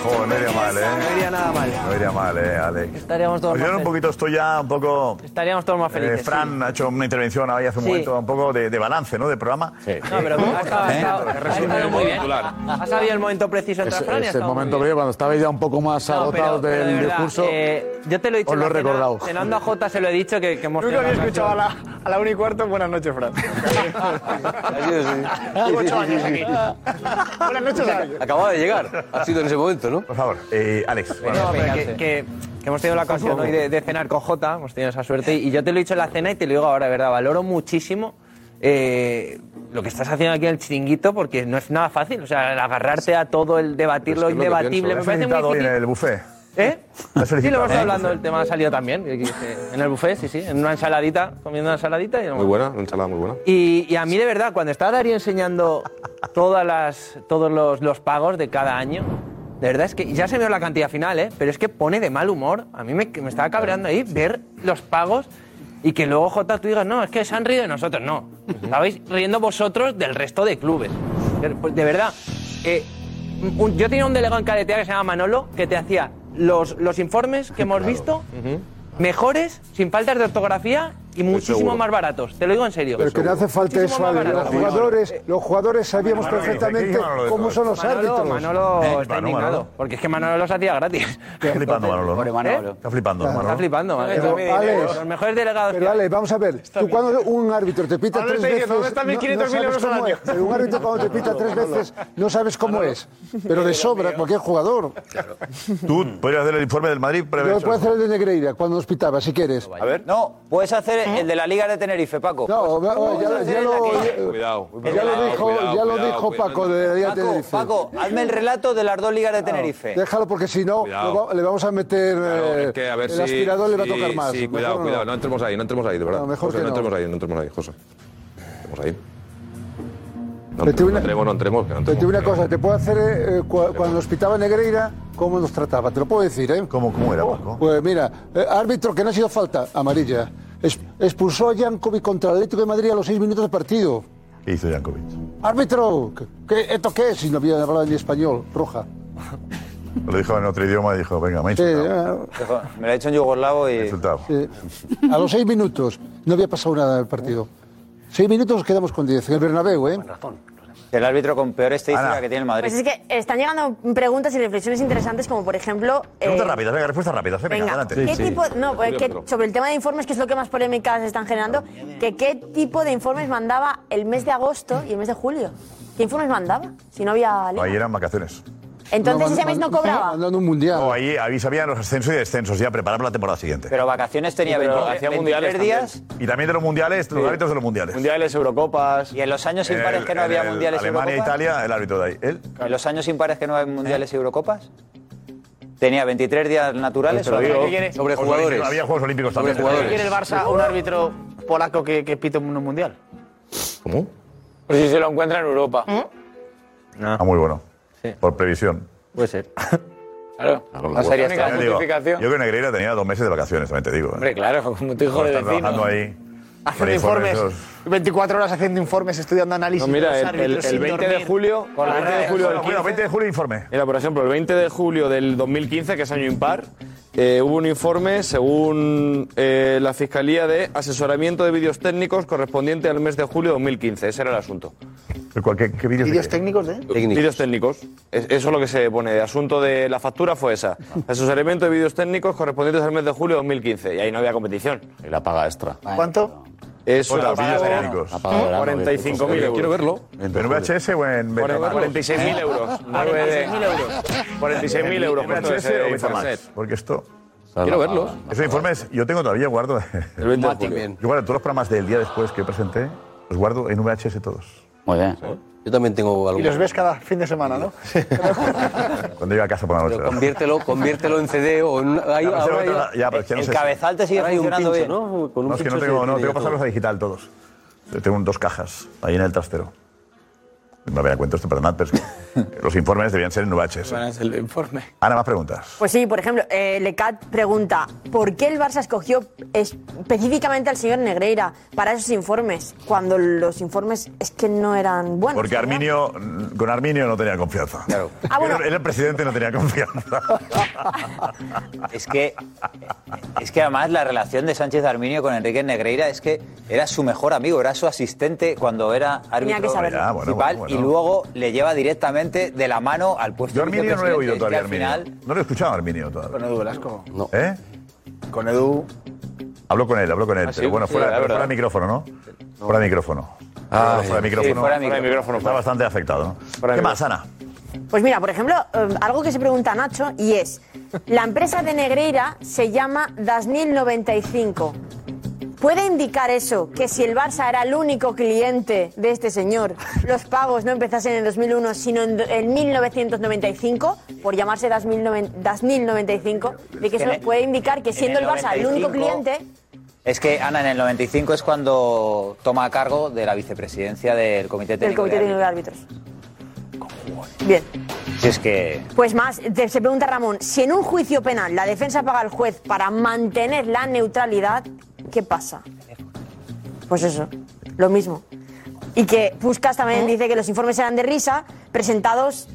jo, no iría mal, ¿eh?
No iría nada mal.
No iría mal, ¿eh, Alex?
Estaríamos todos
Pues yo
más
un poquito estoy ya un poco...
Estaríamos todos más
Eh,
felices.
Fran ha hecho una intervención ahí hace un
Sí.
momento un poco de, de balance, ¿no? De programa. Sí.
sí. No, pero ha estado, ha estado- ha estado muy bien.
Titular.
Ha sabido el momento preciso entre
Es,
Fran y ha
es el
estado muy
momento
bien.
previo, cuando estabais ya un poco más
No,
agotados
pero- pero
del
de verdad,
discurso.
eh, yo te lo he dicho.
os lo he
en la cena,
recordado.
Cenando a Jota se lo he dicho que, que hemos
Nunca había
cenado
escuchado a
casi-
la, a la 1 y cuarto, buenas noches, Fran. Llevo ocho años aquí. Buenas noches, Alex.
Acababa de llegar. Ha sido en ese momento, ¿no?
Por favor,
Eh,
Alex.
No, pero que, que- que hemos tenido la ocasión hoy de, de cenar con Jota, hemos tenido esa suerte, y yo te lo he dicho en la cena y te lo digo ahora, de verdad, valoro muchísimo eh, lo que estás haciendo aquí en el chiringuito, porque no es nada fácil, o sea, el agarrarte a todo, el debatir lo ¿eh? indebatible, me parece muy
hoy en
difícil.
el buffet.
¿Eh?
Te has
Sí, lo
felicitado,
hemos
¿eh?
estado hablando, el tema ha salido también, que- que- que- en el buffet, sí, sí, en una ensaladita, comiendo una ensaladita. Y
Muy buena, una ensalada muy buena.
y, y a mí, de verdad, cuando estaba Darío enseñando todas las, todos los, los pagos de cada año, de verdad es que ya se me dio la cantidad final, ¿eh? pero es que pone de mal humor. A mí me, me estaba cabreando ahí ver los pagos y que luego Jota tú digas, no, es que se han rido de nosotros. No, estabais riendo vosotros del resto de clubes. pues, De, de verdad, eh, un- yo tenía un delegado en Caletea que se llama Manolo que te hacía los, los informes que hemos visto mejores, sin faltas de ortografía y muchísimo
seguro.
más baratos. Te lo digo en serio.
Pero que no hace falta eso,
Muchísimo más
Ale. Los
baratos.
jugadores, los jugadores sabíamos
Manolo,
perfectamente
¿qué? Manolo de
cómo
todos.
son los
Manolo,
árbitros.
Manolo
Eh,
está
Manolo,
indignado.
Manolo.
Porque es que Manolo los hacía gratis.
Está flipando, Manolo, ¿no?
Pobre
¿Eh? Está flipando, Manolo.
Está flipando, Manolo.
Pero,
Yo también diré,
Alex,
los mejores delegados
Pero Ale, vamos a ver. Tú cuando un árbitro te pita
Manolo está
tres veces...
diciendo, ¿dónde están mis 500.000
sabes
euros al
cómo
año?
es. Pero un árbitro cuando te pita tres veces no sabes cómo es. Pero le sobra cualquier jugador.
Tú podrías hacer el informe del Madrid
Yo
previo.
puedo hacer el de Negreira cuando nos pitaba, si quieres.
A ver. No, puedes hacer
¿Eh?
el de la Liga de Tenerife, Paco.
No, va- va- ya- ya lo-
Cuidado.
Ya lo dijo, ya lo dijo Paco de la Liga de
Paco,
Tenerife.
Paco, hazme el relato de las dos ligas de Tenerife.
Déjalo porque si no
Cuidado.
lo va- le vamos a meter eh,
Que a ver
el
si-
aspirador le va a
sí,
tocar más.
Sí,
Mejor
cuidado,
no.
cuidado. No entremos ahí, no entremos ahí, de verdad.
No, mejor
José,
que
no.
no.
entremos ahí, no entremos ahí, José. Entremos ahí. No,
Pero te
entremos,
una-
no entremos, no entremos, que no
Te
entremos.
digo una cosa, te puedo hacer eh, cua- cuando nos pitaba Negreira cómo nos trataba, te lo puedo decir, ¿eh?
¿Cómo, era, Paco?
Pues mira, eh, árbitro que no ha sido falta, amarilla. Es- expulsó a Jankovic contra el Atlético de Madrid a los seis minutos de partido.
¿Qué hizo Jankovic?
Árbitro, ¿qué, ¿esto qué es? Si no había hablado ni español, roja.
Lo dijo en otro idioma y dijo, venga, me he insultado.
Dejo- Me lo ha hecho en yugoslavo y...
Eh, a los seis minutos no había pasado nada del partido. Seis minutos nos quedamos con diez, en el Bernabéu, ¿eh?
El árbitro con peor estadística que tiene el Madrid.
Pues es que están llegando preguntas y reflexiones interesantes, como por ejemplo.
Preguntas
eh,
rápidas, venga, respuestas rápidas. Venga,
Venga,
adelante.
¿qué tipo, no, pues, que sobre el tema de informes, que es lo que más polémicas están generando, que qué tipo de informes mandaba el mes de agosto y el mes de julio. ¿Qué informes mandaba? Si no había ley.
Ahí eran vacaciones.
Entonces ese mes no cobraba.
Mandando un mundial.
No, ahí, ahí sabían los ascensos y descensos, ya preparar para la temporada siguiente.
Pero vacaciones tenía
Sí, pero
23
hacía
23
mundiales
días.
Y también de los mundiales, los
Sí.
árbitros de los mundiales.
Mundiales, Eurocopas. Y en los años
El-
impares que no
el-
había
el
mundiales
Alemania,
Eurocopas.
Italia, eh. el árbitro de ahí. Él.
En los años impares que no había mundiales y Eurocopas.
Pues
Tenía 23 días naturales.
Te lo
o-
digo. Sobre jugadores. Había Juegos Olímpicos también. Sobre
¿Qué quiere el Barça un árbitro polaco que, que pite un mundial?
¿Cómo?
Pues si se lo encuentra en Europa.
Ah, muy bueno. Por previsión.
Puede ser.
Claro.
La
sería esta.
yo, digo, yo
justificación.
creo que Negreira tenía dos meses de vacaciones, también te digo. ¿eh?
Hombre, claro, como tu hijo
Por
de
estar trabajando
vecino.
ahí.
Haciendo
informes
informes.
esos.
24 horas haciendo informes, estudiando análisis.
No, mira,
de los
el- el,
árbitros
el
sin
20 de
dormir.
julio.
Con
el
las
20 de
redes.
julio del
Bueno,
15,
20 de Ah, julio informe.
Mira, por ejemplo, el 20 de julio del 2015, que es año impar, eh, hubo un informe, según eh, la Fiscalía, de asesoramiento de vídeos técnicos correspondiente al mes de julio de 2015. Ese era el asunto.
¿Qué, qué vídeos de
¿Vídeos
qué?
técnicos de?
Vídeos técnicos. Es- eso es lo que se pone. El asunto de la factura fue esa. Asesoramiento de vídeos técnicos correspondientes al mes de julio de 2015. Y ahí no había competición. Y la paga extra.
¿Cuánto?
Eso
Hola,
la paga
vídeos
de verano.
técnicos.
La paga de verano, 45.000 euros.
Quiero verlo. ¿En
Entonces,
VHS o en
46.000 euros. 46.000 euros. 46.000 euros
¿En
costó
VHS
ese
o en
informe.
Betamax? Porque esto...
Quiero verlos.
Esos informes yo tengo todavía, guardo... El
20 de
Yo guardo todos los programas del día después que presenté, los guardo en VHS todos.
Muy bien. Yo también tengo algo.
Y los ves cada fin de semana, ¿no?
Cuando llego a casa por la noche.
Conviértelo, conviértelo en CD o en un. hay-
Ya, pero
ahora
se lo-
hay-
ya, pero es que no sé.
Ahora hay un pincho, ¿no? Con un
No, es que no
pincho se
tengo, no,
tiene
tengo que
todo.
pasarlos a digital todos. Yo Tengo dos cajas ahí en el trastero. No me da cuenta esto, perdonad, pero es que los informes debían ser en VHS.
Van a hacer el informe.
Ana, más preguntas.
Pues sí, por ejemplo, eh, Lecat pregunta, ¿por qué el Barça escogió específicamente al señor Negreira para esos informes, cuando los informes es que no eran buenos?
Porque Arminio, con Arminio no tenía confianza. Claro. Era el presidente y no tenía confianza.
Es que, es que además la relación de Sánchez Arminio con Enrique Negreira es que era su mejor amigo, era su asistente cuando era árbitro
que saberlo. Ya, Ah, bueno,
principal
bueno, bueno.
y luego le lleva directamente de la mano al puesto
Yo a
de
Arminio no lo he oído
vicepresidente.
todavía,
Es que
Arminio.
al final-
No lo he escuchado a Arminio todavía.
Con Edu Velasco.
No. ¿Eh?
Con Edu.
Hablo con él, hablo con él.
Ah, sí,
pero bueno,
sí,
fuera,
la
pero
verdad.
fuera de micrófono, ¿no? Fuera de micrófono.
Ah,
Ay.
fuera de
Sí,
micrófono.
fuera de micrófono.
Está bastante afectado. ¿no? ¿Qué más, Ana?
Pues mira, por ejemplo, eh, algo que se pregunta Nacho y es, la empresa de Negreira se llama Dasnil 95. ¿Puede indicar eso que si el Barça era el único cliente de este señor, los pagos no empezasen en 2001 sino en, do- en 1995 por llamarse Dasnil noven- Dasnil 95? De que eso
En el-
puede indicar que
en
siendo el
el
Barça el único
95,
cliente
Es que Ana en el 95 es cuando toma cargo de la vicepresidencia del comité
del
técnico.
comité
de
técnico de árbitros. Bien.
árbitros. Si es que
Pues más, te- se pregunta Ramón, si en un juicio penal la defensa paga al juez para mantener la neutralidad, ¿qué pasa? Pues eso, lo mismo. Y que Puskas también dice que los informes eran de risa, presentados,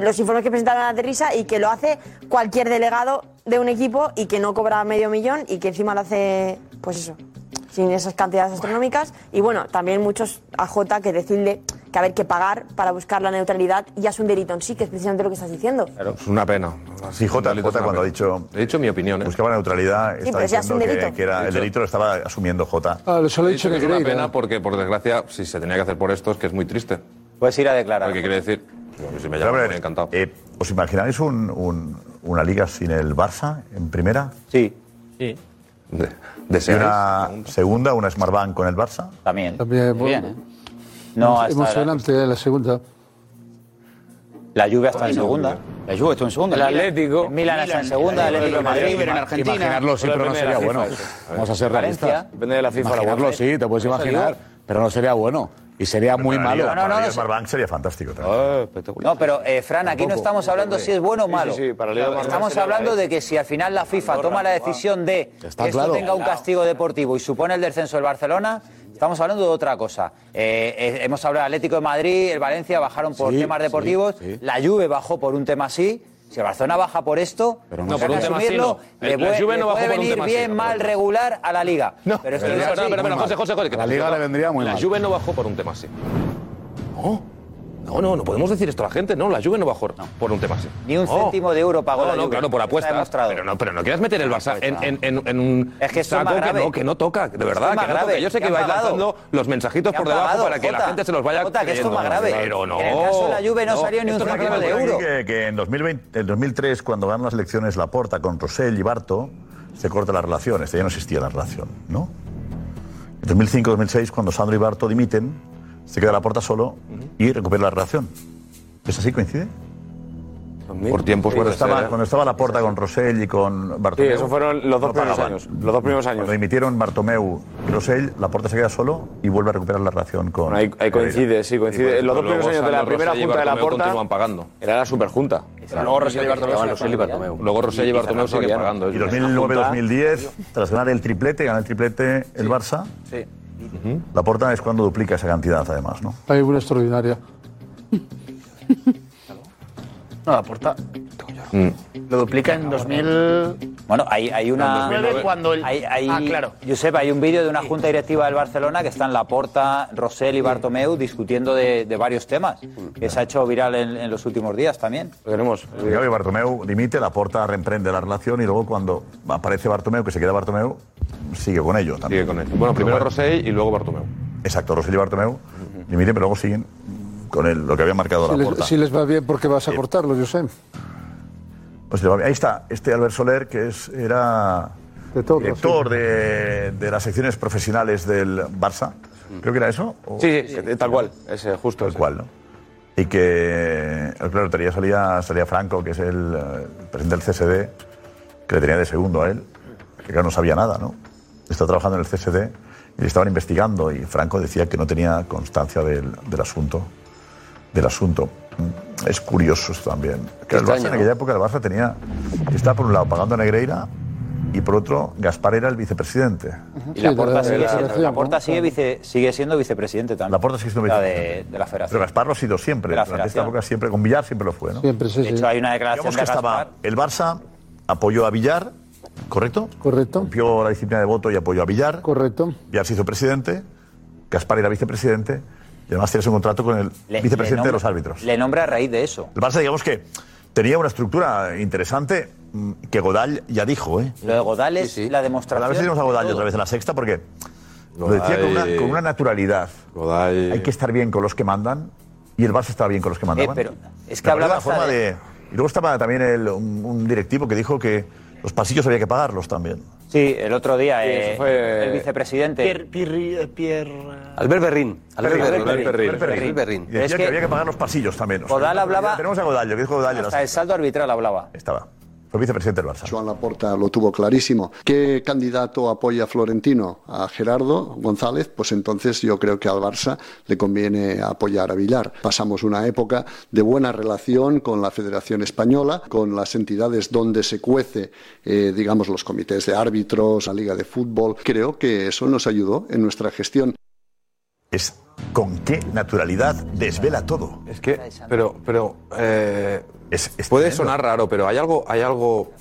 los informes que presentaban eran de risa y que lo hace cualquier delegado de un equipo y que no cobra medio millón y que encima lo hace, pues eso, sin esas cantidades astronómicas. Y bueno, también muchos a Jota que decirle que haber que pagar para buscar la neutralidad ya es un delito en sí, que es precisamente lo que estás diciendo.
Claro, es una pena.
Sí, J, J cuando ha dicho.
He dicho mi opinión. ¿eh?
Buscaba neutralidad.
Sí,
estaba
pero si hace
diciendo
un
que,
delito.
que era, el delito lo estaba asumiendo J.
Ah, solo he
He dicho que
dicho que ¿eh?
es una
Negreira.
pena porque, por desgracia, si se tenía que hacer por esto, es que es muy triste.
Puedes ir a declarar.
Porque quiere decir, yo, si me
Pero,
llaman,
a ver,
me encantado.
eh, ¿Os imagináis un- un- una liga sin el Barça en primera?
Sí.
Sí.
¿Y una segunda, una Smart Bank con el Barça?
También.
También, bueno,
No, hasta la,
emocionante eh, la segunda.
la Juve está en segunda.
La Juve está en segunda.
El Atlético. Milan está en segunda, el Atlético de Madrid.
River en Argentina.
Imaginarlo siempre no sería bueno. Vamos a ser
Valencia.
realistas.
Depende de la FIFA, la
Imaginarlo
UEFA.
sí, te puedes
Eso
imaginar,
digo.
pero no sería bueno. Y sería muy
Para la
malo.
Liga- para la Liga Smart Bank sería fantástico también.
No, pero eh, Fran, aquí no
Tampoco.
estamos hablando si es bueno o
Sí,
malo.
sí, sí, para Leo Martínez
estamos
sería
hablando
para
de que si al final la FIFA toma la decisión de que
Está
esto
claro.
tenga un castigo deportivo y supone el descenso del Barcelona, estamos hablando de otra cosa. Eh, eh, hemos hablado del Atlético de Madrid, el Valencia bajaron por
Sí,
temas
sí,
deportivos,
sí.
la Juve bajó por un tema así. Si el Barcelona baja por esto, pues
Pero
no,
no.
por
No, por un tema así no.
le,
La
puede-
Juve
le
no bajó
puede
por un
venir
tema así,
bien,
no.
mal, regular a la Liga. pero esto
Pero,
es
no,
así.
no, pero, pero, José, José, José, que
La
te
Liga
escucho.
le vendría muy
La
mal.
Juve no bajó por un tema así. No. No, no, no podemos decir esto a la gente. No, la Juve no bajó por un tema así.
Ni un
No.
céntimo de euro pagó
No,
la
no,
Juve.
claro, por
Está
apuestas.
demostrado.
Pero no, pero no quieras meter el Barça en, en, en, en un
Es que esto es
saco
más
que
grave.
no, que no toca, de
Esto es
verdad.
más
que no toca.
grave,
Yo sé
que
que
han
vais
pagado.
lanzando los mensajitos
Que
por
han
debajo
pagado,
para que la
Jota.
gente se los vaya
Jota, que esto es más grave.
Pero no.
Que
Oh.
en el caso de la Juve no salió ni un
esto es más
céntimo
grave.
de euro.
Que, que en 2020, el 2003, cuando ganan las elecciones Laporta con Rosell y Barto, se corta la relación. Este ya no existía la relación, ¿no? En 2005-2006, cuando Sandro y Barto dimiten, se queda Laporta solo y recupera la relación. ¿Es así? ¿Coincide?
Por tiempos
cuando
puede ser,
estaba,
¿eh?
cuando estaba Laporta con Rosell y con Bartomeu.
Sí, esos fueron los dos
no
primeros
pagaban.
años, los dos primeros años.
Cuando dimitieron Bartomeu y Rosell, Laporta se queda solo y vuelve a recuperar la relación con.
Bueno, ahí, ahí coincide, sí, coincide.
Sí,
los dos
bueno,
primeros años de la
Sandro
primera
Rosell y
junta de la
Bartomeu
Porta
continúan pagando.
era la superjunta. Luego Rosell y Bartomeu.
Rosell y Bartomeu.
Luego Rosell y Bartomeu
Fernando
siguen
Soriano.
pagando.
Y 2009-2010, tras ganar el triplete, gana el triplete el Barça.
Sí.
Laporta es cuando duplica esa cantidad, además, ¿no?
Hay una extraordinaria.
No, la porta. Lo duplica en 2000.
Bueno, hay, hay una.
En 2009 cuando el-
Hay, hay-
Ah, claro.
Josep, hay un vídeo de una junta directiva del Barcelona que están Laporta, Rosell y Bartomeu discutiendo de, de varios temas que se ha hecho viral en, en los últimos días también.
Lo tenemos.
Gaby Bartomeu dimite, Laporta reemprende la relación y luego cuando aparece Bartomeu, que se queda Bartomeu, sigue con ello también.
Sigue con él. Bueno, primero Rosell y luego Bartomeu.
Exacto, Rosell y Bartomeu dimiten, pero luego siguen con él, lo que había marcado
Si
Laporta.
les, si les va bien, porque vas a cortarlo, yo sé.
Pues le va bien. ahí está, este Albert Soler, que es, era Ah, director de, de las secciones profesionales del Barça.
Mm.
Creo que era eso.
Sí, sí, que- tal cual. Ese, justo.
Tal cual, ¿no? Y que, eh, claro, tenía, salía, salía Franco, que es el eh, presidente del CSD, que le tenía de segundo a él, que claro, no sabía nada, ¿no? Está trabajando en el CSD y le estaban investigando y Franco decía que no tenía constancia del, del asunto. Del asunto. Es curioso esto también. Que el Barça
extraño,
en
¿no?
aquella época el Barça tenía. Está por un lado pagando a Negreira y por otro Gaspar era el vicepresidente.
Y Laporta
Sí, de
sigue
la-
siendo,
de la-
Laporta sigue, vice- sigue siendo vicepresidente también.
Laporta sigue siendo
O sea,
vicepresidente.
De, de la
Pero
federación.
Gaspar lo ha sido siempre.
De la
Durante esta
federación.
época siempre, con Villar siempre lo fue, ¿no?
Siempre, sí,
De
sí.
hecho, hay una declaración
Digamos
de
que estaba
Gaspar.
el Barça, apoyó a Villar, ¿correcto? Correcto. Rompió la disciplina de voto y apoyó a Villar.
Correcto.
Villar se hizo presidente, Gaspar era vicepresidente y además tienes un contrato con el
le- le
vicepresidente
nombra-
de los árbitros.
Le nombra a raíz de eso.
El Barça, digamos que tenía una estructura interesante mm, que Godal ya dijo, ¿eh?
Lo de Godal es la demostración.
A veces tenemos a
de
Godal otra
todo.
vez en la sexta porque lo decía con una,
Godal.
con una naturalidad. Hay que estar bien con los que mandan y el Barça estaba bien con los que mandaban.
Eh, pero es que
Me acuerdo
hablaba
la forma
hasta de-
de... Y luego estaba también el- un, un directivo que dijo que los pasillos había que pagarlos también.
Sí, el otro día
Sí,
eh,
eso fue-
el vicepresidente.
Pierre. Pierre.
Albert Berrín. Albert
Perrin,
Berrín.
Perrin,
Albert
Perrin.
Berrín.
Y decía
Es
que,
que-
había que pagar los pasillos también. o sea,
Godal
que-
hablaba-
Tenemos a Godal, lo que dijo Godal. en la
Hasta el saldo arbitral hablaba.
Estaba. Fue vicepresidente del Barça.
Joan Laporta lo tuvo clarísimo. ¿Qué candidato apoya a Florentino? ¿A Gerardo González? Pues entonces yo creo que al Barça le conviene apoyar a Villar. Pasamos una época de buena relación con la Federación Española, con las entidades donde se cuece, eh, digamos, los comités de árbitros, la Liga de Fútbol. Creo que eso nos ayudó en nuestra gestión.
Es con qué naturalidad desvela todo.
Es que, pero, pero, eh, puede sonar raro, pero hay algo, hay algo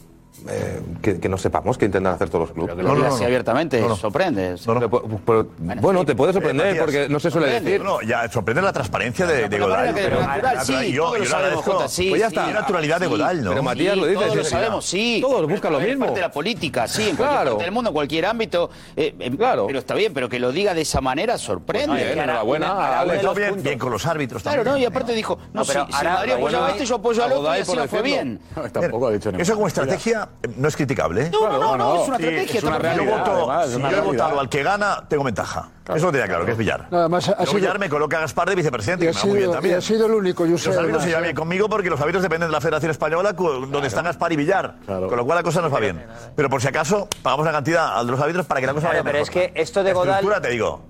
eh, que, que no sepamos que intentan hacer todos los clubes.
que lo No, diga no, así no. abiertamente, sorprende.
Pero, pero, bueno, te puede sorprender
Eh, Matías,
porque no se suele
sorprende.
decir.
No, ya sorprende la transparencia de, de
pero
Godal.
claro que
pero-
natural,
ah,
sí,
pero yo,
todos
yo
lo
le
sabemos,
agradezco.
Jota, sí,
Pues ya
sí.
está. La naturalidad de
Sí,
Godal, ¿no?
Pero Matías lo dice. Todos lo sabemos, sí. Todos buscan lo mismo. Es parte de la política, sí, en cualquier
Claro.
parte del mundo, en cualquier ámbito. eh, eh, Pero está bien, pero que lo diga de esa manera sorprende.
eh,
Pues, bien, enhorabuena a
Enhorabuena
Alex.
a los
Bien,
puntos.
Bien con los árbitros
Claro,
también.
no, y aparte dijo, no,
No, pero
si, si
ahora-
Madrid apoyaba a este, yo apoyo al otro, y así no fue bien.
tampoco ha dicho Eso como estrategia eh, no es criticable. No,
no, no, es una estrategia,
yo
está perfecto.
voto-
Además, es
si
una
yo he
realidad.
votado al que gana, tengo ventaja. Eso lo tenía claro, que es Villar.
No, además, ha- ha
Luego
sido-
Villar me coloca a Gaspar de vicepresidente,
Y
que me
ha
va muy bien
sido, y
también.
ha sido el único, yo
Los
sé.
árbitros se
además, eh,
llevan bien conmigo porque los árbitros dependen de la Federación Española, cu- donde están Gaspar y Villar. Con lo cual la cosa nos va bien. Pero por si acaso, pagamos la cantidad a los árbitros para que la cosa
Claro,
vaya
pero
mejor.
es que esto de
La
Godal-
estructura, te digo,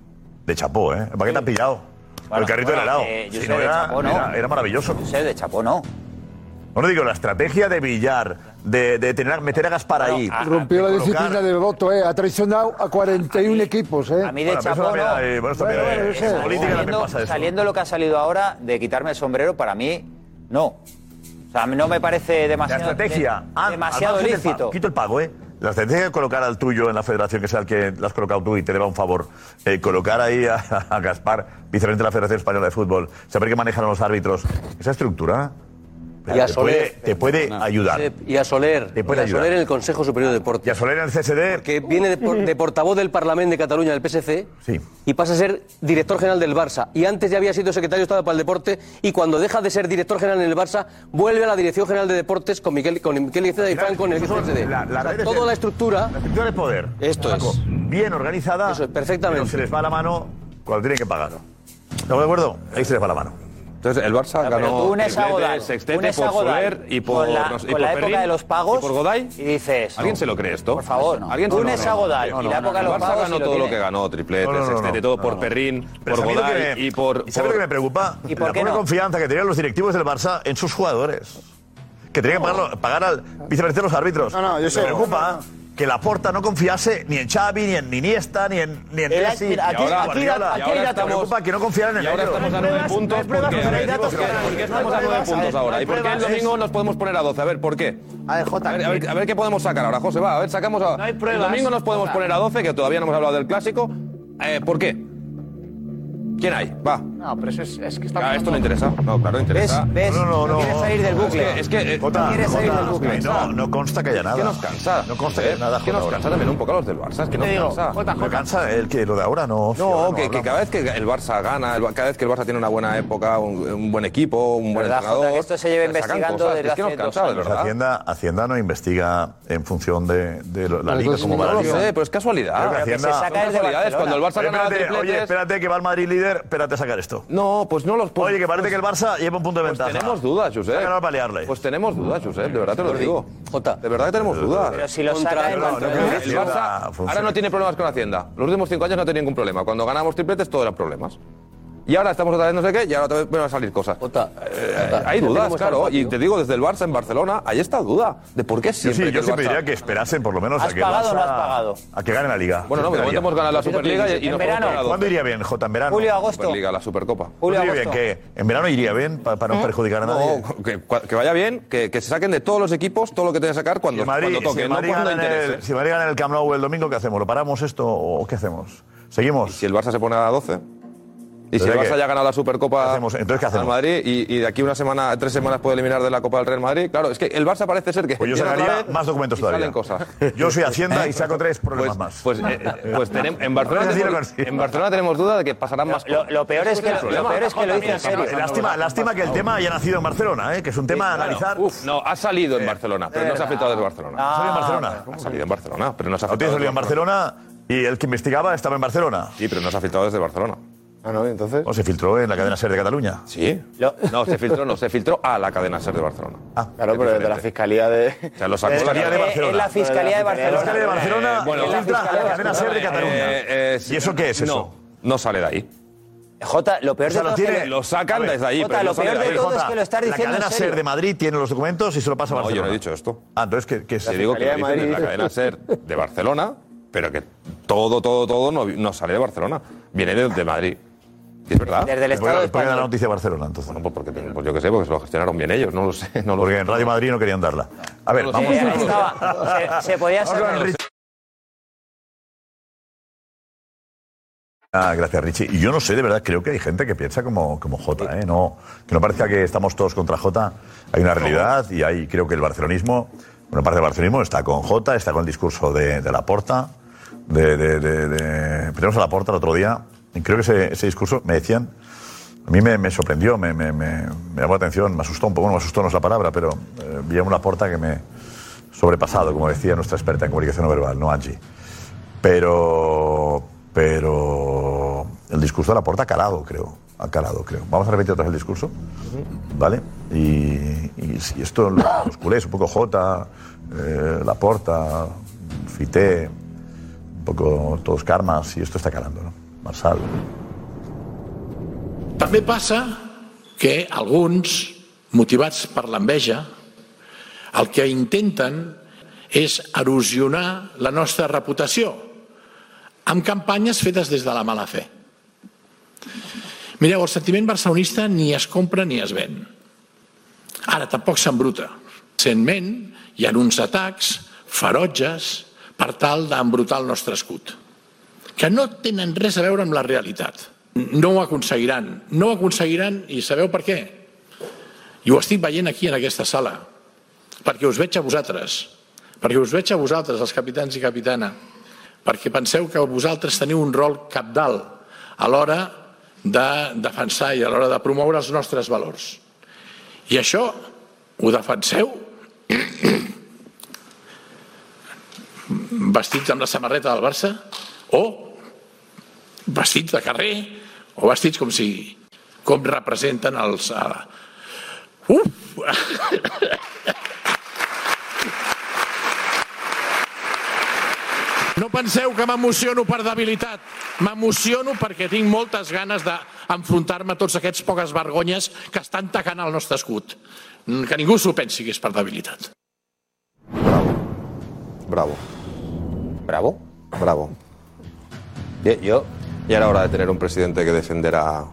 de chapó, ¿eh? ¿Para qué te han pillado? Por el carrito
bueno,
del helado.
eh, yo
Si
sé
no
de
era,
chapó, no.
era- era maravilloso. Yo
sé de chapó, no.
No le digo, la estrategia de Villar, de, de tener, meter a Gaspar ahí.
Rompió la
de colocar-
disciplina del voto, eh. Ha traicionado a 41 equipos, eh.
A mí de Chapo no.
Bueno, bueno, yo sé.
Saliendo- Saliendo lo que ha salido ahora de quitarme el sombrero, para mí, no. O sea, no me parece demasiado,
La estrategia,
de-
ah, al
demasiado
margen del
lícito.
pago, Quito el pago, ¿eh? La estrategia de colocar al tuyo en la federación, que sea el que la has colocado tú y te deba un favor, eh, colocar ahí a, a Gaspar, vicepresidente de la Federación Española de Fútbol, saber que manejan los árbitros, esa estructura
Y a
te puede,
Soler.
te puede ayudar.
Y a Soler.
Te
y
puede
a
ayudar. Ah,
Soler en el Consejo Superior de Deportes. Y a
Soler en el CSD.
Que viene de, por- de portavoz del Parlamento de Cataluña, del PSC. Y pasa a ser director general del Barça. Y antes ya había sido secretario de Estado para el Deporte. Y cuando deja de ser director general en el Barça, vuelve a la Dirección General de Deportes con Miquel, con Miquel Iceda y Franco en el CSD. O sea, toda la estructura. La
estructura de poder.
Esto es.
Bien organizada.
Eso es, perfectamente.
Se les va la mano cuando tienen que pagar. ¿Estamos de acuerdo? Ahí se les va la mano.
Entonces el Barça
pero
ganó
tú unes a
triplete,
Godal,
sextete
unes a
por
Godal
Soler y por
con la,
no sé, y
con
por
la época
Ferrín
de los pagos
y por Godai.
y dices
¿Alguien se lo cree esto?
Por favor,
¿Alguien se lo
unes
cree?
a Godal
No,
y
no,
la
no,
época
el
de los
Barça
pagos
ganó
y lo
todo lo
tiene.
que ganó, triplete,
No, no, no,
sextete,
no,
todo
no,
por
no.
Perrín,
Pero
por
¿sabes lo que
Godal
me-
y por...
¿Sabes lo
por-
que me preocupa?
¿Y por
la
qué
poca
no?
confianza que tenían los directivos del Barça en sus jugadores. Que tenían que pagarlo- pagar, al vicepresidente de los árbitros.
No, no, yo sé.
Me preocupa que la porta no confiase ni en Xavi, ni en Iniesta, ni en, ni en
El-
Messi.
mira, aquí-
Y ahora
aquí-
Guardiola.
aquí-
Y ahora
aquí-
Me preocupa que no confiaran en
Y ahora
ellos.
estamos a nueve puntos porque, a ver, porque estamos a nueve puntos ahora. ¿Y por qué el domingo nos podemos poner a 12? A ver, ¿por qué?
A ver, Jota.
A ver, a ver, a ver qué podemos sacar ahora, José. Va, a ver, sacamos a...
No hay
El
pruebas.
domingo nos podemos
Jota.
poner a 12, que todavía no hemos hablado del clásico. Eh, ¿Por qué? ¿Quién hay? Va.
No, pero eso es, es que está
Ah, esto no interesa. No, claro, interesa.
¿Ves? No, no, no.
Quieres salir del bucle. Es que... eh,
Jota,
quieres salir
Jota, eh,
del bucle.
No, no consta que haya nada.
Es que nos cansa.
No consta que haya
Eh,
nada.
es que
Jota,
nos
ahora.
cansa también un poco a los del Barça. Es
Te
que nos
digo,
cansa.
Jota, Me Jota. cansa el que lo de ahora no. si ahora
No, que, que
hablamos.
cada vez que el Barça gana, el Ba- cada vez que el Barça tiene una buena época, un, un buen equipo, un buen
¿Verdad, Jota,
entrenador. pues
que esto se lleva
sacan
investigando
cosas,
desde
es que nos
hace
cansa,
dos
de
años?
verdad.
Hacienda, Hacienda no investiga en función de, de lo- la
Pero
liga
entonces
como
no
va la
lo
liga.
sé, pero es casualidad.
Creo que
Pero que
Hacienda-
se saca Son desde casualidades, Barcelona. cuando el Barça
Pero
ganaba
espérate,
tripletes-
Oye, espérate que va el Madrid líder, espérate a sacar esto.
No, pues no los
Oye, que parece que el Barça lleva un punto de ventaja.
Tenemos dudas, Josep.
Sácalo a paliarle.
Pues tenemos dudas, Josep, de verdad te lo digo. Jota. De verdad que tenemos dudas.
Pero si lo
Contra-
saca el
No, no,
Barcelona.
creo que
Eso
el
no
Barça
funciona.
ahora no tiene problemas con Hacienda. Los últimos cinco años no tenía ningún problema. Cuando ganábamos tripletes, todo eran problemas. Y ahora estamos otra vez no sé qué, y ahora otra vez van a salir cosas. Eh, hay
ya
dudas,
tenemos
claro.
algo,
Y te digo, desde el Barça en Barcelona, hay esta duda de por qué
Yo
siempre.
sí,
que
yo
el
siempre
Barça-
diría que esperasen por lo menos
¿Has
a que
pagado o no
Barça-
has pagado?
A que gane la liga.
Ah, Bueno, no, de momento hemos ganado la Superliga y, y nos hemos ganado
¿Cuándo
dos.
iría bien, Jota? ¿En verano?
Julio, agosto. Superliga, la Supercopa.
¿Cuándo iría Pues bien? ¿Qué? ¿En verano iría bien pa- para, no perjudicar a nadie?
¿Eh? No, que, que vaya bien, que, que se saquen de todos los equipos todo lo que tenga que sacar cuando,
Si Madrid,
cuando toque.
si
no ¿eh?
Madrid
cuando
gana en el-
interese.
si Madrid gana en el Camp Nou el domingo, ¿qué hacemos? ¿Lo paramos esto o qué hacemos? ¿Seguimos?
si el Barça se pone a 12? Y si
Entonces,
el Barça
¿qué?
ya gana la Supercopa
Entonces, ¿qué hacemos?
al Madrid y, y de aquí una semana, tres semanas puede eliminar de la Copa del Real Madrid, claro, es que el Barça parece ser que.
Pues yo
empieza otra
sacaría
vez
más documentos
y
todavía.
Salen cosas.
Yo soy Hacienda y saco tres problemas más.
Pues, pues, eh, eh, pues tenemos, en, Barcelona
Ahora sí lo
tenemos,
consigo.
en Barcelona tenemos duda de que pasarán más
lo-
cosas.
lo peor es que-
Ese
lo
el problema.
peor es que lo dice en serio. Lástima- lástima que el tema haya nacido en Barcelona, ¿eh? que es un tema a
Claro.
analizar.
Uf, no, ha salido en Barcelona, pero no se ha afectado desde Barcelona.
¿Ha salido en Barcelona?
Ha salido en Barcelona, pero no se ha
No tiene
afectado.
salido en Barcelona y el que investigaba estaba en Barcelona.
Sí, pero no se ha filtrado desde Barcelona.
Ah, no, entonces. O se filtró en la cadena SER de Cataluña.
Sí. No, se filtró, no, se filtró a la cadena SER de Barcelona.
Ah,
claro, pero desde la Fiscalía de. O sea, lo sacó
Eh,
la
Fiscalía de
cadena- Eh,
Barcelona. Es la Fiscalía de Barcelona. La Fiscalía de Barcelona,
bueno,
es la filtra a la
Fiscalía
cadena SER de Cataluña.
Eh, eh, sí.
¿Y eso qué es eso?
No, no sale de ahí.
Jota, lo peor
O sea,
de
lo
todo
tiene-
es que
Lo sacan
A ver,
desde ahí,
Jota,
pero
lo
no sale
peor
de
de
ahí.
todo es que lo está
La
diciendo en
cadena SER
serio.
de Madrid tiene los documentos y se lo pasa a
No,
Barcelona.
yo no he dicho esto.
Ah, entonces, ¿qué, qué es?
Te digo que lo dicen desde la cadena SER de Barcelona, pero que todo, todo, todo no, no sale de Barcelona. Viene de, de Madrid.
Es verdad.
Desde el Estado
¿Por qué da la
español.
noticia de Barcelona entonces? Bueno,
pues porque pues yo qué sé, porque se lo gestionaron bien ellos, no lo sé. No lo
porque en Radio Madrid no querían darla. A ver,
Eh,
vamos.
estaba- se, se podía
Vamos con
saber.
Richie. Ah, gracias, Richie. Y yo no sé, de verdad, creo que hay gente que piensa como, como Jota, ¿eh? No, que no parezca que estamos todos contra Jota. Hay una realidad y hay, creo que el barcelonismo, una parte del barcelonismo está con Jota, está con el discurso de, de Laporta. De, de, de, de- Perdimos a Laporta el otro día y creo que ese, ese discurso, me decían, a mí me, me sorprendió, me, me, me- me llamó la atención, me asustó un poco, bueno, me asustó no es la palabra, pero eh, vi a una Laporta que me sobrepasado, como decía nuestra experta en comunicación no verbal, no Angie. Pero, pero el discurso de la puerta ha calado, creo. Ha calado, creo. Vamos a repetir otra vez el discurso, ¿vale? Y, y, si esto los, los culés, un poco Jota, eh, la porta, Fité, un poco todos Karmas, y esto está calando, ¿no? Marsal.
També passa que alguns, motivats per l'enveja, el que intenten és erosionar la nostra reputació amb campanyes fetes des de la mala fe. Mireu, el sentiment barcelonista ni es compra ni es ven. Ara tampoc s'embruta. Recentment hi ha uns atacs ferotges per tal d'embrutar el nostre escut, que no tenen res a veure amb la realitat. No ho aconseguiran. No ho aconseguiran i sabeu per què? I ho estic veient aquí en aquesta sala. Perquè us veig a vosaltres. Perquè us veig a vosaltres, els capitans i capitana. Perquè penseu que vosaltres teniu un rol capdalt a l'hora de defensar i a l'hora de promoure els nostres valors. I això ho defenseu vestits amb la samarreta del Barça o vestits de carrer o vestits com si com representen els... eh, a- Uf! No penseu que m'emociono per debilitat. M'emociono perquè tinc moltes ganes d'enfrontar-me a tots aquests poques vergonyes que estan tacant el nostre escut. Mm, Que ningú s'ho pensi que és per debilitat.
Bravo. Bravo. Bravo. Yo, yo ya era hora de tener un presidente que defenderá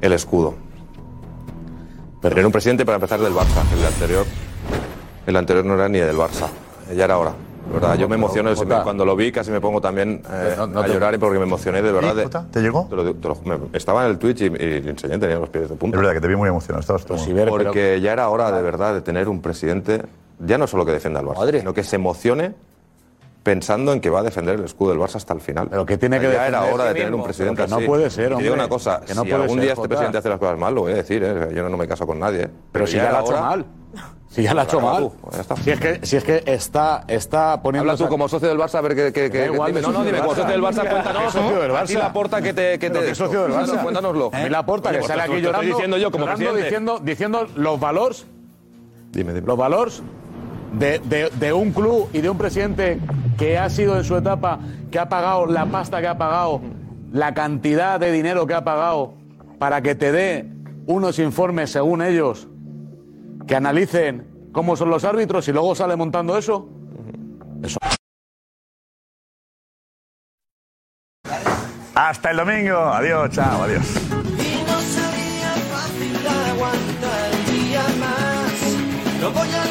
el escudo. Tener un presidente para empezar del Barça. El anterior, el anterior no era ni del Barça. Ya era hora. de verdad, yo me emociono si me-
Jota.
cuando lo vi, casi me pongo también eh,
No, no
a
te-
llorar porque me emocioné de verdad. de-
¿Te llegó?
te lo digo- te lo ju- me- estaba en el Twitch y, y le enseñé, tenía los pies de punta. Pues
Es verdad que te vi muy emocionado. Estabas tú.
Porque ya era hora de verdad de tener un presidente, ya no solo que defienda al Barça, sino que se emocione pensando en que va a defender el escudo del Barça hasta el final. Pero
que tiene que
ya era
defender
hora
sí
de tener
mismo.
un presidente
Pero que no
así.
puede ser,
Y te digo
hombre,
una cosa,
que no
si
puede
algún
ser,
día este
Jota.
presidente hace las cosas mal, lo voy a decir, ¿eh? yo no me caso con nadie.
Pero si ya
era
la ha hecho
hora-
mal. Si ya la ha hecho
Habla
mal.
tú, ya está.
Si es que, si es que está, está poniendo.
Habla tú como socio del Barça a ver qué. qué, qué-
Da igual
dime-
de
no, no,
socio
dime,
del
como
Barça.
socio del Barça,
Mira,
cuéntanos.
que socio del
A ti
Barça.
la porta que te. Que
Pero
te
que socio del
cuéntanos,
Barça.
Cuéntanoslo.
Y la porta que sale aquí
Lo
llorando.
estoy diciendo yo como
llorando,
presidente.
diciendo, diciendo los valores.
Dime, dime.
Los valores de, de- de un club y de un presidente que ha sido en su etapa, que ha pagado la pasta que ha pagado, la cantidad de dinero que ha pagado para que te dé unos informes según ellos que analicen cómo son los árbitros y luego sale montando eso. Eso.
Hasta el domingo. Adiós, chao, adiós.
Y no sería fácil aguantar un día más. No voy a